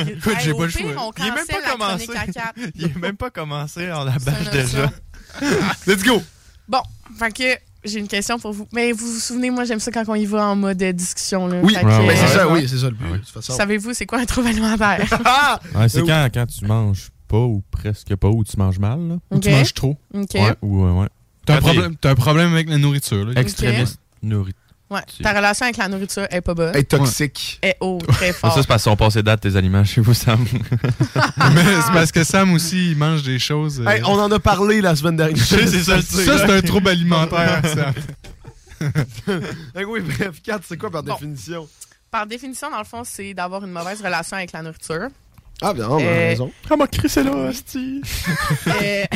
Speaker 7: Écoute, j'ai pas le choix.
Speaker 6: Il est même pas commencé. Il est même pas commencé, on la bâche
Speaker 8: C'est un
Speaker 6: déjà.
Speaker 4: Let's go!
Speaker 8: Bon, fait que j'ai une question pour vous. Mais vous vous souvenez, moi, j'aime ça quand on y va en mode euh, discussion. Là.
Speaker 4: Oui,
Speaker 8: Fait que,
Speaker 4: Ben, c'est
Speaker 8: euh,
Speaker 4: ça, oui,
Speaker 8: ouais.
Speaker 4: c'est ça le
Speaker 6: Ah
Speaker 4: but. de toute façon.
Speaker 8: Savez-vous, c'est quoi un trouble alimentaire?
Speaker 6: Ouais, c'est
Speaker 8: Ben oui.
Speaker 6: quand, quand tu manges pas ou presque pas ou tu manges mal. Là.
Speaker 8: Ou tu Ok. manges trop. Ok.
Speaker 6: Ouais, ou, euh, ouais, ouais.
Speaker 7: T'as un,
Speaker 6: Quand t'es
Speaker 7: problème- t'as un problème avec la nourriture. Là.
Speaker 6: Extrémiste. Nourriture.
Speaker 8: Ouais. Ta relation avec la nourriture est pas bonne.
Speaker 6: Est toxique.
Speaker 8: Est oh, très
Speaker 6: Ah,
Speaker 8: fort.
Speaker 6: ça, c'est parce qu'ils sont passés date tes aliments chez vous, Sam.
Speaker 7: Mais c'est parce que Sam aussi, il mange des choses. euh,
Speaker 4: Hey, on en a parlé la semaine dernière.
Speaker 7: Ça, c'est ça, c'est- Ça, c'est un trouble alimentaire, ça.
Speaker 4: Donc oui, bref, 4, c'est quoi par définition?
Speaker 8: Par définition, dans le fond, c'est d'avoir une mauvaise relation avec la nourriture.
Speaker 4: Ah, bien, on a
Speaker 8: Euh,
Speaker 4: raison.
Speaker 6: Ah, ma Chris est là, hostie.
Speaker 8: Euh,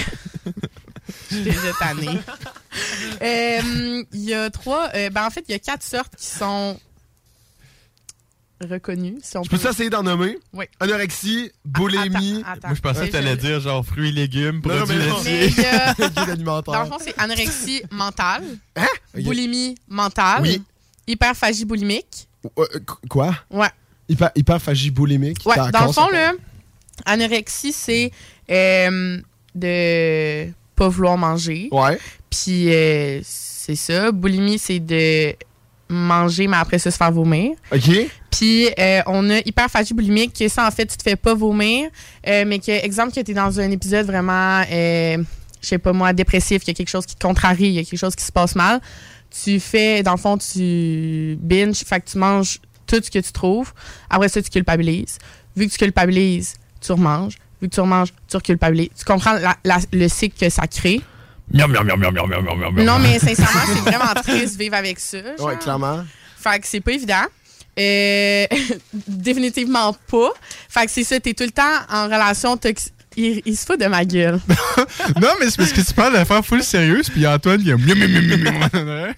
Speaker 8: Je suis déjà tannée. Euh, Il y a trois. euh, ben, en fait, il y a quatre sortes qui sont reconnues. Si on
Speaker 4: Je peux ça essayer d'en nommer?
Speaker 8: Hum. Oui.
Speaker 4: Anorexie, boulimie.
Speaker 8: attends.
Speaker 6: Moi, je pensais que t'allais dire genre fruits, légumes,
Speaker 4: Non, non,
Speaker 6: produits
Speaker 4: mais non.
Speaker 6: laitiers.
Speaker 8: Mais, euh,
Speaker 4: Guide alimentaire.
Speaker 8: Dans le fond, c'est anorexie mentale,
Speaker 4: Ok.
Speaker 8: boulimie mentale,
Speaker 4: Oui.
Speaker 8: hyperphagie boulimique.
Speaker 4: Euh, euh, qu- quoi?
Speaker 8: Ouais.
Speaker 4: Hyper, hyperphagie boulimique.
Speaker 8: Ouais,
Speaker 4: D'accord,
Speaker 8: dans le
Speaker 4: ça
Speaker 8: fond,
Speaker 4: part.
Speaker 8: là, anorexie, c'est euh, de pas vouloir manger.
Speaker 4: Ouais.
Speaker 8: Puis euh, c'est ça. Boulimie, c'est de manger, mais après ça, se faire vomir.
Speaker 4: OK.
Speaker 8: Puis euh, on a hyperphagie boulimique, que ça, en fait, tu te fais pas vomir, euh, mais que, exemple, que tu es dans un épisode vraiment, euh, je sais pas moi, dépressif, qu'il y a quelque chose qui te contrarie, il y a quelque chose qui se passe mal. Tu fais, dans le fond, tu binge, fait que tu manges tout ce que tu trouves. Après ça, tu culpabilises. Vu que tu culpabilises, tu remanges. Vu que tu remanges, tu reculpabilises. Tu comprends la- la- le cycle que ça crée.
Speaker 6: Miam, miam, miam, miam, miam, miam, miam,
Speaker 7: Ben
Speaker 6: miam.
Speaker 8: Non, mais sincèrement, c'est vraiment triste vivre avec ça. genre.
Speaker 4: Ouais, clairement.
Speaker 8: Fait que c'est pas évident. Euh, définitivement pas. Fait que c'est ça, t'es tout le temps en relation toxique. Il, il se fout de ma gueule.
Speaker 7: Non, mais c'est parce que tu parles d'affaires full sérieuses, puis Antoine, il a miam, miam, miam, miam, miam.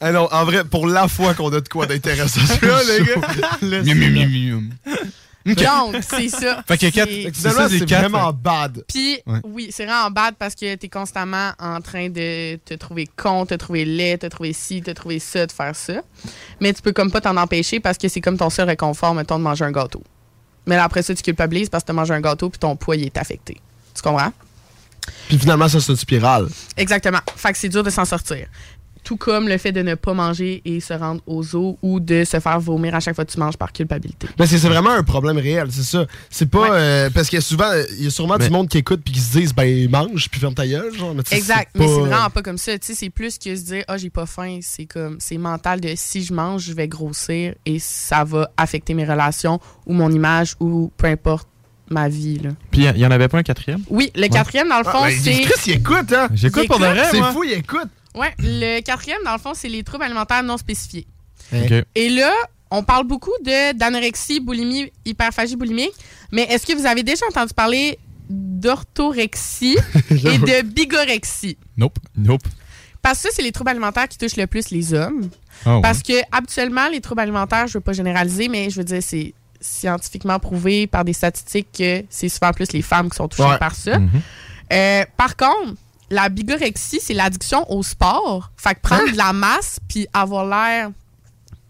Speaker 4: Alors, Eh en vrai, pour la fois qu'on a de quoi d'intéressant, là, les gars.
Speaker 7: Miam, miam, miam, miam. Ok.
Speaker 8: Donc, c'est ça.
Speaker 7: Fait que quatre-
Speaker 8: C'est-
Speaker 7: c'est
Speaker 4: Finalement,
Speaker 7: ça, les
Speaker 4: c'est
Speaker 7: quatre, hein.
Speaker 4: vraiment
Speaker 7: là.
Speaker 4: bad.
Speaker 8: Puis,
Speaker 7: Ouais.
Speaker 8: oui, c'est vraiment bad parce que t'es constamment en train de te trouver con, te trouver laid, te trouver ci, te trouver ça, de faire ça. Mais tu peux comme pas t'en empêcher parce que c'est comme ton seul réconfort, mettons, de manger un gâteau. Mais là, après ça, tu culpabilises parce que t'as mangé un gâteau puis ton poids, il est affecté. Tu comprends?
Speaker 4: Puis finalement, ça, c'est une spirale.
Speaker 8: Exactement. Fait que c'est dur de s'en sortir. Tout comme le fait de ne pas manger et se rendre aux eaux ou de se faire vomir à chaque fois que tu manges par culpabilité.
Speaker 4: Mais c'est c'est vraiment un problème réel, c'est ça. C'est pas. euh, parce que souvent, il y a sûrement du monde qui écoute puis qui se disent, ben, mange, puis ferme ta gueule. Genre, mais tu sais,
Speaker 8: Exact, mais c'est
Speaker 4: pas-
Speaker 8: vraiment pas comme ça. Tu sais, c'est plus que se dire ah j'ai pas faim. C'est comme c'est mental de si je mange je vais grossir et ça va affecter mes relations ou mon image ou peu importe ma vie là.
Speaker 6: Puis il y en avait pas un quatrième?
Speaker 8: Oui, le
Speaker 6: Ouais.
Speaker 8: quatrième dans le
Speaker 6: Ah,
Speaker 8: fond
Speaker 6: ben,
Speaker 8: c'est.
Speaker 6: Chris, il écoute, hein? J'écoute
Speaker 8: Il
Speaker 6: pour de
Speaker 8: écoute.
Speaker 6: vrai, C'est moi. fou,
Speaker 4: il écoute.
Speaker 8: Ouais, le quatrième dans le fond c'est les troubles alimentaires non spécifiés.
Speaker 6: Ok.
Speaker 8: Et là, on parle beaucoup de d'anorexie, boulimie, hyperphagie boulimique, mais est-ce que vous avez déjà entendu parler d'orthorexie et de bigorexie?
Speaker 7: Nope. Nope.
Speaker 8: Parce que ça, c'est les troubles alimentaires qui touchent le plus les hommes.
Speaker 7: Ah ouais.
Speaker 8: Parce que habituellement, les troubles alimentaires, je veux pas généraliser, mais je veux dire, c'est scientifiquement prouvé par des statistiques que c'est souvent plus les femmes qui sont touchées
Speaker 25: Ouais.
Speaker 8: par ça.
Speaker 25: Mhm.
Speaker 8: Euh, par contre, la bigorexie, c'est l'addiction au sport. Fait que prendre de la masse puis avoir l'air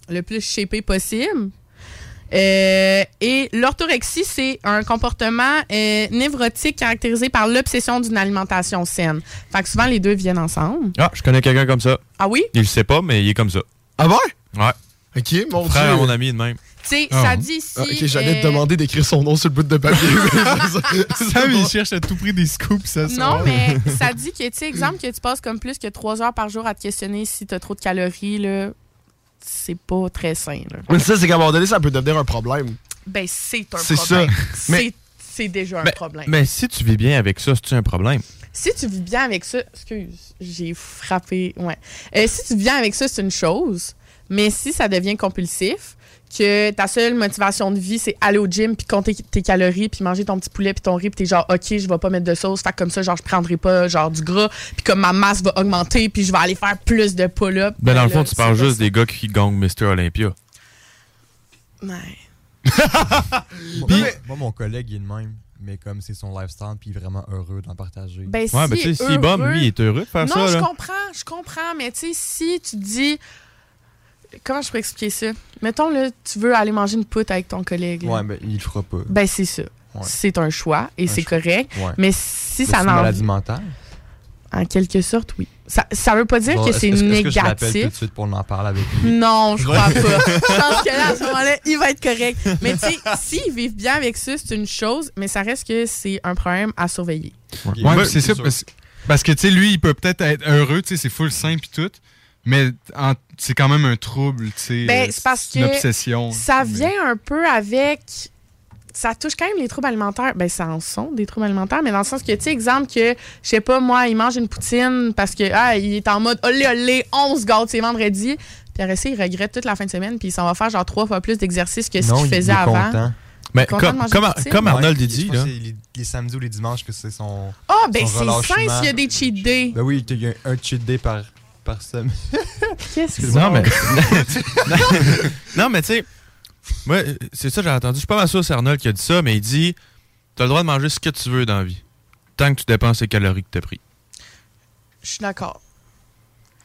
Speaker 8: le plus shapé possible. Euh, et l'orthorexie, c'est un comportement euh, névrotique caractérisé par l'obsession d'une alimentation saine. Fait que souvent, les deux viennent ensemble.
Speaker 6: Ah, je connais quelqu'un comme ça.
Speaker 8: Ah oui?
Speaker 6: Il le sait pas, mais il est comme ça.
Speaker 4: Ah ouais?
Speaker 6: Ouais.
Speaker 4: Ok, mon
Speaker 6: Frère
Speaker 4: Dieu.
Speaker 6: à mon ami, il est de même.
Speaker 8: Tu sais,
Speaker 6: Ah.
Speaker 8: ça dit ici.
Speaker 4: Ah, ok, j'allais te
Speaker 8: euh,
Speaker 4: demander d'écrire son nom sur le bout de papier.
Speaker 7: Sam, il cherche à tout prix des scoops, ça. ça.
Speaker 8: Non, mais ça dit que, tu sais, exemple, que tu passes comme plus que trois heures par jour à te questionner si t'as trop de calories, là, c'est pas très sain, là.
Speaker 4: Mais ça, c'est qu'à un moment donné, ça peut devenir un problème.
Speaker 8: Ben, c'est un
Speaker 4: C'est
Speaker 8: problème.
Speaker 4: ça.
Speaker 8: C'est
Speaker 4: Mais- ben,
Speaker 8: C'est déjà un
Speaker 6: Mais-
Speaker 8: problème.
Speaker 6: Mais si tu vis bien avec ça, c'est-tu un problème?
Speaker 8: Si tu vis bien avec ça, excuse, j'ai frappé, ouais. Euh, si tu vis bien avec ça, c'est une chose, mais si ça devient compulsif, que ta seule motivation de vie, c'est aller au gym, puis compter tes calories, puis manger ton petit poulet, puis ton riz, puis t'es genre, OK, je vais pas mettre de sauce, fait que comme ça, genre, je prendrai pas, genre, du gras, puis comme ma masse va augmenter, puis je vais aller faire plus de pull-ups.
Speaker 6: Ben, dans le
Speaker 8: là,
Speaker 6: fond, tu
Speaker 8: c'est
Speaker 6: parles
Speaker 8: pas
Speaker 6: juste des gars qui gongent Mr. Olympia.
Speaker 3: Puis, moi, mon collègue, il est le même. Mais comme c'est son lifestyle, puis il est vraiment heureux d'en partager.
Speaker 8: Ben, si heureux- non, je comprends, je comprends, mais tu sais, si tu dis. Comment je pourrais expliquer ça? Mettons, là, tu veux aller manger une poutre avec ton collègue. là.
Speaker 3: Ouais, ben, il le fera pas.
Speaker 8: Ben, c'est ça.
Speaker 3: Ouais.
Speaker 8: C'est un choix et
Speaker 3: Un
Speaker 8: c'est
Speaker 3: choix.
Speaker 8: correct.
Speaker 3: Ouais.
Speaker 8: Mais si
Speaker 3: C'est
Speaker 8: ça
Speaker 3: une
Speaker 8: n'en.
Speaker 3: maladie mentale.
Speaker 8: En quelque sorte, oui. Ça, ça veut pas dire
Speaker 3: Bon,
Speaker 8: que
Speaker 3: est-ce-
Speaker 8: c'est
Speaker 3: est-ce que je
Speaker 8: négatif. Hmm,
Speaker 3: l'appelle tout de suite pour en parler avec lui.
Speaker 8: Non, je crois pas.
Speaker 3: Ouais.
Speaker 8: je pense que là, à ce moment-là, il va être correct. Mais tu sais, s'ils vivent bien avec ça, c'est une chose, mais ça reste que c'est un problème à surveiller.
Speaker 7: Ouais, mais c'est ça. Parce, parce que, tu sais, lui, il peut peut-être être heureux, tu sais, c'est full simple et tout, mais en- c'est quand même un trouble, tu sais.
Speaker 8: Ben,
Speaker 7: euh,
Speaker 8: c'est parce que
Speaker 7: une obsession.
Speaker 8: ça vient un peu avec. Ça touche quand même les troubles alimentaires. Ben, ça en sont des troubles alimentaires, mais dans le sens que, tu sais, exemple que, je sais pas, moi, il mange une poutine parce que, ah, il est en mode, olé, olé, on se gâte, c'est vendredi. Puis après ça, il regrette toute la fin de semaine, puis il s'en va faire genre trois fois plus d'exercices que ce qu'il faisait avant. Il
Speaker 6: Mais
Speaker 8: est content de
Speaker 6: comme,
Speaker 8: manger
Speaker 6: comme,
Speaker 8: une poutine.
Speaker 6: comme Arnold dit,
Speaker 3: Je
Speaker 6: là.
Speaker 3: pense que c'est les, les samedis ou les dimanches que c'est son.
Speaker 8: Ah, ben,
Speaker 3: son
Speaker 8: c'est sain
Speaker 3: relâchement.
Speaker 8: s'il y a des cheat days.
Speaker 3: Ben oui, il y a un cheat day par, par semaine.
Speaker 8: Qu'est-ce que
Speaker 6: Non, mais. non, mais tu sais. Moi, c'est ça que j'ai entendu. Je suis pas mal sûr que c'est Arnold qui a dit ça, mais il dit T'as le droit de manger ce que tu veux dans la vie. Tant que tu dépenses les calories que t'as pris.
Speaker 8: Je suis d'accord.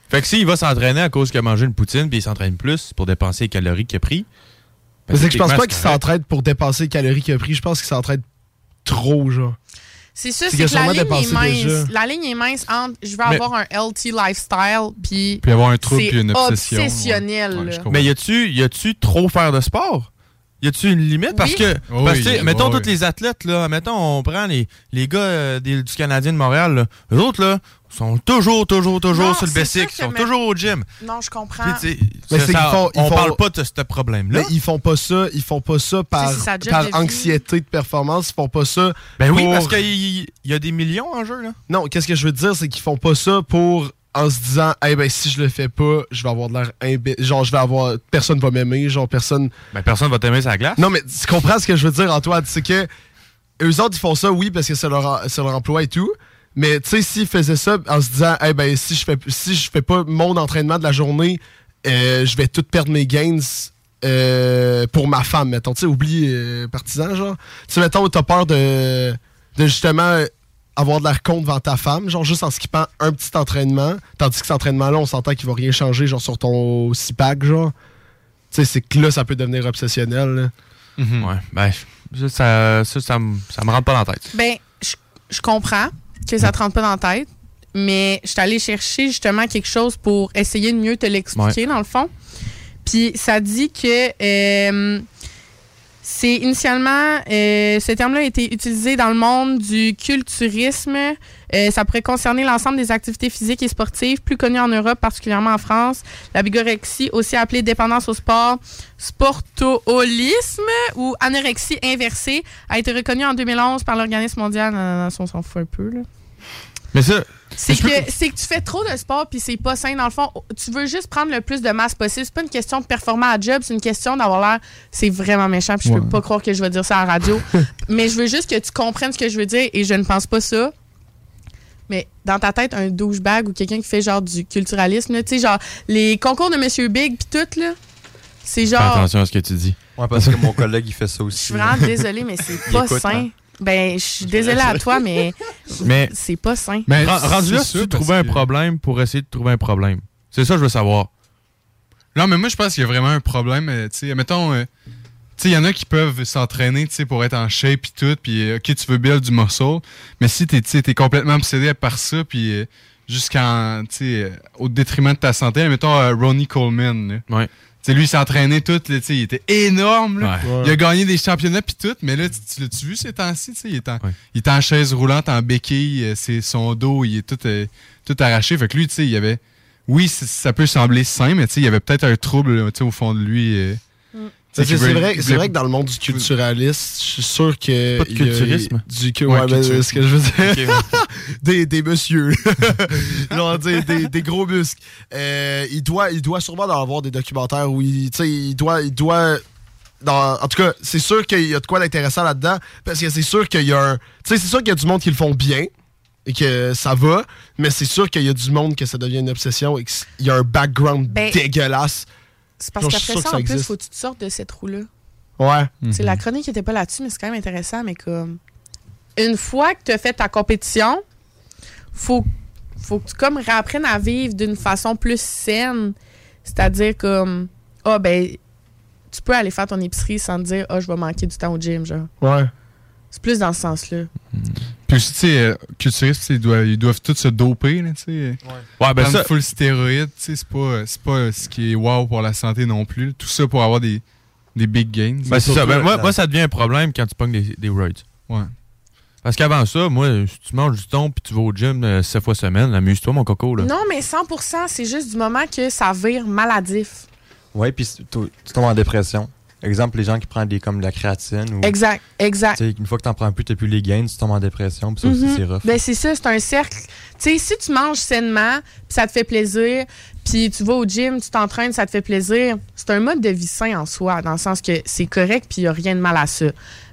Speaker 6: Fait que s'il va s'entraîner à cause qu'il a mangé une poutine, puis il s'entraîne plus pour dépenser les calories qu'il a pris. ben,
Speaker 4: Mais c'est que je pense pas qu'il
Speaker 6: techniquement, c'est correct.
Speaker 4: s'entraide pour dépasser les calories qu'il a pris. Je pense qu'il s'entraide trop, genre.
Speaker 8: C'est ça,
Speaker 4: C'est
Speaker 8: c'est
Speaker 4: qu'il a
Speaker 8: que la
Speaker 4: sûrement
Speaker 8: ligne est
Speaker 4: dépassé
Speaker 8: mince.
Speaker 4: déjà.
Speaker 8: La ligne est mince entre je veux
Speaker 6: Mais-
Speaker 8: avoir un healthy lifestyle, puis.
Speaker 6: Puis avoir un trouble,
Speaker 8: c'est
Speaker 6: puis une obsession, ouais.
Speaker 8: Obsessionnel. là.
Speaker 6: Mais y a-tu, y a-tu trop faire de sport? Y a-tu une limite? Parce
Speaker 8: Oui.
Speaker 6: que,
Speaker 8: Oui,
Speaker 6: parce que, tu sais,
Speaker 8: oui,
Speaker 6: mettons
Speaker 8: oui.
Speaker 6: tous les athlètes, là, mettons, on prend les, les gars euh, des- du Canadien de Montréal, là, eux autres, là, sont toujours, toujours, toujours
Speaker 8: Non,
Speaker 6: sur le
Speaker 8: c'est
Speaker 6: basic,
Speaker 8: ça
Speaker 6: sont
Speaker 8: que-
Speaker 6: toujours au gym.
Speaker 8: Non, je comprends.
Speaker 6: Puis, tu sais,
Speaker 4: Mais
Speaker 6: ça-
Speaker 4: c'est qu'ils
Speaker 6: ça-
Speaker 4: font- ils
Speaker 6: on
Speaker 4: font-
Speaker 6: parle pas de ce problème-là.
Speaker 4: Mais ils font pas ça, ils font pas ça par,
Speaker 6: c'est sa job
Speaker 4: par
Speaker 6: de vie.
Speaker 4: anxiété de performance, ils font pas ça.
Speaker 6: Ben oui,
Speaker 4: pour-
Speaker 6: parce qu'il y, y a des millions en jeu, là.
Speaker 4: Non, qu'est-ce que je veux te dire, c'est qu'ils font pas ça pour en se disant, eh ben si je le fais pas, je vais avoir de l'air imbé- genre je vais avoir personne va m'aimer, genre personne.
Speaker 6: Ben personne va t'aimer sa glace.
Speaker 4: Non mais tu comprends ce que je veux dire Antoine, c'est que eux autres ils font ça oui parce que c'est leur c'est leur emploi et tout. Mais tu sais s'ils faisaient ça en se disant, eh ben si je fais si je fais pas mon entraînement de la journée, euh, je vais tout perdre mes gains. euh, pour ma femme, mettons. Tu sais, oublie euh, partisan, genre. Tu sais, mettons, t'as peur de, de justement euh, avoir de l'air con devant ta femme, genre juste en skippant un petit entraînement, tandis que cet entraînement-là, on s'entend qu'il va rien changer, genre sur ton six pack, genre. Tu sais, c'est que là, ça peut devenir obsessionnel. là.
Speaker 6: Ouais, ben, ça, ça, ça, ça me- ça me rentre pas dans la tête.
Speaker 8: Ben, je, je comprends que ça te rentre pas dans la tête, mais je suis allée chercher justement quelque chose pour essayer de mieux te l'expliquer,
Speaker 6: Ouais.
Speaker 8: dans le fond. Puis ça dit que euh, c'est initialement, euh, ce terme-là a été utilisé dans le monde du culturisme. Euh, ça pourrait concerner l'ensemble des activités physiques et sportives, plus connues en Europe, particulièrement en France. La bigorexie, aussi appelée dépendance au sport, sportoholisme ou anorexie inversée, a été reconnue en 2011 par l'Organisme mondial. Non, non, non, ça, on s'en fout un peu, là.
Speaker 6: Mais ça,
Speaker 8: C'est que, c'est que tu fais trop de sport puis c'est pas sain. Dans le fond, tu veux juste prendre le plus de masse possible. C'est pas une question de performer à job, c'est une question d'avoir l'air. C'est vraiment méchant puis je peux
Speaker 18: Ouais.
Speaker 8: pas croire que je vais dire ça à la radio. mais je veux juste que tu comprennes ce que je veux dire et je ne pense pas ça. Mais dans ta tête, un douchebag ou quelqu'un qui fait genre du culturalisme, là, tu sais, genre les concours de Monsieur Big puis tout, là, c'est
Speaker 6: fais
Speaker 8: genre.
Speaker 6: attention à ce que tu dis.
Speaker 3: Ouais, parce que mon collègue, il fait ça aussi.
Speaker 8: Je suis vraiment désolée, mais c'est
Speaker 3: Il
Speaker 8: pas
Speaker 3: écoute,
Speaker 8: sain.
Speaker 3: hein?
Speaker 8: Ben, je suis désolée à toi, mais,
Speaker 6: Mais-
Speaker 8: c'est pas sain.
Speaker 6: Mais rendu là, si tu trouver un problème pour essayer de trouver un problème. C'est ça, je veux savoir.
Speaker 7: Non, mais moi, je pense qu'il y a vraiment un problème. euh, tu sais, mettons, euh, tu sais, il y en a qui peuvent s'entraîner, tu sais, pour être en shape et tout, puis euh, OK, tu veux build du muscle, mais si t'es, tu sais, t'es complètement obsédé par ça, puis euh, jusqu'en, tu sais, euh, au détriment de ta santé, mettons euh, Ronnie Coleman, là. Tu sais, lui, il s'entraînait tout, là, tu sais, il était énorme, là.
Speaker 6: Ouais.
Speaker 7: Il a gagné des championnats puis tout, mais là, tu, tu l'as-tu vu ces temps-ci, tu sais, il est en, il est en chaise roulante, en béquille, euh, c'est son dos, il est tout, euh, tout arraché. Fait que lui, tu sais, il y avait. Oui, c- ça peut sembler sain, mais tu sais, il y avait peut-être un trouble là, tu sais, au fond de lui. euh, tu sais,
Speaker 4: Parce que
Speaker 7: qu'il
Speaker 4: C'est
Speaker 7: voulait-
Speaker 4: vrai,
Speaker 7: il
Speaker 4: c'est vrai
Speaker 7: voulait-
Speaker 4: que dans le monde du culturalisme, je suis sûr que.
Speaker 7: Pas de
Speaker 4: il y a-
Speaker 7: culturisme.
Speaker 4: Du que,
Speaker 7: Ouais,
Speaker 4: ouais, ben,
Speaker 7: culturisme.
Speaker 4: c'est ce que je veux dire.
Speaker 7: Ok,
Speaker 4: des, des messieurs. Genre, des, des, des gros muscles. Euh, il, doit, il doit sûrement en avoir des documentaires où il, tu sais, il, doit, il doit dans- en tout cas, c'est sûr qu'il y a de quoi d'intéressant là-dedans, parce que c'est sûr qu'il y a un, tu sais, c'est sûr qu'il y a du monde qui le font bien et que ça va, mais c'est sûr qu'il y a du monde que ça devient une obsession et qu'il y a un background
Speaker 8: Ben,
Speaker 4: dégueulasse.
Speaker 8: C'est parce
Speaker 4: Genre, je suis
Speaker 8: qu'après
Speaker 4: sûr
Speaker 8: ça, en
Speaker 4: que ça
Speaker 8: plus,
Speaker 4: existe. Mhm.
Speaker 8: faut que tu te sortes de cette roue-là.
Speaker 4: Ouais.
Speaker 8: C'est la chronique n'était pas là-dessus, mais c'est quand même intéressant. Mais comme, une fois que tu as fait ta compétition, faut, faut que tu comme réapprennes à vivre d'une façon plus saine. C'est-à-dire comme, ah ben, tu peux aller faire ton épicerie sans te dire, ah, je vais manquer du temps au gym, genre.
Speaker 4: Ouais.
Speaker 8: C'est plus dans ce sens-là.
Speaker 7: Puis aussi, tu sais, euh, culturistes, tu sais, ils doivent, ils doivent tous se doper, là, tu sais. Ouais.
Speaker 6: ben ça-
Speaker 7: full stéroïde, tu sais, c'est pas, c'est pas ce qui est wow pour la santé non plus. Tout ça pour avoir des, des big gains.
Speaker 6: Ben, c'est ça. Ben, moi, moi, ça devient un problème quand tu pognes des, des roids.
Speaker 7: Ouais.
Speaker 6: Parce qu'avant ça, moi, si tu manges du thon puis tu vas au gym euh, sept fois semaine, amuse-toi, mon coco. Là.
Speaker 8: Non, mais 100%, c'est juste du moment que ça vire maladif.
Speaker 3: Ouais, puis tu tu tombes en dépression. Exemple, les gens qui prennent des, comme de la créatine. Ou,
Speaker 8: Exact, exact.
Speaker 3: Tu sais, Une fois que t'en prends plus, t'as plus les gains, tu tombes en dépression, puis ça aussi,
Speaker 8: Mhm.
Speaker 3: c'est rough.
Speaker 8: Ben, c'est ça, c'est un cercle. Tu sais, si tu manges sainement, puis ça te fait plaisir, puis tu vas au gym, tu t'entraînes, ça te fait plaisir, c'est un mode de vie sain en soi, dans le sens que c'est correct, puis il n'y a rien de mal à ça.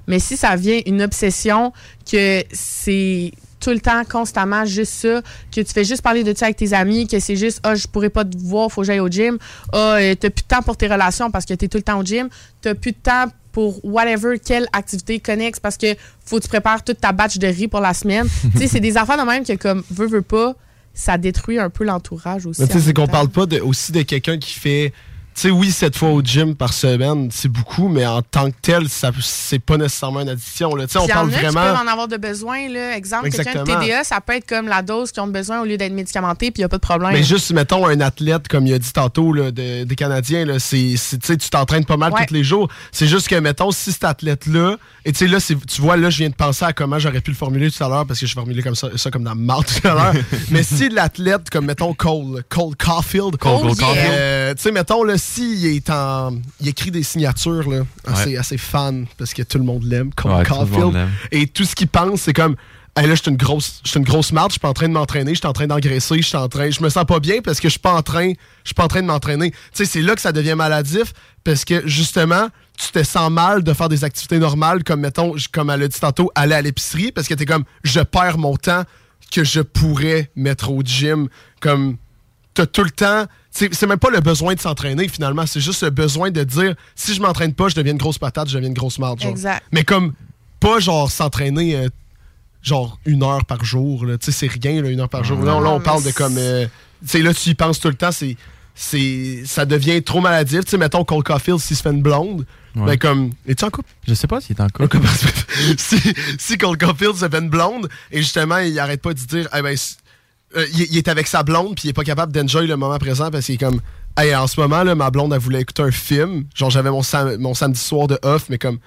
Speaker 8: Mais si ça vient une obsession, que c'est tout le temps, constamment, juste ça, que tu fais juste parler de ça avec tes amis, que c'est juste, ah, je pourrais pas te voir, faut que j'aille au gym, ah, euh, t'as plus de temps pour tes relations parce que t'es tout le temps au gym, t'as plus de temps pour whatever, quelle activité connexe parce que faut que tu prépares toute ta batch de riz pour la semaine. tu sais, c'est des affaires de même que, comme, veux, veux pas, ça détruit un peu l'entourage aussi.
Speaker 4: Mais tu
Speaker 8: en
Speaker 4: sais, c'est
Speaker 8: même
Speaker 4: qu'on
Speaker 8: temps.
Speaker 4: parle pas de- aussi de quelqu'un qui fait. Tu sais, oui, cette fois au gym par semaine, c'est beaucoup, mais en tant que tel, ça- c'est pas nécessairement une addiction. Là. Tu sais, on
Speaker 8: Puis il y
Speaker 4: parle
Speaker 8: en a qui
Speaker 4: vraiment.
Speaker 8: peuvent en avoir de besoin. Là. Exemple, quelqu'un de
Speaker 4: Exactement.
Speaker 8: TDA, ça peut être comme la dose qu'ils ont besoin au lieu d'être médicamenté, puis il n'y a pas de problème.
Speaker 4: Mais juste, mettons, un athlète, comme il a dit tantôt, là, de- des Canadiens, là, c'est, c'est- tu sais, tu t'entraînes pas mal
Speaker 8: Ouais.
Speaker 4: tous les jours. C'est juste que, mettons, si cet athlète-là, et tu sais, là, c'est- tu vois, là, je viens de penser à comment j'aurais pu le formuler tout à l'heure, parce que je formulais comme ça, ça comme dans marre tout à l'heure. Mais si l'athlète, comme, mettons, Cole, Cole Caulfield,
Speaker 6: Cole
Speaker 4: euh,
Speaker 6: Caulfield.
Speaker 4: tu sais, mettons, là, s'il est en, il écrit des signatures, là, à,
Speaker 6: Ouais.
Speaker 4: ses, à ses fans, parce que tout le monde l'aime, Cole
Speaker 6: Ouais, tout le monde
Speaker 4: Caulfield.
Speaker 6: l'aime.
Speaker 4: Et tout ce qu'il pense, c'est comme Hey, là, je suis une grosse, je suis une grosse marde, je suis pas en train de m'entraîner, je suis en train d'engraisser, je suis en train, je me sens pas bien parce que je suis pas en train, je suis pas en train de m'entraîner. Tu sais, c'est là que ça devient maladif parce que justement, tu te sens mal de faire des activités normales comme mettons, j- comme elle a dit tantôt, aller à l'épicerie parce que t'es comme, je perds mon temps que je pourrais mettre au gym, comme t'as tout le temps. C'est c'est même pas le besoin de s'entraîner finalement, c'est juste le besoin de dire si je m'entraîne pas, je deviens une grosse patate, je deviens une grosse marde. genre.
Speaker 8: Exact.
Speaker 4: Mais comme pas genre s'entraîner euh, genre une heure par jour, là. tu sais, c'est rien là, une heure par jour. Là, on-
Speaker 8: Non,
Speaker 4: là, on
Speaker 8: Ah, mais
Speaker 4: parle de
Speaker 8: c'est-
Speaker 4: comme euh, tu sais là tu y penses tout le temps, c'est c'est ça devient trop maladif, tu sais mettons Cole Caulfield s'il se fait une blonde,
Speaker 6: Ouais.
Speaker 4: ben comme es-tu en couple
Speaker 6: Je sais pas s'il est en couple.
Speaker 4: si, si Cole Caulfield se fait une blonde et justement il arrête pas de dire Eh ben, s- euh, il, il est avec sa blonde puis il est pas capable d'enjoy le moment présent parce qu'il est comme hey, en ce moment là ma blonde elle voulait écouter un film genre j'avais mon, sam- mon samedi soir de off mais comme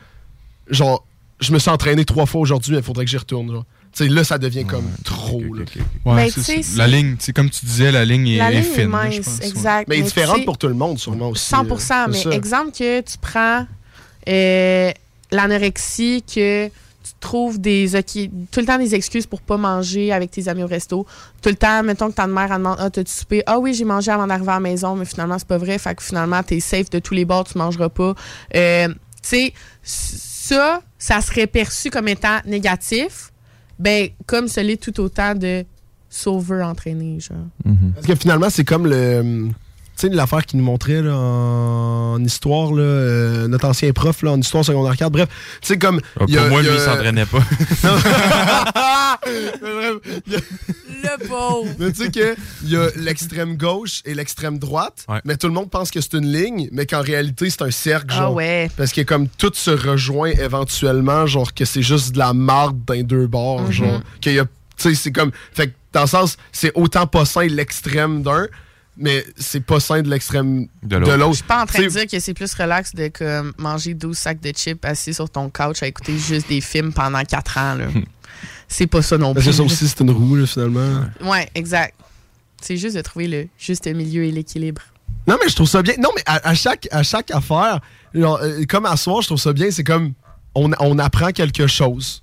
Speaker 4: genre je me suis entraîné trois fois aujourd'hui mais il faudrait que j'y retourne genre tu sais là ça devient comme trop là.
Speaker 7: Ouais,
Speaker 8: Ben,
Speaker 7: c'est-
Speaker 8: tu sais,
Speaker 7: c'est- la
Speaker 8: c'est-
Speaker 7: ligne, tu sais, comme tu disais, la ligne est,
Speaker 8: La ligne
Speaker 7: est
Speaker 8: est
Speaker 7: fine. là, je
Speaker 8: mince,
Speaker 7: pense, ouais.
Speaker 8: exact.
Speaker 4: mais,
Speaker 8: tu
Speaker 4: différente
Speaker 8: sais-
Speaker 4: pour tout le monde sûrement aussi
Speaker 8: 100
Speaker 4: euh,
Speaker 8: mais
Speaker 4: c'est ça.
Speaker 8: exemple que tu prends euh, l'anorexie, que tu trouves des ok- tout le temps des excuses pour pas manger avec tes amis au resto. Tout le temps, mettons que ta mère elle demande Ah, t'as-tu soupé Ah oui, j'ai mangé avant d'arriver à la maison, mais finalement, c'est pas vrai. Fait que finalement, t'es safe de tous les bords, tu mangeras pas. Euh, tu sais, ça, ça serait perçu comme étant négatif, ben, comme ce l'est tout autant de sauveur entraîné, genre.
Speaker 4: Parce que finalement, c'est comme le. euh, Tu sais, l'affaire qu'il nous montrait là, en histoire, là, euh, notre ancien prof là, en histoire secondaire 4. Bref, tu sais, comme.
Speaker 6: Ah,
Speaker 4: il y a-
Speaker 6: pour moi,
Speaker 4: il y a-
Speaker 6: lui, il s'entraînait pas.
Speaker 8: Le pauvre.
Speaker 4: Mais tu sais qu'il y a l'extrême gauche et l'extrême droite, mais tout le monde pense que c'est une ligne, mais qu'en réalité, c'est un cercle.
Speaker 8: Ah
Speaker 4: Genre,
Speaker 8: ouais.
Speaker 4: Parce que comme tout se rejoint éventuellement, genre que c'est juste de la marde d'un deux bords.
Speaker 8: Mhm.
Speaker 4: Genre, qu'il y a. Tu sais, c'est comme. Fait que dans le sens, c'est autant pas sain l'extrême d'un, mais c'est pas sain de l'extrême de l'autre.
Speaker 8: Je suis pas en train de
Speaker 4: Tu sais,
Speaker 8: dire que c'est plus relax de comme, manger 12 sacs de chips assis sur ton couch à écouter juste des films pendant 4 ans. Là. c'est pas ça non
Speaker 4: Hmm. Parce que
Speaker 8: plus,
Speaker 4: ça
Speaker 8: là.
Speaker 4: aussi, c'est une roue, là, finalement.
Speaker 8: ouais, exact. C'est juste de trouver le juste milieu et l'équilibre.
Speaker 4: Non, mais je trouve ça bien. Non, mais à, à chaque, à chaque affaire, genre, euh, comme à soir, je trouve ça bien. C'est comme on, on apprend quelque chose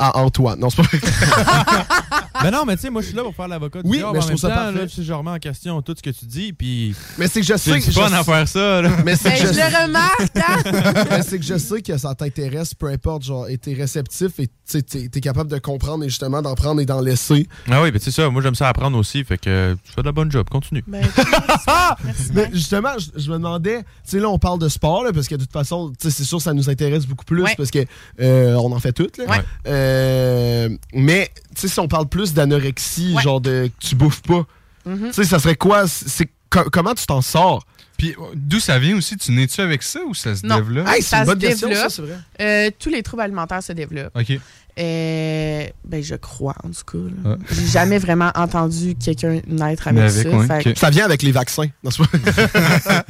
Speaker 4: à Antoine. Non, c'est pas vrai.
Speaker 6: Mais Ben non, mais tu sais, moi, je suis là pour faire l'avocat du
Speaker 4: Oui,
Speaker 6: diable
Speaker 4: mais
Speaker 6: en
Speaker 4: je
Speaker 6: même
Speaker 4: trouve ça
Speaker 6: temps,
Speaker 4: parfait.
Speaker 6: là, tu sais, je remets en question tout ce que tu dis, puis...
Speaker 4: Mais c'est que je sais...
Speaker 6: C'est bon
Speaker 4: je-
Speaker 6: à faire ça, là.
Speaker 4: Mais c'est que
Speaker 8: Ben, je le remarque, hein.
Speaker 4: Mais c'est que je sais que ça t'intéresse, peu importe, genre, et t'es réceptif et tu sais, t'es t'es capable de comprendre et justement d'en prendre et d'en laisser.
Speaker 6: Ah oui, mais tu sais ça, moi, j'aime ça apprendre aussi, fait que tu fais de la bonne job, continue.
Speaker 4: Mais justement, je, je me demandais, tu sais, là, on parle de sport, là, parce que de toute façon, tu sais, c'est sûr, ça nous intéresse beaucoup plus, parce que euh, on en fait toutes, là.
Speaker 6: Ouais.
Speaker 4: Euh, mais, tu sais, si on parle plus d'anorexie, genre de tu bouffes pas,
Speaker 7: Mhm.
Speaker 8: Mm-hmm.
Speaker 4: tu sais, ça serait quoi? C'est c'est co- comment tu t'en sors?
Speaker 7: Puis euh, d'où ça vient aussi? Tu n'es-tu avec ça ou ça se
Speaker 8: Non,
Speaker 7: développe?
Speaker 8: ça se développe. Euh, tous les troubles alimentaires se développent.
Speaker 7: OK.
Speaker 8: Euh, ben, je crois, en tout cas. là. J'ai jamais vraiment entendu quelqu'un naître avec, ça. fait que-
Speaker 4: Ça vient Ah. avec les vaccins. Non, c'est pas-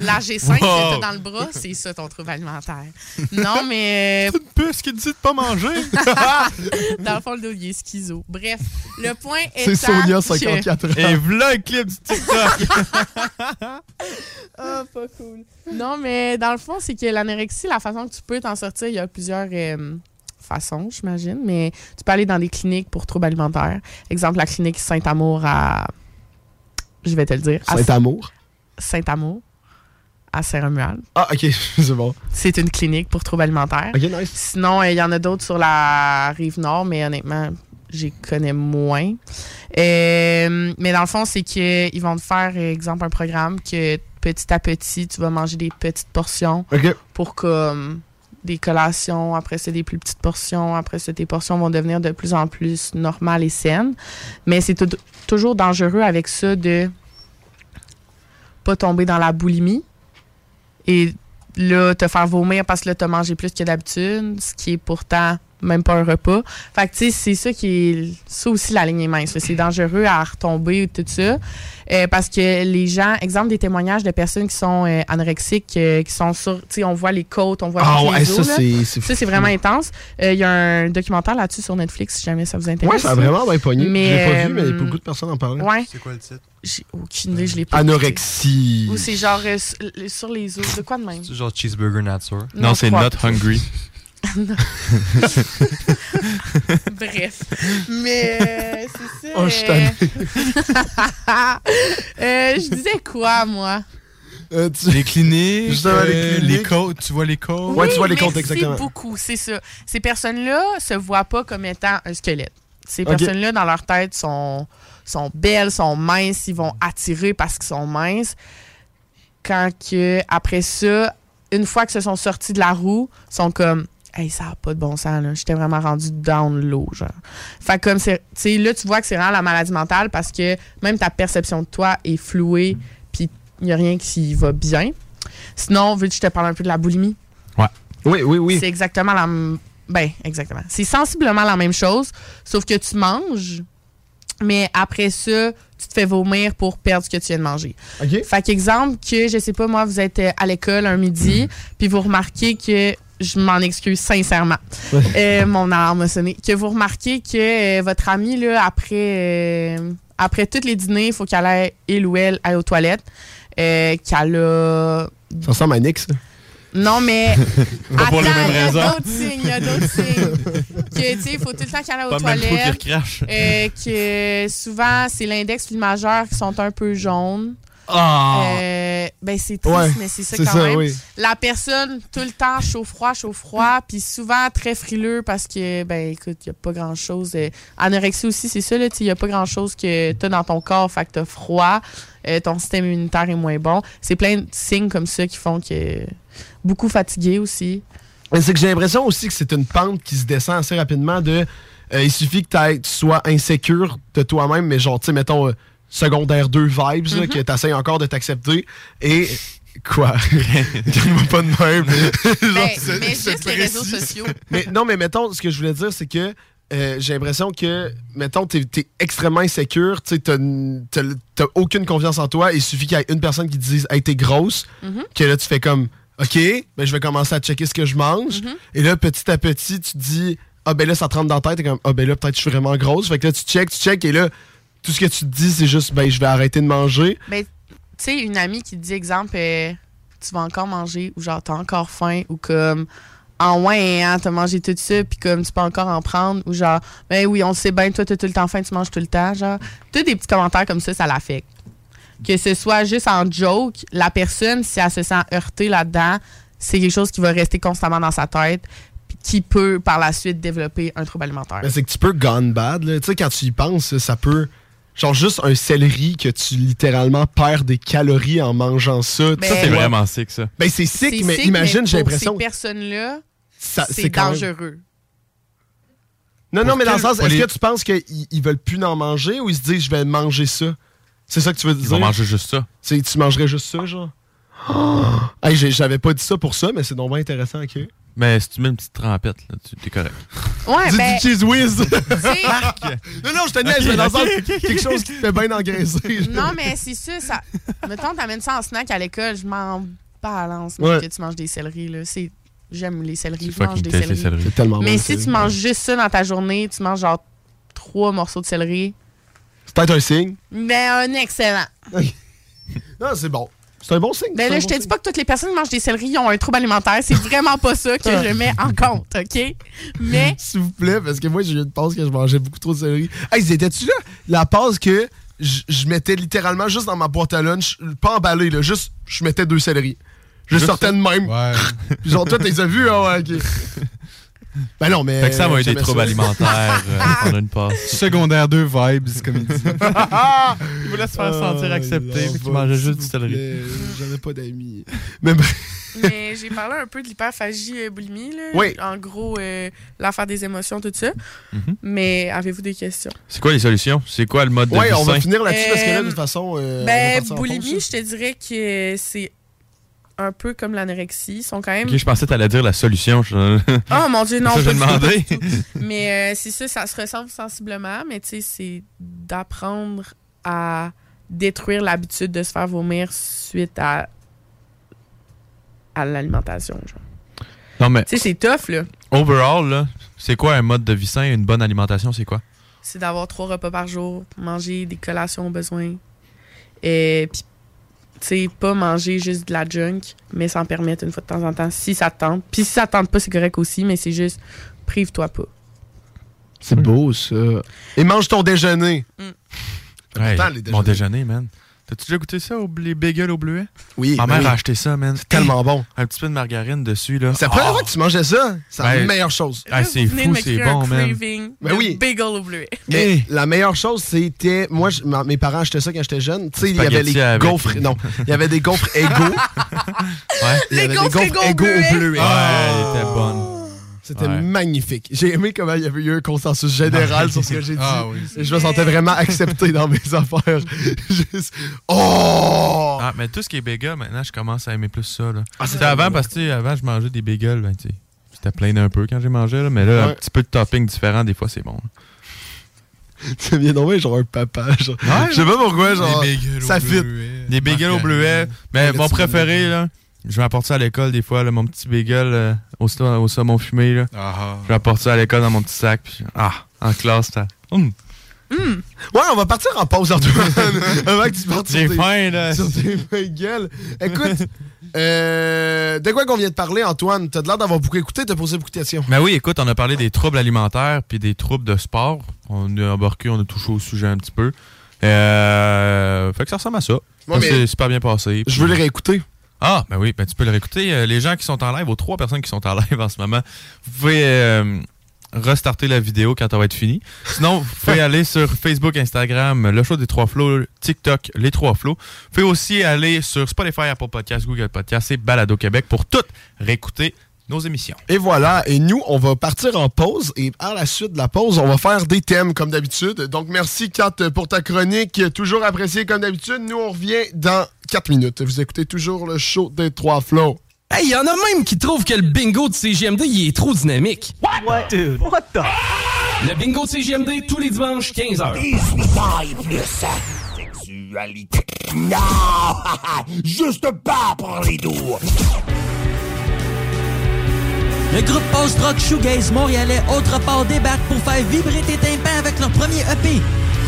Speaker 8: La G5 que
Speaker 4: Wow.
Speaker 8: t'as dans le bras, c'est ça ton trouble alimentaire. Non,
Speaker 6: euh,
Speaker 8: mais. C'est une
Speaker 6: puce qui te dit de pas manger.
Speaker 8: dans le fond, le dos, il est schizo. Bref, le point est.
Speaker 4: C'est Sonia, 54 ans.
Speaker 6: Et voilà un clip du TikTok.
Speaker 8: Ah, pas cool. Non, mais dans le fond, c'est que l'anorexie, la façon que tu peux t'en sortir, il y a plusieurs euh, façons, j'imagine. Mais tu peux aller dans des cliniques pour troubles alimentaires. Exemple, la clinique Saint-Amour à. Je vais te le dire. à-
Speaker 4: Saint-Amour?
Speaker 8: Saint-Amour, à Saint-Romuald.
Speaker 4: Ah, ok, c'est bon.
Speaker 8: C'est une clinique pour troubles alimentaires.
Speaker 4: Ok, nice.
Speaker 8: Sinon, euh, il y en a d'autres sur la rive nord, mais honnêtement, j'y connais moins. Euh, mais dans le fond, c'est qu'ils vont te faire, euh, exemple, un programme que petit à petit, tu vas manger des petites portions
Speaker 4: Ok.
Speaker 8: pour comme des collations, après ça des plus petites portions, après ça tes portions vont devenir de plus en plus normales et saines. Mais c'est tout- toujours dangereux avec ça de pas tomber dans la boulimie et là, te faire vomir parce que là, t'as mangé plus que d'habitude, ce qui est pourtant même pas un repas. Fait que, tu sais, c'est ça qui est. Ça aussi, la ligne est mince. là. C'est dangereux à retomber tout ça. Euh, parce que les gens, exemple des témoignages de personnes qui sont euh, anorexiques, euh, qui sont sur. Tu sais, on voit les côtes, on voit
Speaker 4: Ah
Speaker 8: toutes les
Speaker 4: ouais,
Speaker 8: os,
Speaker 4: ça,
Speaker 8: là.
Speaker 4: c'est- c'est
Speaker 8: Ça, c'est
Speaker 4: fou.
Speaker 8: vraiment intense. Euh, Il y a un documentaire là-dessus sur Netflix, si jamais ça vous intéresse.
Speaker 4: Ouais, ça a vraiment bien pogné.
Speaker 8: Mais,
Speaker 4: J'ai pas vu, mais
Speaker 8: euh,
Speaker 4: beaucoup de personnes en parlent.
Speaker 8: Ouais.
Speaker 4: C'est quoi le titre?
Speaker 8: J'ai aucune idée, je l'ai pas.
Speaker 4: Anorexie.
Speaker 8: Ou c'est genre euh, sur- sur les os, de quoi de même?
Speaker 3: C'est genre cheeseburger nature.
Speaker 8: Non, Non, c'est
Speaker 3: not
Speaker 8: trois.
Speaker 3: hungry.
Speaker 8: Non. Bref. Mais euh, c'est ça.
Speaker 3: Oh, je suis
Speaker 8: euh,
Speaker 4: tannée.
Speaker 8: Euh, je disais quoi, moi?
Speaker 7: Les cliniques,
Speaker 4: Justement, les
Speaker 7: euh,
Speaker 4: cliniques.
Speaker 7: les côtes, tu vois les côtes.
Speaker 8: Oui, merci beaucoup, c'est ça. Ces personnes-là se voient pas comme étant un squelette. Ces
Speaker 7: Ok.
Speaker 8: personnes-là, dans leur tête, sont, sont belles, sont minces, ils vont attirer parce qu'ils sont minces. Quand que, après ça, une fois qu'ils se sont sortis de la roue, sont comme Hey, ça n'a pas de bon sens, là. J'étais vraiment rendu down low, genre. Fait que comme c'est. Tu sais, là, tu vois que c'est vraiment la maladie mentale parce que même ta perception de toi est
Speaker 4: Mm.
Speaker 8: flouée, puis il n'y a rien qui va bien. Sinon, veux-tu que je te parle un peu de la boulimie?
Speaker 6: Ouais.
Speaker 4: Oui, oui, oui.
Speaker 8: C'est exactement la m- ben exactement. C'est sensiblement la même chose, sauf que tu manges, mais après ça, tu te fais vomir pour perdre ce que tu viens de manger. Fait qu'exemple que je sais pas moi, vous êtes euh, à l'école un midi, puis vous remarquez que je m'en excuse sincèrement. Euh, mon alarme a sonné. Que vous remarquez que euh, votre ami, là, après, euh, après tous les dîners, il faut qu'elle aille, il ou elle, aille aux toilettes. euh, qu'elle a
Speaker 4: Ça ressemble à Nix.
Speaker 8: non, mais.
Speaker 4: Va pour les
Speaker 8: Eh, Attends, Il
Speaker 4: mêmes
Speaker 8: y a
Speaker 4: raisons.
Speaker 8: d'autres signes, il y a d'autres signes. Que, tu sais, il faut tout le temps qu'elle aille aux
Speaker 6: Pas le même pot qui
Speaker 8: toilettes.
Speaker 6: recrache.
Speaker 8: Euh, que souvent, c'est l'index puis le majeur qui sont un peu jaunes.
Speaker 6: Ah.
Speaker 8: Euh, ben, c'est triste,
Speaker 6: Ouais,
Speaker 8: mais c'est ça
Speaker 6: c'est
Speaker 8: quand
Speaker 6: ça,
Speaker 8: même.
Speaker 6: oui.
Speaker 8: La personne, tout le temps, chaud-froid, chaud-froid, puis souvent très frileux parce que, ben, écoute, il n'y a pas grand-chose. euh, Anorexie aussi, c'est ça, là, il n'y a pas grand-chose que tu as dans ton corps, fait que tu froid, euh, ton système immunitaire est moins bon. C'est plein de signes comme ça qui font que. Beaucoup fatigué aussi.
Speaker 4: Mais c'est que j'ai l'impression aussi que c'est une pente qui se descend assez rapidement de. euh, il suffit que t'ailles- tu sois insécure de toi-même, mais genre, tu sais, mettons, euh, secondaire 2 vibes, là, que t'essayes encore de t'accepter. Et. Quoi? Garde-moi pas de même. Genre, c'est-
Speaker 8: Ben, mais
Speaker 4: c'est
Speaker 8: juste les
Speaker 4: précis.
Speaker 8: réseaux sociaux.
Speaker 4: mais non, mais mettons, ce que je voulais dire, c'est que euh, j'ai l'impression que, mettons, t'es es extrêmement insécure, tu sais, t'as une- t'as t'as aucune confiance en toi, et il suffit qu'il y ait une personne qui te dise, hey, t'es grosse,
Speaker 8: Mhm.
Speaker 4: que là, tu fais comme, OK, ben, je vais commencer à checker ce que je mange, et là, petit à petit, tu te dis, ah, ben là, ça te rentre dans la tête, et comme, ah, ben là, peut-être que je suis vraiment grosse, fait que là, tu check, tu check, et là, tout ce que tu te dis, c'est juste, ben, je vais arrêter de manger.
Speaker 8: Ben, tu sais, une amie qui te dit, exemple, euh, tu vas encore manger, ou genre, t'as encore faim, ou comme, en ouais, hein, t'as mangé tout ça, puis comme tu peux encore en prendre, ou genre, ben oui, on le sait bien, toi, t'as tout le temps faim, tu manges tout le temps, genre. Tous des petits commentaires comme ça, ça l'affecte. Que ce soit juste en joke, la personne, si elle se sent heurtée là-dedans, c'est quelque chose qui va rester constamment dans sa tête, puis qui peut par la suite développer un trouble alimentaire.
Speaker 4: Ben, c'est que tu peux gone bad. là. Tu sais, quand tu y penses, ça peut. Genre juste un céleri que tu littéralement perds des calories en mangeant ça.
Speaker 6: Ça, c'est vraiment sick, ça.
Speaker 4: Ben, c'est sick, mais
Speaker 8: sick,
Speaker 4: imagine, j'ai
Speaker 8: pour
Speaker 4: l'impression.
Speaker 8: Ces personnes-là,
Speaker 4: Ça-
Speaker 8: c'est
Speaker 4: c'est quand même-
Speaker 8: dangereux.
Speaker 4: Non, non, mais dans le
Speaker 8: quel-
Speaker 4: sens,
Speaker 8: pour
Speaker 4: est-ce
Speaker 8: les-
Speaker 4: que tu penses qu'ils ils veulent plus en manger ou ils se disent, je vais manger ça? C'est ça que tu veux dire?
Speaker 6: vont manger juste ça.
Speaker 4: C'est- Tu mangerais juste ça, genre? Hey, j'ai- J'avais pas dit ça pour ça, mais c'est donc bien intéressant, ok?
Speaker 8: Eh
Speaker 6: Mais si tu mets une petite trempette, là, tu t'es correct.
Speaker 8: Ouais,
Speaker 4: du,
Speaker 8: ben-
Speaker 4: du cheese whiz!
Speaker 8: Marc!
Speaker 4: non, non, je te niaise,
Speaker 6: Ok,
Speaker 4: mais dans le sens,
Speaker 6: ok, ok, ok.
Speaker 4: quelque chose qui te fait bien engraisser. là.
Speaker 8: Non, mais c'est ça, ça. Mettons, t'amènes ça en snack à l'école, je m'en balance. mais
Speaker 4: Ouais.
Speaker 8: que tu manges des céleris, là. C'est. J'aime les céleris, je
Speaker 4: fucking
Speaker 8: mange des
Speaker 4: taste, les
Speaker 8: céleris.
Speaker 4: céleris. C'est tellement
Speaker 8: mais
Speaker 4: bon,
Speaker 8: si
Speaker 4: le
Speaker 8: tu
Speaker 4: céleri.
Speaker 8: manges juste ça dans ta journée, tu manges genre trois morceaux de céleri,
Speaker 4: C'est peut-être un signe.
Speaker 8: mais un excellent.
Speaker 4: Non, c'est bon. C'est un bon signe.
Speaker 8: Ben
Speaker 4: c'est
Speaker 8: là,
Speaker 4: un
Speaker 8: je
Speaker 4: bon
Speaker 8: te dis pas que toutes les personnes qui mangent des céleris ont un trouble alimentaire. C'est vraiment pas ça que je mets en compte, OK? Mais.
Speaker 4: S'il vous plaît, parce que moi, j'ai eu une pause que je mangeais beaucoup trop de céleri. Hey, étais-tu là? La pause que je je mettais littéralement juste dans ma boîte à lunch, pas emballée, là, juste, je mettais deux céleri. Je
Speaker 6: Juste
Speaker 4: sortais
Speaker 6: ça?
Speaker 4: de même. Genre, toi, t'es déjà vu, hein, ouais, ok. Ben non, mais.
Speaker 6: Fait que ça m'a eu des
Speaker 4: j'aimais
Speaker 6: troubles
Speaker 4: ça.
Speaker 6: alimentaires euh, pendant une passe.
Speaker 7: Secondaire 2 vibes, comme il dit.
Speaker 6: Ah, Il voulait se faire sentir accepté, puis tu
Speaker 4: va,
Speaker 6: mangeais
Speaker 4: Oh, s'il
Speaker 6: juste du
Speaker 4: vous
Speaker 6: céleri.
Speaker 4: plaît, J'en ai euh, pas d'amis. Mais bref.
Speaker 8: Mais j'ai parlé un peu de l'hyperphagie euh, boulimie, là.
Speaker 4: Oui.
Speaker 8: En gros, euh, l'affaire des émotions, tout ça. Mais avez-vous des questions?
Speaker 6: C'est quoi les solutions? C'est quoi le mode de vie
Speaker 4: Ouais, on va
Speaker 6: sain?
Speaker 4: finir là-dessus parce que là, de toute
Speaker 8: Euh,
Speaker 4: façon. euh, on va
Speaker 8: ben,
Speaker 4: partir en
Speaker 8: boulimie,
Speaker 4: pause,
Speaker 8: je te dirais que c'est un peu comme l'anorexie. Ils sont quand même.
Speaker 6: Ok, je pensais que t'allais dire la solution. je-
Speaker 8: Oh, mon Dieu, non, pas
Speaker 6: Ça, j'ai
Speaker 8: du tout,
Speaker 6: demandé.
Speaker 8: Mais euh, c'est ça, ça se ressemble sensiblement, mais tu sais, c'est d'apprendre à détruire l'habitude de se faire vomir suite à, à l'alimentation. genre.
Speaker 6: Non, mais
Speaker 8: Tu sais, c'est tough, là.
Speaker 6: overall, là, c'est quoi un mode de vie sain et une bonne alimentation? C'est quoi?
Speaker 8: C'est d'avoir trois repas par jour, manger des collations au besoin. Et puis, tu sais, pas manger juste de la junk, mais s'en permettre une fois de temps en temps, si ça te tente. Puis si ça te tente pas, c'est correct aussi, mais c'est juste, prive-toi pas.
Speaker 6: Mm-hmm.
Speaker 4: C'est beau, ça. Et mange ton déjeuner.
Speaker 6: Mm. Ouais,
Speaker 4: longtemps, les
Speaker 6: mon déjeuner, man. T'as-tu déjà goûté ça, au, bl- les bagels au bleuet?
Speaker 4: Oui,
Speaker 6: Ma
Speaker 4: ben
Speaker 6: mère
Speaker 4: oui.
Speaker 6: a acheté ça, man. C'est
Speaker 4: tellement bon.
Speaker 6: Un petit peu de margarine dessus, là. Oh!
Speaker 4: C'est la première fois que tu mangeais ça. C'est la
Speaker 6: Ouais.
Speaker 4: meilleure chose.
Speaker 6: Ah, c'est
Speaker 8: venez de
Speaker 6: fou,
Speaker 8: me
Speaker 6: c'est
Speaker 8: créer un
Speaker 6: bon, man.
Speaker 8: craving
Speaker 4: Ben
Speaker 8: de
Speaker 4: oui.
Speaker 8: bagel au bleuet.
Speaker 4: Mais la meilleure chose, c'était. Moi, je- ma- mes parents achetaient ça quand j'étais jeune. Tu sais, il y avait
Speaker 6: Spaghetti
Speaker 4: les
Speaker 6: avec.
Speaker 4: gaufres. Non, il y avait des gaufres égaux. Il y avait des
Speaker 6: gaufres
Speaker 4: gaufres
Speaker 6: égaux
Speaker 4: égaux au
Speaker 6: au
Speaker 4: bleuet.
Speaker 6: bleuet.
Speaker 8: hein.
Speaker 6: Ouais, elle était bonne.
Speaker 4: C'était
Speaker 6: Ouais.
Speaker 4: magnifique. J'ai aimé comment il y avait eu un consensus général sur ce que j'ai dit.
Speaker 6: Ah oui.
Speaker 4: Et je me sentais vraiment accepté dans mes affaires. Juste, Oh!
Speaker 6: Ah, mais tout ce qui est bagel, maintenant, je commence à aimer plus ça, là.
Speaker 4: Ah, c'est
Speaker 6: C'était avant,
Speaker 4: tellement
Speaker 6: parce que, tu sais, avant, je mangeais des bagels, ben, tu sais, C'était plein un peu quand j'ai mangé, là. Mais là, un
Speaker 4: Ouais.
Speaker 6: petit peu de topping différent, des fois, c'est bon.
Speaker 4: Ça vient d'envoyer genre un papa. Genre. je sais pas pourquoi, genre. ça fit.
Speaker 6: Des bagels au bleuet. Mais
Speaker 4: Margarine.
Speaker 6: mon préféré, là, je vais apporter ça à l'école des fois, là, mon petit bagel euh, au, sa- au saumon fumé. Là.
Speaker 7: Ah.
Speaker 6: Je vais apporter ça à l'école dans mon petit sac. Puis, ah, en classe, t'as. Hum.
Speaker 4: Ouais, on va partir en pause, Antoine. avant que tu partes sur
Speaker 6: J'ai
Speaker 4: tes,
Speaker 6: faim, là.
Speaker 4: sur tes bagels. Écoute, euh, de quoi qu'on vient de parler, Antoine? T'as l'air d'avoir beaucoup écouté, t'as posé beaucoup de questions.
Speaker 6: Mais Ben oui, écoute, on a parlé des troubles alimentaires puis des troubles de sport. On a embarqué, on a touché au sujet un petit peu. Euh, fait que ça ressemble à ça.
Speaker 4: Ouais,
Speaker 6: Ça,
Speaker 4: mais-
Speaker 6: C'est super bien passé.
Speaker 4: Je veux le réécouter.
Speaker 6: Ah, ben oui, ben tu peux le réécouter. Euh, les gens qui sont en live, aux trois personnes qui sont en live en ce moment, vous pouvez euh, restarter la vidéo quand elle va être finie. Sinon, vous pouvez aller sur Facebook, Instagram, le show des trois flots, TikTok, les trois flots. Vous pouvez aussi aller sur Spotify, Apple Podcast, Google Podcast et Balado Québec pour toutes réécouter nos émissions.
Speaker 4: Et voilà, et nous, on va partir en pause et à la suite de la pause, on va faire des thèmes comme d'habitude. Donc merci Kat pour ta chronique, toujours appréciée comme d'habitude. Nous, on revient dans 4 minutes. Vous écoutez toujours le show des trois flots.
Speaker 3: Hey, y en a même qui trouvent que le bingo de CGMD, il est trop dynamique. What? Dude? What the? Le bingo de CGMD, tous les dimanches, 15h.
Speaker 17: 18 ans et plus. Sexualité. Non! Juste pas pour les doux.
Speaker 18: Le groupe post-rock shoegaze montréalais Autre part débarque pour faire vibrer tes tympans avec leur premier EP.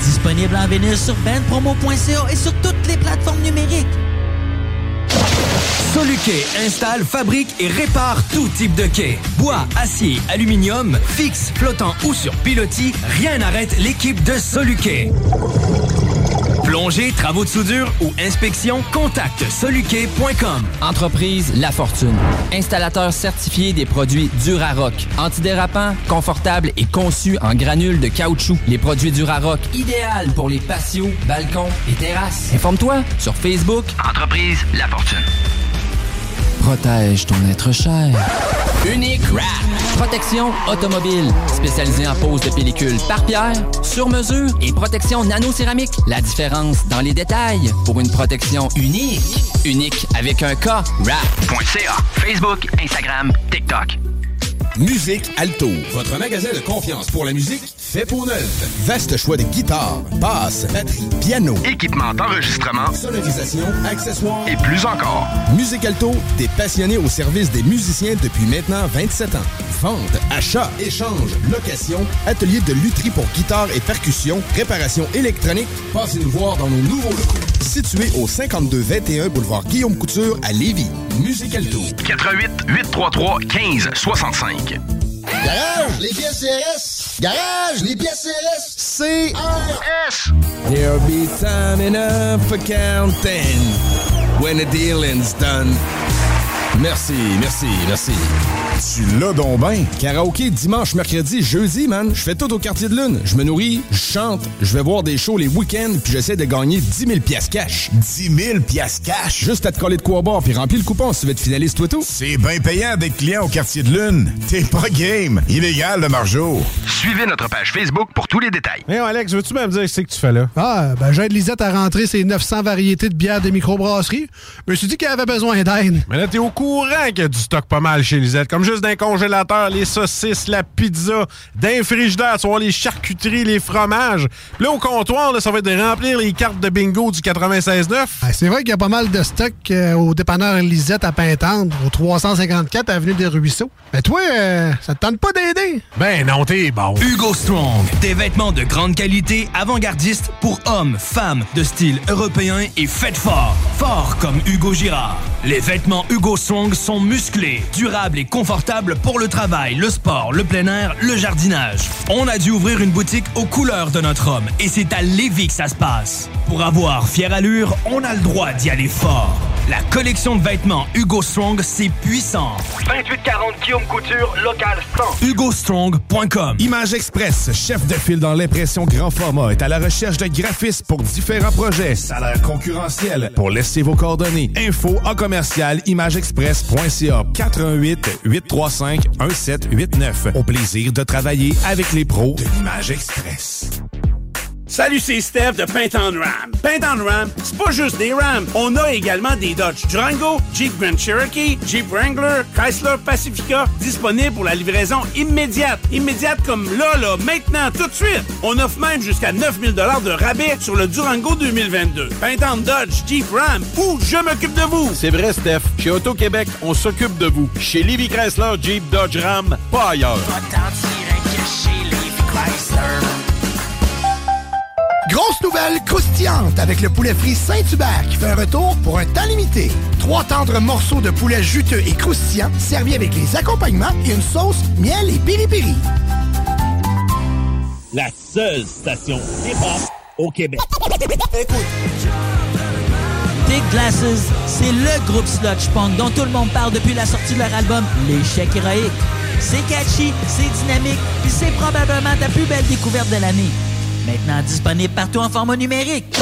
Speaker 18: Disponible en vinyle sur bandpromo.ca et sur toutes les plateformes numériques.
Speaker 11: Soluquet installe, fabrique et répare tout type de quai. Bois, acier, aluminium, fixe, flottant ou sur pilotis, rien n'arrête l'équipe de Soluquet. Plongée, travaux de soudure ou inspection, contacte soluquet.com.
Speaker 12: Entreprise La Fortune. Installateur certifié des produits Durarock. Antidérapant, confortable et conçu en granules de caoutchouc. Les produits Durarock, idéal pour les patios, balcons et terrasses. Informe-toi sur Facebook.
Speaker 27: Entreprise La Fortune.
Speaker 12: Protège ton être cher. Unique Wrap. Protection automobile. Spécialisée en pose de pellicule par pierre, sur mesure et protection nano-céramique. La différence dans les détails pour une protection unique. Unique avec un cas Wrap.ca.
Speaker 27: Facebook, Instagram, TikTok.
Speaker 16: Musique Alto, votre magasin de confiance pour la musique fait pour neuf. Vaste choix de guitares, basses, batteries, piano,
Speaker 27: Équipement d'enregistrement.
Speaker 16: sonorisation, accessoires
Speaker 27: Et plus encore.
Speaker 16: Musique Alto, des passionnés au service des musiciens depuis maintenant 27 ans. Vente, achat, échange, location, atelier de lutherie pour guitare et percussion, réparation électronique. Passez nous voir dans nos nouveaux locaux. Situés au 5221 boulevard Guillaume Couture à Lévis. Musique Alto.
Speaker 27: 88 833 15 65.
Speaker 2: Garage, les pièces CRS. Garage, les pièces CRS. C R
Speaker 16: There'll be time enough for counting when the dealing's done. Merci, merci, merci. Tu l'as donc ben. Karaoké dimanche, mercredi, jeudi, man. Je fais tout au quartier de lune. Je me nourris, je chante, je vais voir des shows les week-ends, puis j'essaie de gagner 10 000 piastres cash. 10 000 piastres cash? Juste à te coller de quoi boire, puis remplis le coupon si tu veux être finaliste, toi tout.
Speaker 14: C'est bien payant d'être client au quartier de lune. T'es pas game. Illégal le margeau.
Speaker 27: Suivez notre page Facebook pour tous les détails.
Speaker 22: Mais Alex, veux-tu même dire ce que tu fais là?
Speaker 19: Ah, ben j'aide Lisette à rentrer ses 900 variétés de bières des microbrasseries. Je me suis dit qu'elle avait besoin d'aide.
Speaker 22: Mais là, t'es au courant qu'il y a du stock pas mal chez Lisette. Comme juste d'un congélateur, les saucisses, la pizza, d'un frigidaire, tu vas voir les charcuteries, les fromages. Puis là, au comptoir, là, ça va être de remplir les cartes de bingo du 96.9.
Speaker 19: Ah, C'est vrai qu'il y a pas mal de stock euh, au dépanneur Lisette à Pintendre, au 354 Avenue des Ruisseaux. Mais toi, euh, ça te tente pas d'aider?
Speaker 22: Ben non, t'es bon.
Speaker 11: Hugo Strong, des vêtements de grande qualité avant-gardistes pour hommes, femmes, de style européen et faites fort. Fort comme Hugo Girard. Les vêtements Hugo Strong sont musclés, durables et confortables pour le travail, le sport, le plein air, le jardinage. On a dû ouvrir une boutique aux couleurs de notre homme et c'est à Lévis que ça se passe. Pour avoir fière allure, on a le droit d'y aller fort. La collection de vêtements Hugo Strong, c'est puissant.
Speaker 27: 2840 Guillaume Couture, local 100.
Speaker 11: HugoStrong.com
Speaker 20: Image Express, chef de file dans l'impression grand format, est à la recherche de graphistes pour différents projets. Salaire concurrentiel. Pour laisser vos coordonnées. Info en commercial imageexpress.ca 418 835 1789. Au plaisir de travailler avec les pros de l'Image Express.
Speaker 21: Salut, c'est Steph de Paint on Ram. Paint on Ram, c'est pas juste des Rams. On a également des Dodge Durango, Jeep Grand Cherokee, Jeep Wrangler, Chrysler Pacifica, disponibles pour la livraison immédiate. Immédiate comme là, là, maintenant, tout de suite. On offre même jusqu'à 9000 de rabais sur le Durango 2022. Paint on Dodge, Jeep Ram ou je m'occupe de vous.
Speaker 25: C'est vrai, Steph. Chez Auto-Québec, on s'occupe de vous. Chez Livy Chrysler, Jeep, Dodge, Ram, pas ailleurs.
Speaker 2: Grosse nouvelle croustillante avec le poulet frit Saint-Hubert qui fait un retour pour un temps limité. Trois tendres morceaux de poulet juteux et croustillants servis avec les accompagnements et une sauce miel et piri-piri.
Speaker 26: La seule station hip-hop au Québec.
Speaker 28: Big Glasses, c'est le groupe sludge punk dont tout le monde parle depuis la sortie de leur album Les Chèques héroïques. C'est catchy, c'est dynamique, puis c'est probablement ta plus belle découverte de l'année. Maintenant disponible partout en format numérique.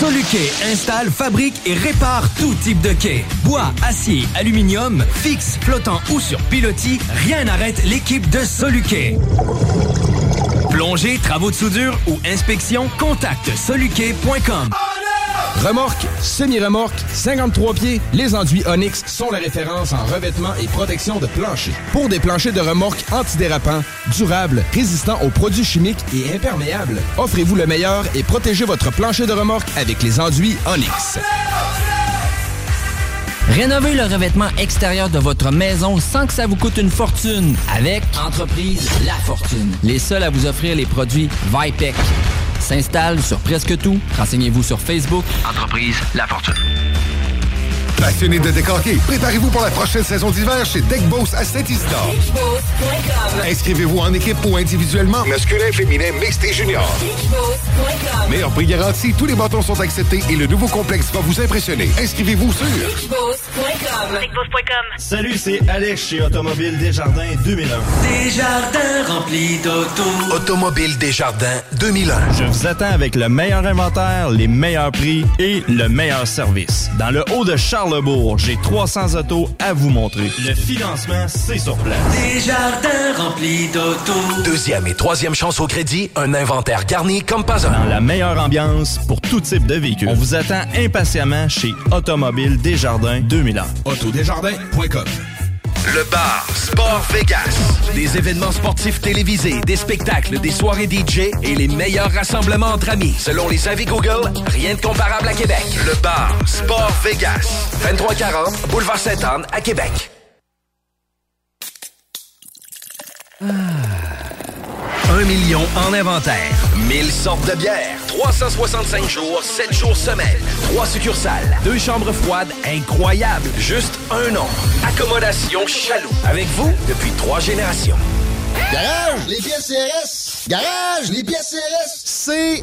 Speaker 11: Soluquet installe, fabrique et répare tout type de quai. Bois, acier, aluminium, fixe, flottant ou sur pilotis, rien n'arrête l'équipe de Soluquet. Plongée, travaux de soudure ou inspection, contacte soluquet.com.
Speaker 16: Remorque, semi-remorque, 53 pieds, les enduits Onyx sont la référence en revêtement et protection de plancher. Pour des planchers de remorque antidérapants, durables, résistants aux produits chimiques et imperméables, offrez-vous le meilleur et protégez votre plancher de remorque avec les enduits Onyx.
Speaker 12: Rénovez le revêtement extérieur de votre maison sans que ça vous coûte une fortune avec Entreprise La Fortune. Les seuls à vous offrir les produits Vipec. S'installe sur presque tout. Renseignez-vous sur Facebook.
Speaker 27: Entreprise La Fortune. Passionné de décorquer, préparez-vous pour la prochaine saison d'hiver chez Deck Boss à Saint-Isidore. Inscrivez-vous en équipe ou individuellement, masculin, féminin, mixte et junior. Meilleur prix garanti, tous les bâtons sont acceptés et le nouveau complexe va vous impressionner. Inscrivez-vous sur
Speaker 13: Salut, c'est Alex chez Automobile Desjardins 2001.
Speaker 25: Desjardins remplis d'auto.
Speaker 13: Automobile Desjardins 2001. Je vous attends avec le meilleur inventaire, les meilleurs prix et le meilleur service. Dans le haut de Charlebourg, j'ai 300 autos à vous montrer. Le financement, c'est sur place.
Speaker 25: Desjardins remplis d'auto.
Speaker 13: Deuxième et troisième chance au crédit, un inventaire garni comme pas un. Dans la meilleure ambiance pour tout type de véhicule. On vous attend impatiemment chez Automobile Desjardins 2001. Autodesjardins.com
Speaker 27: Le bar Sport Vegas. Des événements sportifs télévisés, des spectacles, des soirées DJ et les meilleurs rassemblements entre amis. Selon les avis Google, rien de comparable à Québec. Le bar Sport Vegas. 2340 Boulevard Sainte-Anne à Québec.
Speaker 13: Un million en inventaire. 1000 sortes de bières. 365 jours, 7 jours semaine. 3 succursales. 2 chambres froides incroyables. Juste un an. Accommodation chaloux. Avec vous depuis 3 générations.
Speaker 2: Garage, les pièces CRS. Garage, les pièces CRS. C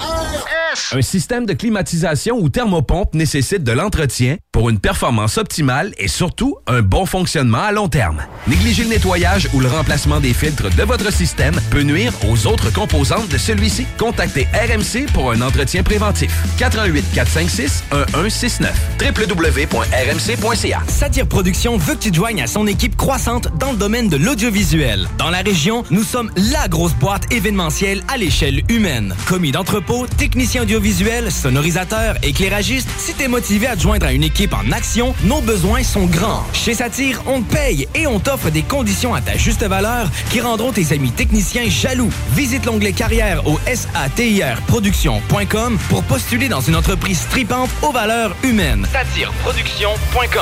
Speaker 21: Un système de climatisation ou thermopompe nécessite de l'entretien pour une performance optimale et surtout un bon fonctionnement à long terme. Négliger le nettoyage ou le remplacement des filtres de votre système peut nuire aux autres composantes de celui-ci. Contactez RMC pour un entretien préventif. 88 456 1169 www.rmc.ca
Speaker 11: Satire Productions veut que tu te joignes à son équipe croissante dans le domaine de l'audiovisuel. Dans la région, nous sommes la grosse boîte événementielle à l'échelle humaine. Commis d'entrepôt, technicien audiovisuel, sonorisateur, éclairagiste, si t'es motivé à te joindre à une équipe en action, nos besoins sont grands. Chez Satire, on te paye et on t'offre des conditions à ta juste valeur qui rendront tes amis techniciens jaloux. Visite l'onglet carrière au satirproduction.com pour postuler dans une entreprise stripante aux valeurs humaines. Satireproduction.com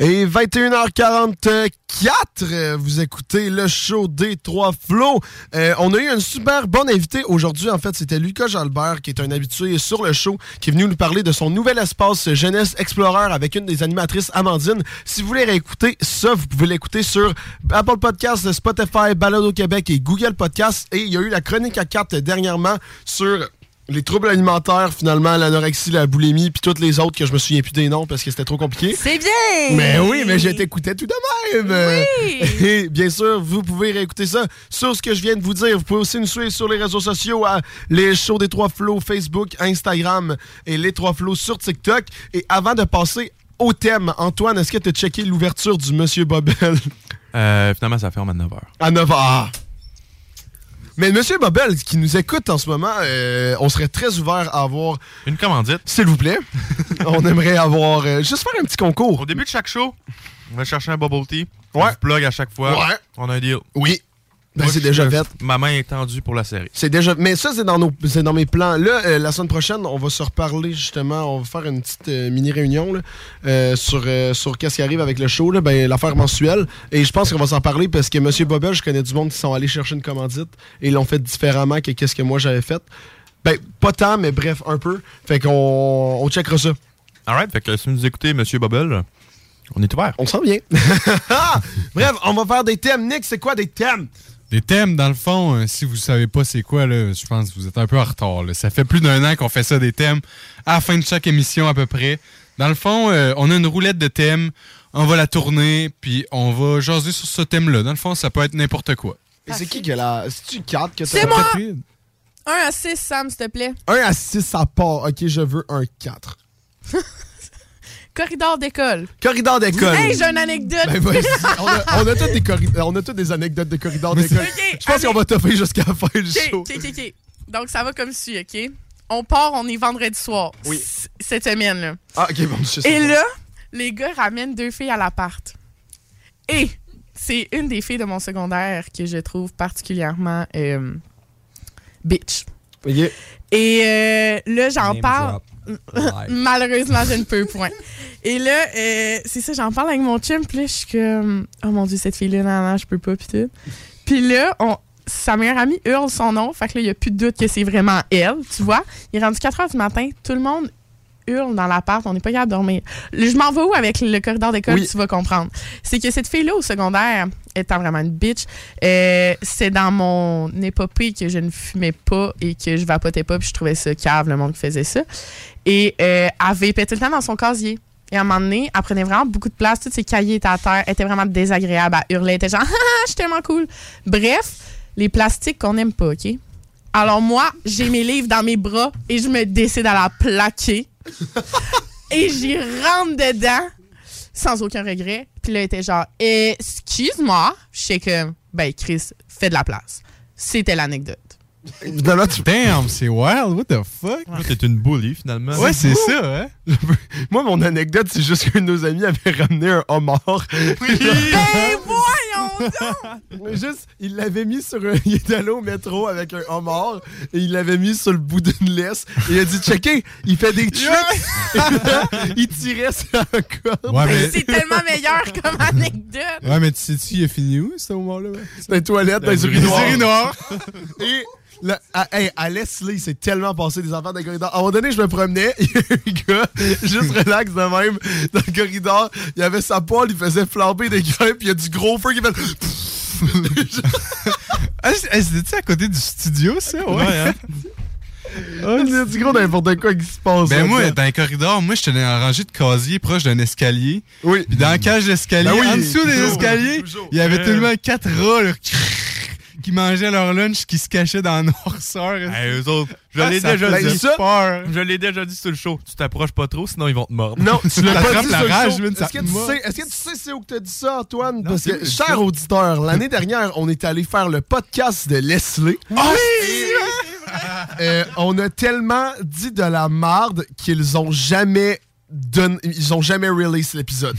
Speaker 4: Et 21h44, euh, vous écoutez le show des trois flots. Euh, on a eu une super bonne invitée aujourd'hui. En fait, c'était Lucas Jalbert, qui est un habitué sur le show, qui est venu nous parler de son nouvel espace Jeunesse Explorer avec une des animatrices, Amandine. Si vous voulez réécouter ça, vous pouvez l'écouter sur Apple Podcasts, Spotify, Balado Québec et Google Podcasts. Et il y a eu la chronique à 4 dernièrement sur les troubles alimentaires, finalement, l'anorexie, la boulimie, puis toutes les autres que je me souviens plus des noms parce que c'était trop compliqué.
Speaker 8: C'est bien!
Speaker 4: Mais oui, mais je t'écoutais tout de même!
Speaker 8: Oui!
Speaker 4: Et bien sûr, vous pouvez réécouter ça sur ce que je viens de vous dire. Vous pouvez aussi nous suivre sur les réseaux sociaux à Les Shows des Trois Flots, Facebook, Instagram et Les Trois Flots sur TikTok. Et avant de passer au thème, Antoine, est-ce que tu as checké l'ouverture du Monsieur Bobel
Speaker 6: Euh, finalement, ça ferme à 9h.
Speaker 4: à 9h? Mais Monsieur Bobel, qui nous écoute en ce moment, euh, on serait très ouvert à avoir.
Speaker 6: Une commandite.
Speaker 4: S'il vous plaît. on aimerait avoir. euh, juste faire un petit concours.
Speaker 6: Au début de chaque show, on va chercher un bubble tea.
Speaker 4: Ouais.
Speaker 6: On se plug à chaque fois.
Speaker 4: Ouais.
Speaker 6: On a un deal.
Speaker 4: Oui. Ben,
Speaker 6: Moi,
Speaker 4: c'est
Speaker 6: je-
Speaker 4: déjà fait.
Speaker 6: Ma main est tendue pour la série.
Speaker 4: C'est déjà. Mais ça, c'est dans, nos... c'est dans mes plans. Là, euh, la semaine prochaine, on va se reparler justement. On va faire une petite euh, mini-réunion là, euh, sur, euh, sur qu'est-ce qui arrive avec le show, là, ben, l'affaire mensuelle. Et je pense qu'on va s'en parler parce que Monsieur Bobel, je connais du monde qui sont allés chercher une commandite et ils l'ont fait différemment que qu'est-ce que moi j'avais fait. Ben, pas tant, mais bref, un peu. Fait qu'on on checkera ça.
Speaker 6: Alright, fait que si vous nous écoutez, Monsieur Bubble, on est ouvert.
Speaker 4: On s'en vient. Ah! bref, on va faire des thèmes. Nick, c'est quoi des thèmes?
Speaker 7: Des thèmes, dans le fond, euh, si vous savez pas c'est quoi, là, je pense que vous êtes un peu en retard. là. Ça fait plus d'un an qu'on fait ça, des thèmes, à la fin de chaque émission à peu près. Dans le fond, euh, on a une roulette de thèmes, on va la tourner, puis on va jaser sur ce thème-là. Dans le fond, ça peut être n'importe quoi.
Speaker 4: Et c'est qui qui a la. C'est-tu 4 que t'as
Speaker 8: Ah, C'est moi! 1 à 6, Sam, s'il te plaît.
Speaker 4: 1 à 6, ça part. Ok, je veux un 4.
Speaker 8: Corridor d'école.
Speaker 4: Corridor d'école.
Speaker 8: Hey, j'ai une anecdote.
Speaker 4: Ben, vas-y. on, a, on a toutes des corri- on a toutes des anecdotes de corridor d'école. je pense qu'on va toffer jusqu'à la fin du
Speaker 8: OK,
Speaker 4: show.
Speaker 8: OK, OK, OK. Donc, ça va comme suit, OK? On part, on est vendredi soir.
Speaker 4: Oui.
Speaker 8: c- Cette semaine, là.
Speaker 4: Ah, ok, bon, je sais.
Speaker 8: Et là, les gars ramènent deux filles à l'appart. Et c'est une des filles de mon secondaire que je trouve particulièrement euh, bitch. Et euh, là, j'en
Speaker 29: Name
Speaker 8: parle.
Speaker 29: drop. Live.
Speaker 8: Malheureusement, je ne peux point. Et là, euh, c'est ça, j'en parle avec mon chum, puis là, je suis comme, oh mon Dieu, cette fille-là, non, non, je peux pas, puis tout. Puis là, on, sa meilleure amie hurle son nom, fait que là, il n'y a plus de doute que c'est vraiment elle, tu vois. Il est rendu 4 heures du matin, tout le monde hurle dans l'appart, on n'est pas capable de dormir. Le- Je m'en vais où avec le corridor d'école,
Speaker 4: Oui.
Speaker 8: tu vas comprendre. C'est que cette fille-là, au secondaire, étant vraiment une bitch, euh, c'est dans mon épopée que je ne fumais pas et que je vapotais pas, puis je trouvais ça cave, le monde qui faisait ça. Et euh, elle vapait tout le temps dans son casier. Et à un moment donné, elle prenait vraiment beaucoup de place, tous ses cahiers étaient à terre, elle était vraiment désagréable, elle hurlait, elle était genre, Ah, ah, je suis tellement cool. Bref, les plastiques qu'on n'aime pas, OK? Alors moi, j'ai mes livres dans mes bras et je me décide à la plaquer et j'y rentre dedans sans aucun regret. Puis là, elle était genre, excuse-moi. Je sais que, ben, Chris, fais de la place. C'était l'anecdote.
Speaker 7: Damn, c'est wild, what the fuck?
Speaker 6: T'es une bully finalement.
Speaker 7: Ouais, c'est ça, hein?
Speaker 4: Moi, mon anecdote, c'est juste qu'un de nos amis avait ramené un homard. hein?
Speaker 8: Ben voyons
Speaker 4: Juste, il l'avait mis sur un... Il était allé au métro avec un homard et il l'avait mis sur le bout d'une laisse. Et il a dit, checker, il fait des tricks. Et là, il tirait ça encore.
Speaker 7: Ouais, mais- C'est
Speaker 8: tellement meilleur comme anecdote.
Speaker 7: Ouais, mais tu sais-tu, il a fini où, ce moment-là?
Speaker 4: Dans les toilettes, dans les urinoirs.
Speaker 7: urinoirs.
Speaker 4: Et là, à, hey, à Leslie, c'est tellement passé des affaires dans le corridor. À un moment donné, je me promenais, il y a un gars, juste relax de même, dans le corridor, il avait sa poêle, il faisait flamber des grains, puis il y a du gros feu qui fait...
Speaker 7: Ah, c'est- hey, C'était-tu à côté du studio, ça? Ouais, hein?
Speaker 4: c'est du gros n'importe quoi qui se passe.
Speaker 7: Ben
Speaker 4: là,
Speaker 7: moi,
Speaker 4: dedans.
Speaker 7: dans les corridors, moi, j'étais dans un rangée de casiers proche d'un escalier.
Speaker 4: Oui.
Speaker 7: Puis dans la cage d'escalier,
Speaker 4: Ben oui,
Speaker 7: en dessous des
Speaker 4: toujours,
Speaker 7: escaliers,
Speaker 4: toujours.
Speaker 7: il y avait
Speaker 4: Euh.
Speaker 7: tellement quatre rats là, qui mangeaient leur lunch, qui se cachaient dans la noirceur.
Speaker 6: Hey, eux autres, je
Speaker 7: Ah,
Speaker 6: l'ai
Speaker 7: ça
Speaker 6: déjà
Speaker 7: fait
Speaker 4: Ben,
Speaker 6: dit.
Speaker 7: peur.
Speaker 6: Je l'ai déjà dit sur le show. Tu t'approches pas trop, sinon ils vont te mordre.
Speaker 4: Non, tu l'as pas
Speaker 6: T'attrapes
Speaker 4: dit
Speaker 6: la
Speaker 4: sur le
Speaker 6: rage,
Speaker 4: show.
Speaker 6: man, ça
Speaker 4: Est-ce que,
Speaker 6: te
Speaker 4: tu
Speaker 6: mord.
Speaker 4: sais, est-ce que tu sais c'est où que t'as dit ça, Antoine? Parce
Speaker 6: c'est
Speaker 4: que,
Speaker 6: où, c'est
Speaker 4: cher
Speaker 6: où?
Speaker 4: auditeur, l'année dernière, on est allé faire le podcast de Leslie.
Speaker 7: Ah,
Speaker 4: Euh, on a tellement dit de la marde qu'ils ont jamais donné, ils ont jamais release l'épisode.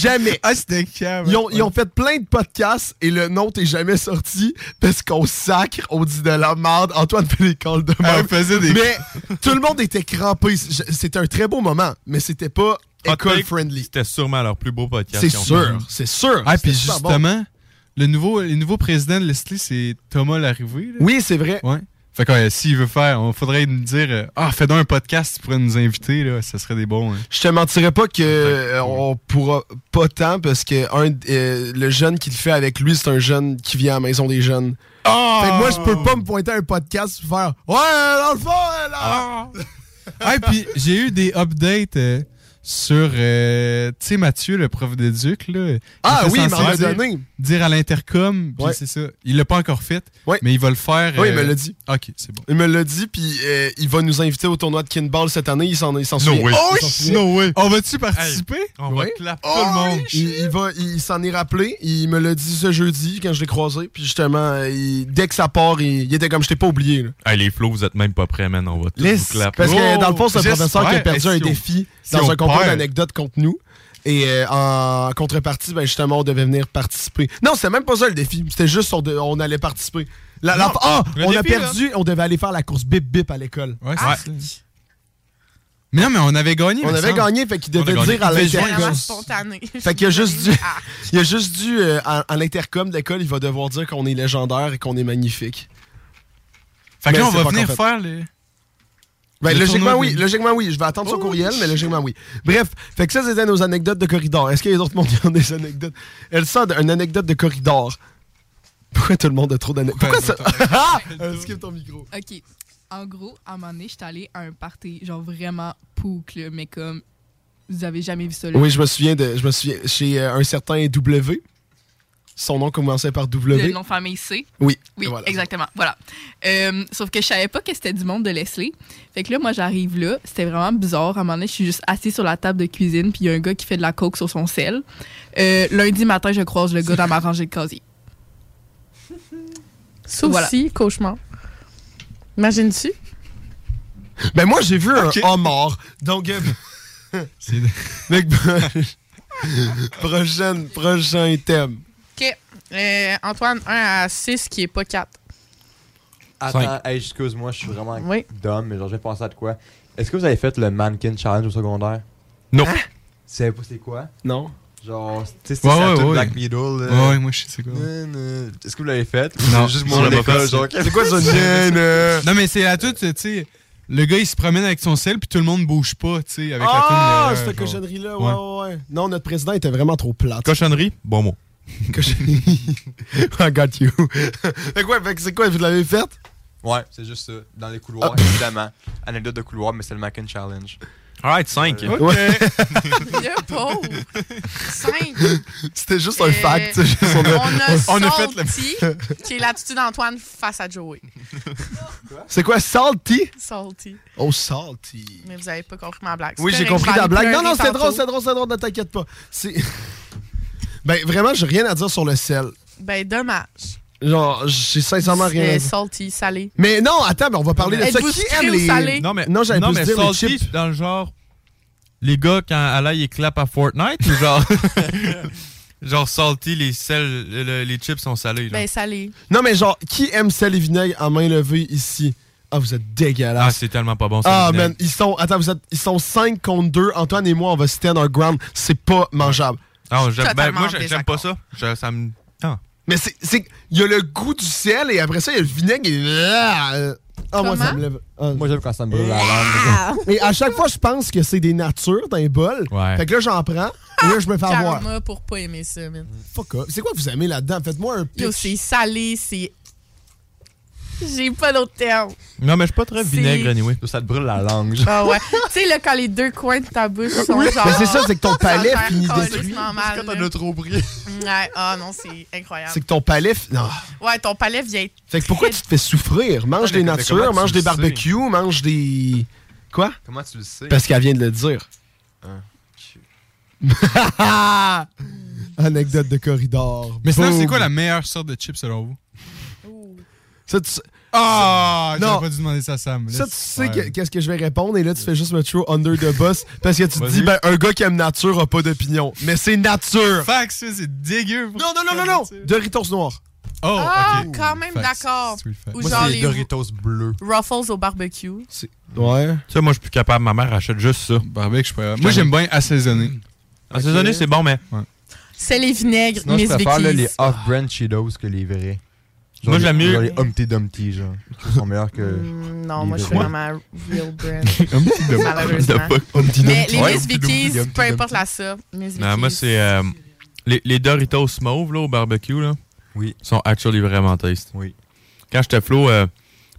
Speaker 4: jamais.
Speaker 7: Ah, c'était
Speaker 4: ils ont, ils ont fait plein de podcasts et le nôtre est jamais sorti parce qu'on sacre, on dit de la marde. Antoine fait des calls de
Speaker 7: Ah,
Speaker 4: merde.
Speaker 7: on faisait des-
Speaker 4: Mais tout le monde était crampé. Je- C'était un très beau moment, mais c'était pas
Speaker 6: Hot
Speaker 4: école
Speaker 6: Take,
Speaker 4: friendly.
Speaker 6: C'était sûrement leur plus beau podcast.
Speaker 4: C'est
Speaker 6: qu'ils ont
Speaker 4: sûr,
Speaker 6: fait.
Speaker 4: c'est sûr.
Speaker 7: Ah, puis
Speaker 4: C'était super bon.
Speaker 7: justement, le nouveau, le nouveau président de Leslie, c'est Thomas Larrivé. là.
Speaker 4: Oui, c'est vrai.
Speaker 7: Ouais. Fait que euh, s'il veut faire, on faudrait nous dire euh, Ah, fais donc un podcast, tu pourrais nous inviter, là, ça serait des bons. hein.
Speaker 4: Je te mentirais pas que euh, on pourra pas tant parce que un, euh, le jeune qui le fait avec lui, c'est un jeune qui vient à la maison des jeunes.
Speaker 7: Ah!
Speaker 4: Fait que moi, je peux pas me pointer à un podcast et faire Ouais, dans le fond, euh, là!
Speaker 7: Ah, puis j'ai eu des updates euh, sur, euh, tu sais, Mathieu, le prof d'éduc, là. il
Speaker 4: Ah
Speaker 7: était
Speaker 4: oui, il m'en
Speaker 7: censé
Speaker 4: a
Speaker 7: dire-
Speaker 4: donné.
Speaker 7: Dire à l'intercom, puis
Speaker 4: Ouais.
Speaker 7: c'est ça. Il l'a pas encore fait, mais il va le faire. euh,
Speaker 4: Oui, il me l'a dit.
Speaker 7: Ok, c'est bon.
Speaker 4: Il me l'a dit, puis euh, il va nous inviter au tournoi de Kinball cette année. Il s'en il s'en souvient.
Speaker 7: way.
Speaker 4: Oh,
Speaker 7: Oh,
Speaker 4: il s'en
Speaker 7: sh-
Speaker 4: souvient.
Speaker 7: no way. On va-tu participer? Hey,
Speaker 4: Ah
Speaker 7: on va clap tout le monde.
Speaker 4: Oh, Il, il va- il s'en est rappelé. Il me l'a dit ce jeudi quand je l'ai croisé. Puis justement, euh, il- dès que ça part, il, il était comme je t'ai pas oublié. là.
Speaker 6: Hey, les flots, vous êtes même pas prêts, man. On va tous
Speaker 4: Laisse-
Speaker 6: vous Oh! clapper.
Speaker 4: Parce que
Speaker 7: Oh,
Speaker 4: dans le fond, c'est un
Speaker 6: J'espère.
Speaker 4: professeur qui a perdu
Speaker 6: Hey,
Speaker 4: un
Speaker 6: si on-
Speaker 4: défi
Speaker 6: si
Speaker 4: dans
Speaker 6: on
Speaker 4: un concours
Speaker 6: perd-
Speaker 4: d'anecdotes contre nous. Et euh, en contrepartie, ben justement, on devait venir participer. Non, c'était même pas ça le défi. C'était juste on, de- on allait participer. La- la-
Speaker 7: Non,
Speaker 4: ah,
Speaker 7: le
Speaker 4: on a
Speaker 7: défi, là.
Speaker 4: perdu. On devait aller faire la course bip bip à l'école.
Speaker 7: Ouais, c'est ça. Mais non, mais on avait gagné.
Speaker 4: On
Speaker 7: me
Speaker 4: avait
Speaker 7: semble.
Speaker 4: gagné, fait qu'il
Speaker 7: On a
Speaker 4: devait
Speaker 7: gagné.
Speaker 4: dire à
Speaker 7: Il devait
Speaker 4: l'intercom.
Speaker 7: joindre.
Speaker 8: Ah. Spontané. Ah.
Speaker 4: Fait qu'il a juste dû, il a juste dû euh, à, à l'intercom de l'école, il va devoir dire qu'on est légendaire et qu'on est magnifique.
Speaker 7: Fait que
Speaker 4: Mais
Speaker 7: là, on
Speaker 4: c'est
Speaker 7: va
Speaker 4: pas
Speaker 7: venir
Speaker 4: qu'on fait.
Speaker 7: faire les.
Speaker 4: Ben,
Speaker 7: le
Speaker 4: logiquement,
Speaker 7: tournoi
Speaker 4: oui.
Speaker 7: de- Oh,
Speaker 4: Logiquement, oui. Je vais attendre son courriel, mais logiquement, oui. Bref, fait que ça, c'était nos anecdotes de corridor. Est-ce qu'il y a d'autres monde qui ont des anecdotes? Elle sort une anecdote de corridor. Pourquoi tout le monde a trop d'anecdotes?
Speaker 7: Ben,
Speaker 4: Pourquoi ça? Ah! Euh, skip ton micro.
Speaker 30: OK. En gros, à un moment donné, j'étais allée à un party, genre vraiment poucle, là, mais comme vous avez jamais vu ça. là.
Speaker 4: Oui, je me souviens de. Je me souviens. Chez euh, un certain W. Son nom commençait par W.
Speaker 30: Le nom de famille C.
Speaker 4: Oui.
Speaker 30: Oui,
Speaker 4: Et voilà.
Speaker 30: exactement. Voilà. Euh, sauf que je savais pas que c'était du monde de Leslie. Fait que là, moi, j'arrive là. C'était vraiment bizarre. À un moment donné, je suis juste assise sur la table de cuisine, puis il y a un gars qui fait de la coke sur son sel. Euh, lundi matin, je croise le gars dans ma rangée de casier.
Speaker 8: Ça aussi, cauchemar. Imagine-tu?
Speaker 4: Ben moi j'ai vu Ok. un homard. Donc euh, Mec, prochaine, prochain thème.
Speaker 8: OK. Euh, Antoine, 1 à 6 qui est pas 4.
Speaker 3: Attends, hey, excuse-moi, je suis vraiment
Speaker 8: Oui.
Speaker 3: dumb, mais genre, je viens de penser à de quoi. Est-ce que vous avez fait le mannequin challenge au secondaire?
Speaker 6: Non.
Speaker 8: Ah!
Speaker 3: Tu savais pas c'est quoi?
Speaker 4: Non.
Speaker 3: Genre, tu sais, c'est
Speaker 4: Ouais,
Speaker 3: ça,
Speaker 4: ouais,
Speaker 3: toute
Speaker 4: ouais.
Speaker 3: Black Meadow. là.
Speaker 4: Ouais, ouais, moi, je sais c'est quoi.
Speaker 3: Nan, nan. Est-ce que vous l'avez fait?
Speaker 4: Non,
Speaker 3: C'est juste
Speaker 4: je
Speaker 3: mon
Speaker 4: l'ai pas
Speaker 3: école,
Speaker 4: fait.
Speaker 3: genre, c'est quoi ça?
Speaker 4: Nan, nan.
Speaker 7: Non, mais c'est à tout, tu sais. Le gars, il se promène avec son sel, puis tout le monde bouge pas, tu sais, avec
Speaker 4: Ah,
Speaker 7: la toune. euh,
Speaker 4: cette
Speaker 7: genre.
Speaker 4: cochonnerie-là,
Speaker 7: Ouais.
Speaker 4: ouais, ouais, ouais. Non, notre président était vraiment trop plate.
Speaker 7: Cochonnerie, bon mot.
Speaker 4: Cochonnerie. I got you. fait quoi, fait que c'est quoi, vous l'avez faite?
Speaker 3: Ouais, c'est juste ça, dans les couloirs, évidemment. Anecdote de couloir, mais c'est le mannequin challenge.
Speaker 6: Alright, 5.
Speaker 3: Euh,
Speaker 8: Le pauvre. 5.
Speaker 4: C'était juste un fact. tu sais, juste
Speaker 8: Euh, on
Speaker 4: on a-
Speaker 8: a,
Speaker 4: on a fait
Speaker 8: Salty, qui est l'attitude d'Antoine face à Joey.
Speaker 4: C'est quoi, salty?
Speaker 8: Salty.
Speaker 4: Oh, salty.
Speaker 8: Mais vous avez pas compris ma blague.
Speaker 4: Oui,
Speaker 8: C'est
Speaker 4: j'ai
Speaker 8: correct,
Speaker 4: compris
Speaker 8: je vais
Speaker 4: ta
Speaker 8: aller
Speaker 4: blague. Non,
Speaker 8: pleurer
Speaker 4: non, c'est
Speaker 8: tantôt.
Speaker 4: drôle, c'est drôle, c'est drôle, ne t'inquiète pas. C'est- ben, vraiment, j'ai rien à dire sur le sel.
Speaker 8: Ben, dommage.
Speaker 4: Genre, j'ai sincèrement rien à
Speaker 8: C'est
Speaker 4: dire.
Speaker 8: salty, salé.
Speaker 4: Mais non, attends, mais on va parler de ça.
Speaker 8: Êtes-vous
Speaker 4: Qui
Speaker 8: sucré
Speaker 4: aime
Speaker 8: ou
Speaker 4: les.
Speaker 8: salé?
Speaker 4: Non, mais, non, j'allais plus
Speaker 6: mais
Speaker 4: dire les
Speaker 6: salty,
Speaker 4: chips.
Speaker 6: c'est dans le genre. Les gars, quand à l'ail, ils clapent à Fortnite ou genre. genre salty, les, sels, le- le- les chips sont salés. Genre.
Speaker 8: Ben, salé.
Speaker 4: Non, mais genre, qui aime sel et vinaigre à main levée ici? Ah, vous êtes
Speaker 6: ah,
Speaker 4: dégueulasse.
Speaker 6: c'est tellement pas bon.
Speaker 4: Ah,
Speaker 6: ça, le
Speaker 4: man, ils sont. Attends, vous êtes. Ils sont 5 contre 2. Antoine et moi, on va stand our ground. C'est pas mangeable.
Speaker 6: Ah, j'aime- ben, Totalement moi, j'aime- j'aime pas ça. ça me. ah.
Speaker 4: Mais c'est. c'est- Il y a le goût du sel et après ça, il y a le vinaigre et. Ah, euh, ah, moi, ça
Speaker 3: Comment?
Speaker 4: me lève. ah.
Speaker 3: Moi, j'aime quand ça me brûle la langue.
Speaker 4: Mais à chaque fois, je pense que c'est des natures dans les bols.
Speaker 3: Ouais.
Speaker 4: Fait que là, j'en prends. Et là, je me fais avoir.
Speaker 8: Karma pour pas aimer ça, man.
Speaker 4: Fuck up. C'est quoi que vous aimez là-dedans? Faites-moi un
Speaker 8: Yo,
Speaker 4: pitch.
Speaker 8: c'est salé, c'est. J'ai pas d'autre terme.
Speaker 6: Non, mais je suis pas très
Speaker 8: C'est- vinaigre,
Speaker 6: anyway.
Speaker 3: Ça te brûle la langue.
Speaker 8: Ah ouais. tu sais, là, quand les deux coins de ta bouche sont
Speaker 4: Oui.
Speaker 8: genre.
Speaker 4: Mais c'est ça, c'est que ton palais finit détruit.
Speaker 8: détruit. Quand
Speaker 4: t'en as trop pris.
Speaker 8: Ouais, ah non, c'est incroyable.
Speaker 4: C'est que ton palais. f- Non.
Speaker 8: Ouais, ton palais vient.
Speaker 4: Fait que pourquoi tu te fais souffrir? Mange
Speaker 8: Ah, mais
Speaker 4: des
Speaker 8: comment
Speaker 4: natures,
Speaker 8: tu
Speaker 4: mange
Speaker 8: le
Speaker 4: des
Speaker 8: sais?
Speaker 4: barbecues, mange des. Quoi?
Speaker 3: Comment tu le sais?
Speaker 4: Parce qu'elle vient de le dire. Hein. Anecdote de corridor.
Speaker 7: Mais sinon,
Speaker 4: Boum.
Speaker 7: c'est quoi la meilleure sorte de chips selon vous?
Speaker 4: Ça, tu sais-
Speaker 7: Ah!
Speaker 4: Non.
Speaker 7: J'aurais pas dû demander ça à Sam.
Speaker 4: Ça, tu sais
Speaker 7: Ouais.
Speaker 4: que- qu'est-ce que je vais répondre, et là, tu fais juste me throw under the bus parce que tu te
Speaker 7: Vas-y.
Speaker 4: dis, ben, un gars qui aime nature a pas d'opinion. Mais c'est nature!
Speaker 7: Fax, ça, c'est dégueu.
Speaker 4: Non, non, non, non, non! Doritos noirs.
Speaker 7: Oh,
Speaker 8: Ah, quand même d'accord. Ou genre les
Speaker 4: bleus.
Speaker 8: Ruffles au barbecue.
Speaker 4: Ouais.
Speaker 6: Ça, moi, je suis plus capable. Ma mère achète juste ça.
Speaker 7: Ben,
Speaker 6: Barbecue, je suis pas
Speaker 7: Moi, j'aime bien assaisonner.
Speaker 6: Assaisonner,
Speaker 7: Ok.
Speaker 6: c'est bon, mais.
Speaker 8: C'est les vinaigres,
Speaker 3: Sinon, je
Speaker 8: Miss
Speaker 3: préfère là, les
Speaker 8: Vicky's.
Speaker 3: off-brand Cheetos que les vrais.
Speaker 6: Moi,
Speaker 3: les-
Speaker 6: j'aime mieux-
Speaker 3: Genre les Humpty Dumpty, genre. Ils sont meilleurs que.
Speaker 8: Mm, Non,
Speaker 3: les
Speaker 8: moi, je suis
Speaker 3: vrais.
Speaker 8: vraiment real brand.
Speaker 6: Dumpty.
Speaker 8: Malheureusement.
Speaker 6: What the fuck? Humpty
Speaker 8: Mais
Speaker 6: Dumpty.
Speaker 8: les
Speaker 6: Ouais,
Speaker 8: Miss
Speaker 6: Humpty Dumpty,
Speaker 8: Vicky's,
Speaker 6: Humpty
Speaker 8: peu
Speaker 6: Dumpty.
Speaker 8: importe la ça, Miss
Speaker 6: Non, moi,
Speaker 8: Vicky's.
Speaker 6: c'est. euh, les, les Doritos mauve, là, au barbecue, là.
Speaker 3: Oui.
Speaker 6: Sont actually vraiment taste.
Speaker 3: Oui.
Speaker 6: Quand j'étais flou, euh,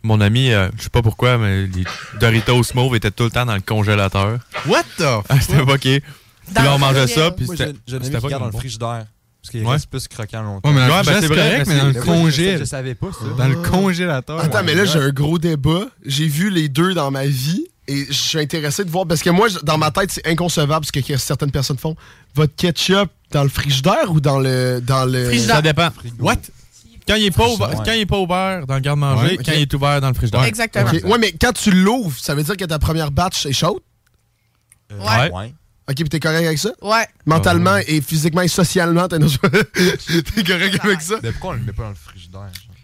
Speaker 6: mon ami, euh, je sais pas pourquoi, mais les Doritos mauve étaient tout le temps dans le congélateur.
Speaker 7: What the?
Speaker 6: Ah, c'était fucké. Puis
Speaker 3: Dans
Speaker 6: là, on
Speaker 3: le
Speaker 6: mangeait
Speaker 3: frigidaire.
Speaker 6: ça, puis
Speaker 3: Moi,
Speaker 6: c'était.
Speaker 3: j'ai- j'ai un ami
Speaker 6: c'était
Speaker 3: qui
Speaker 6: pas
Speaker 3: garde dans le
Speaker 6: bon.
Speaker 3: frigidaire, parce qu'il
Speaker 6: Ouais.
Speaker 3: reste plus croquant longtemps.
Speaker 6: Ouais, mais dans le
Speaker 4: Ouais, ben,
Speaker 6: frigidaire,
Speaker 4: c'est vrai, mais
Speaker 6: c'est-
Speaker 4: dans le
Speaker 6: c'est-
Speaker 4: congé.
Speaker 6: c'est-
Speaker 3: savais pas ça.
Speaker 7: Dans le congélateur.
Speaker 4: Attends,
Speaker 7: Ouais.
Speaker 4: mais là, j'ai un gros débat. J'ai vu les deux dans ma vie et je suis intéressé de voir. Parce que moi, je- dans ma tête, c'est inconcevable ce que certaines personnes font. Votre ketchup dans le frigidaire ou dans le. Dans le...
Speaker 6: Ça dépend. What? Quand il est pas ouvert,
Speaker 4: Ouais.
Speaker 6: quand il est pas ouvert dans le garde-manger,
Speaker 4: Ouais, ok.
Speaker 6: quand il est ouvert dans le frigidaire.
Speaker 4: Ok. Ouais, mais quand tu l'ouvres, ça veut dire que ta première batch est chaude?
Speaker 6: Ouais.
Speaker 4: Ok, puis t'es correct avec ça?
Speaker 8: Ouais.
Speaker 4: Mentalement et physiquement et socialement, t'es t'es correct avec ça?
Speaker 3: Mais pourquoi on le met pas dans le frigidaire? genre?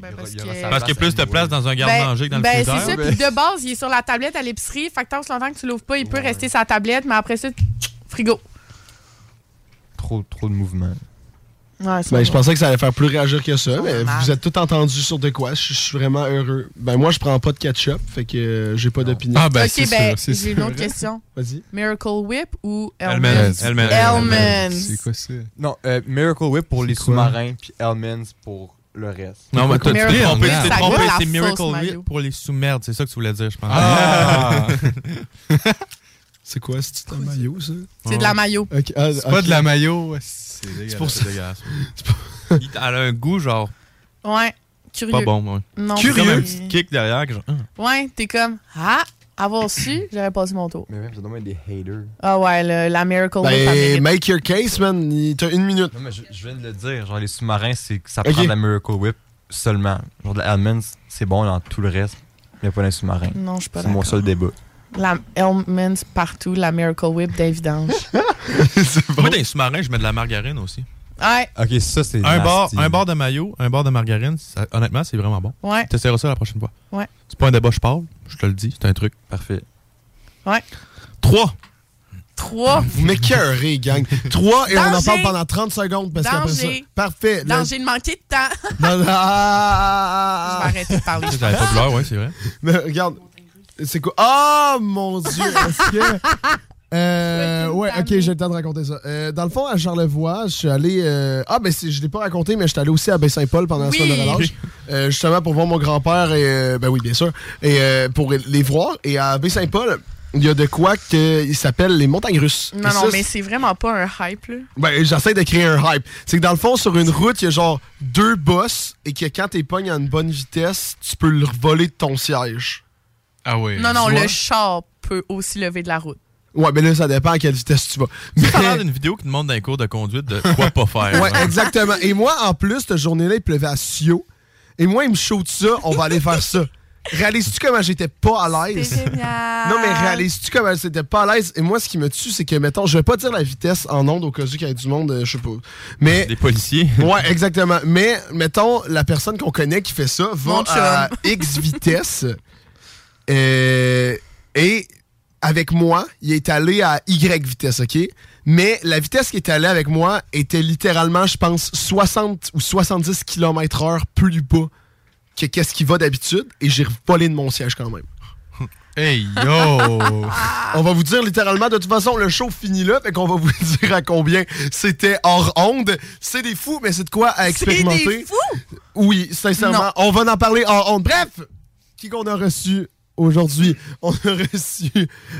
Speaker 8: Ben, parce
Speaker 3: Il y aura
Speaker 8: que-
Speaker 3: sa
Speaker 6: Parce qu'il y a
Speaker 3: place
Speaker 6: plus de
Speaker 3: anyway.
Speaker 6: place dans un garde-manger que dans
Speaker 8: ben,
Speaker 6: le frigidaire.
Speaker 8: c'est ça. Puis de base, il est sur la tablette à l'épicerie. Fait que tant que longtemps que tu l'ouvres pas, il peut rester sa tablette, mais après ça, frigo.
Speaker 3: Trop, trop de mouvement.
Speaker 8: Ouais,
Speaker 4: Ben, je pensais que ça allait faire plus réagir que ça, mais
Speaker 8: normal.
Speaker 4: vous êtes tout entendu sur de quoi. Je je suis vraiment heureux. Ben, moi, je prends pas de ketchup, fait que euh, j'ai pas d'opinion.
Speaker 6: Ah, ben,
Speaker 8: Ok, ben, j'ai une autre question.
Speaker 4: Vas-y.
Speaker 8: Miracle Whip ou
Speaker 6: Hellmann's.
Speaker 8: Hellman's? Hellman's.
Speaker 7: quoi ça?
Speaker 3: Non, euh, Miracle Whip pour les sous-marins, puis Hellman's pour le reste.
Speaker 6: Non, mais toi, tu t'es trompé, tu t'es
Speaker 8: Ça
Speaker 6: trompé.
Speaker 8: goûte la
Speaker 6: C'est Miracle
Speaker 8: sauce,
Speaker 6: Whip
Speaker 8: Mario.
Speaker 6: pour les sous-merdes, c'est ça que tu voulais dire, je pense.
Speaker 4: Ah! c'est quoi, c'est de la maillot, ça?
Speaker 8: C'est de la mayo.
Speaker 4: Ok, ah,
Speaker 7: C'est pas
Speaker 4: ok.
Speaker 7: de la mayo. C'est
Speaker 4: dégueulasse,
Speaker 7: dégueulasse.
Speaker 4: pour ça.
Speaker 6: Il- Elle a un goût, genre,
Speaker 8: Ouais, curieux.
Speaker 6: pas bon. Ouais.
Speaker 8: Non,
Speaker 6: C'est comme
Speaker 8: mais-
Speaker 6: un petit kick derrière. que genre, ah.
Speaker 8: Ouais, t'es comme, ah, avoir su, j'aurais passé mon tour.
Speaker 3: Mais même, ça doit être des haters.
Speaker 8: Ah ouais, le- la Miracle Whip. elle
Speaker 4: Ben,
Speaker 8: mérite.
Speaker 4: make your case, man. Il- T'as une minute.
Speaker 3: Non, mais je, je viens de le dire, genre les sous-marins, c'est que ça
Speaker 4: Ok.
Speaker 3: prend de la Miracle Whip seulement. Genre de la Hellman's, c'est bon dans tout le reste, mais pas dans les sous-marins.
Speaker 8: Non, je suis pas
Speaker 3: C'est mon
Speaker 8: d'accord.
Speaker 3: seul débat.
Speaker 8: La Hellman's partout, la Miracle Whip d'Évidence.
Speaker 6: Moi, dans les sous-marins, je mets de la margarine aussi.
Speaker 8: ouais.
Speaker 6: Ok, ça,
Speaker 8: c'est
Speaker 6: Un
Speaker 8: nasty.
Speaker 6: bord, un bord de maillot, un bord de margarine, ça- honnêtement, c'est vraiment bon.
Speaker 8: Ouais.
Speaker 6: Tu essaieras ça la prochaine fois.
Speaker 8: Ouais.
Speaker 6: C'est pas un débat, je parle, je te le dis, c'est un truc. Parfait.
Speaker 8: Ouais.
Speaker 6: 3.
Speaker 8: 3.
Speaker 4: Vous m'écœurez, gang. 3 et on en
Speaker 8: Danger.
Speaker 4: parle pendant 30 secondes parce qu'après ça.
Speaker 8: Danger.
Speaker 4: Parfait. là-
Speaker 8: Danger de manquer de temps.
Speaker 4: Non, non, ah,
Speaker 8: Je vais arrêter de parler, je J'avais
Speaker 6: pas de l'heure, ouais, c'est vrai.
Speaker 4: Mais regarde. C'est quoi? Oh mon Dieu! Est-ce que. Euh, ouais, ok, j'ai le temps de raconter ça. Euh, dans le fond, à Charlevoix, je suis allé. euh, Ah, ben, c'est- je l'ai pas raconté, mais je suis allé aussi à Baie-Saint-Paul pendant la
Speaker 25: Oui.
Speaker 4: semaine de relâche. Euh, justement pour voir mon grand-père et. euh, ben oui, bien sûr. Et euh, pour les voir. Et à Baie-Saint-Paul, il y a de quoi qu'il s'appelle les montagnes russes.
Speaker 8: Non,
Speaker 4: Et
Speaker 8: non,
Speaker 4: ça,
Speaker 8: mais c'est vraiment pas un hype, là.
Speaker 4: ben, j'essaie de créer un hype. C'est que dans le fond, sur une route, il y a genre deux bosses et que quand t'es pognes à une bonne vitesse, tu peux le voler de ton siège.
Speaker 7: Ah oui.
Speaker 8: Non, non, le
Speaker 4: vois?
Speaker 8: char peut aussi lever de la route.
Speaker 4: Ouais, mais là, ça dépend à quelle vitesse tu vas. Mais-
Speaker 6: Ça a l'air d'une vidéo qui te montre dans les cours de conduite de quoi pas faire.
Speaker 4: Ouais, exactement. Et moi, en plus, cette journée-là, il pleuvait à Sio. Et moi, il me shoot ça, on va aller faire ça. Réalises-tu comment j'étais pas à l'aise?
Speaker 8: C'est génial.
Speaker 4: Non, mais réalises-tu comment j'étais pas à l'aise? Et moi, ce qui me tue, c'est que, mettons, je vais pas dire la vitesse en onde au cas où qu'il y ait du monde, euh, je sais pas. Mais.
Speaker 6: Des policiers.
Speaker 4: Ouais, exactement. Mais, mettons, la personne qu'on connaît qui fait ça va
Speaker 25: Mon chum.
Speaker 4: à X vitesse. Euh, et avec moi, il est allé à Y vitesse, OK? Mais la vitesse qu'il est allé avec moi était littéralement, je pense, 60 ou 70 km/h plus bas que qu'est-ce qui va d'habitude. Et j'ai volé de mon siège quand même.
Speaker 7: Hey yo!
Speaker 4: On va vous dire littéralement, de toute façon, le show finit là, fait qu'on va vous dire à combien c'était hors onde. C'est des fous, mais c'est de quoi à expérimenter.
Speaker 25: des
Speaker 4: fous? Oui, sincèrement.
Speaker 25: Non.
Speaker 4: On va en parler hors onde. Bref, qui qu'on a reçu aujourd'hui? On a reçu...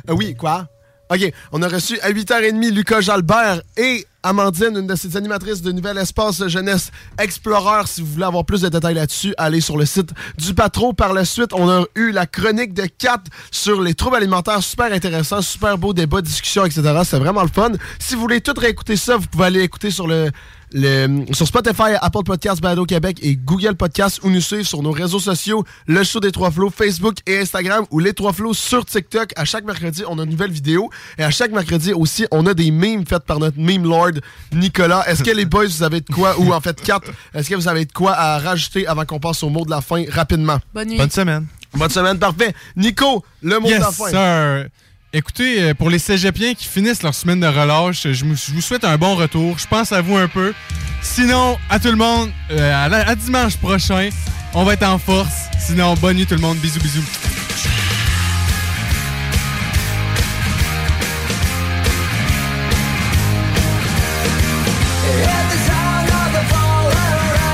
Speaker 4: Ah oui, quoi? OK, on a reçu à 8h30 Lucas Jalbert et Amandine, une de ses animatrices de Nouvel Espace Jeunesse Explorer. Si vous voulez avoir plus de détails là-dessus, allez sur le site du Patro. Par la suite, on a eu la chronique de Kat sur les troubles alimentaires. Super intéressant, super beau débat, discussion, etc. C'est vraiment le fun. Si vous voulez tout réécouter ça, vous pouvez aller écouter sur le le- sur Spotify, Apple Podcasts, Balado Québec et Google Podcasts ou nous suivre sur nos réseaux sociaux, le show des Trois Flots, Facebook et Instagram ou les Trois Flots sur TikTok. À chaque mercredi, on a une nouvelle vidéo et à chaque mercredi aussi, on a des memes faites par notre meme lord Nicolas. Est-ce que les boys, vous avez de quoi ou en fait quatre, est-ce que vous avez de quoi à rajouter avant qu'on passe au mot de la fin rapidement?
Speaker 8: Bonne
Speaker 7: nuit. Bonne semaine.
Speaker 4: Bonne semaine, parfait. Nico, le mot
Speaker 7: yes,
Speaker 4: de la fin.
Speaker 7: sir. Écoutez, euh, pour les cégepiens qui finissent leur semaine de relâche, euh, je mou- je vous souhaite un bon retour. Je pense à vous un peu. Sinon, à tout le monde, euh, à, la- à dimanche prochain, on va être en force. Sinon, bonne nuit tout le monde. Bisous, bisous.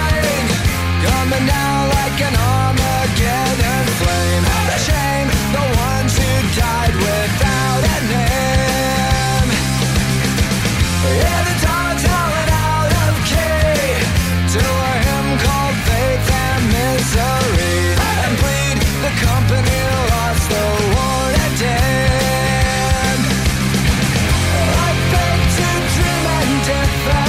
Speaker 25: Coming down like an Armageddon flame. The shame, the ones who died without a name. Yeah, the dogs howling out of key to a hymn called faith and misery. And bleed, the company lost the war to damn. I beg to dream and defend.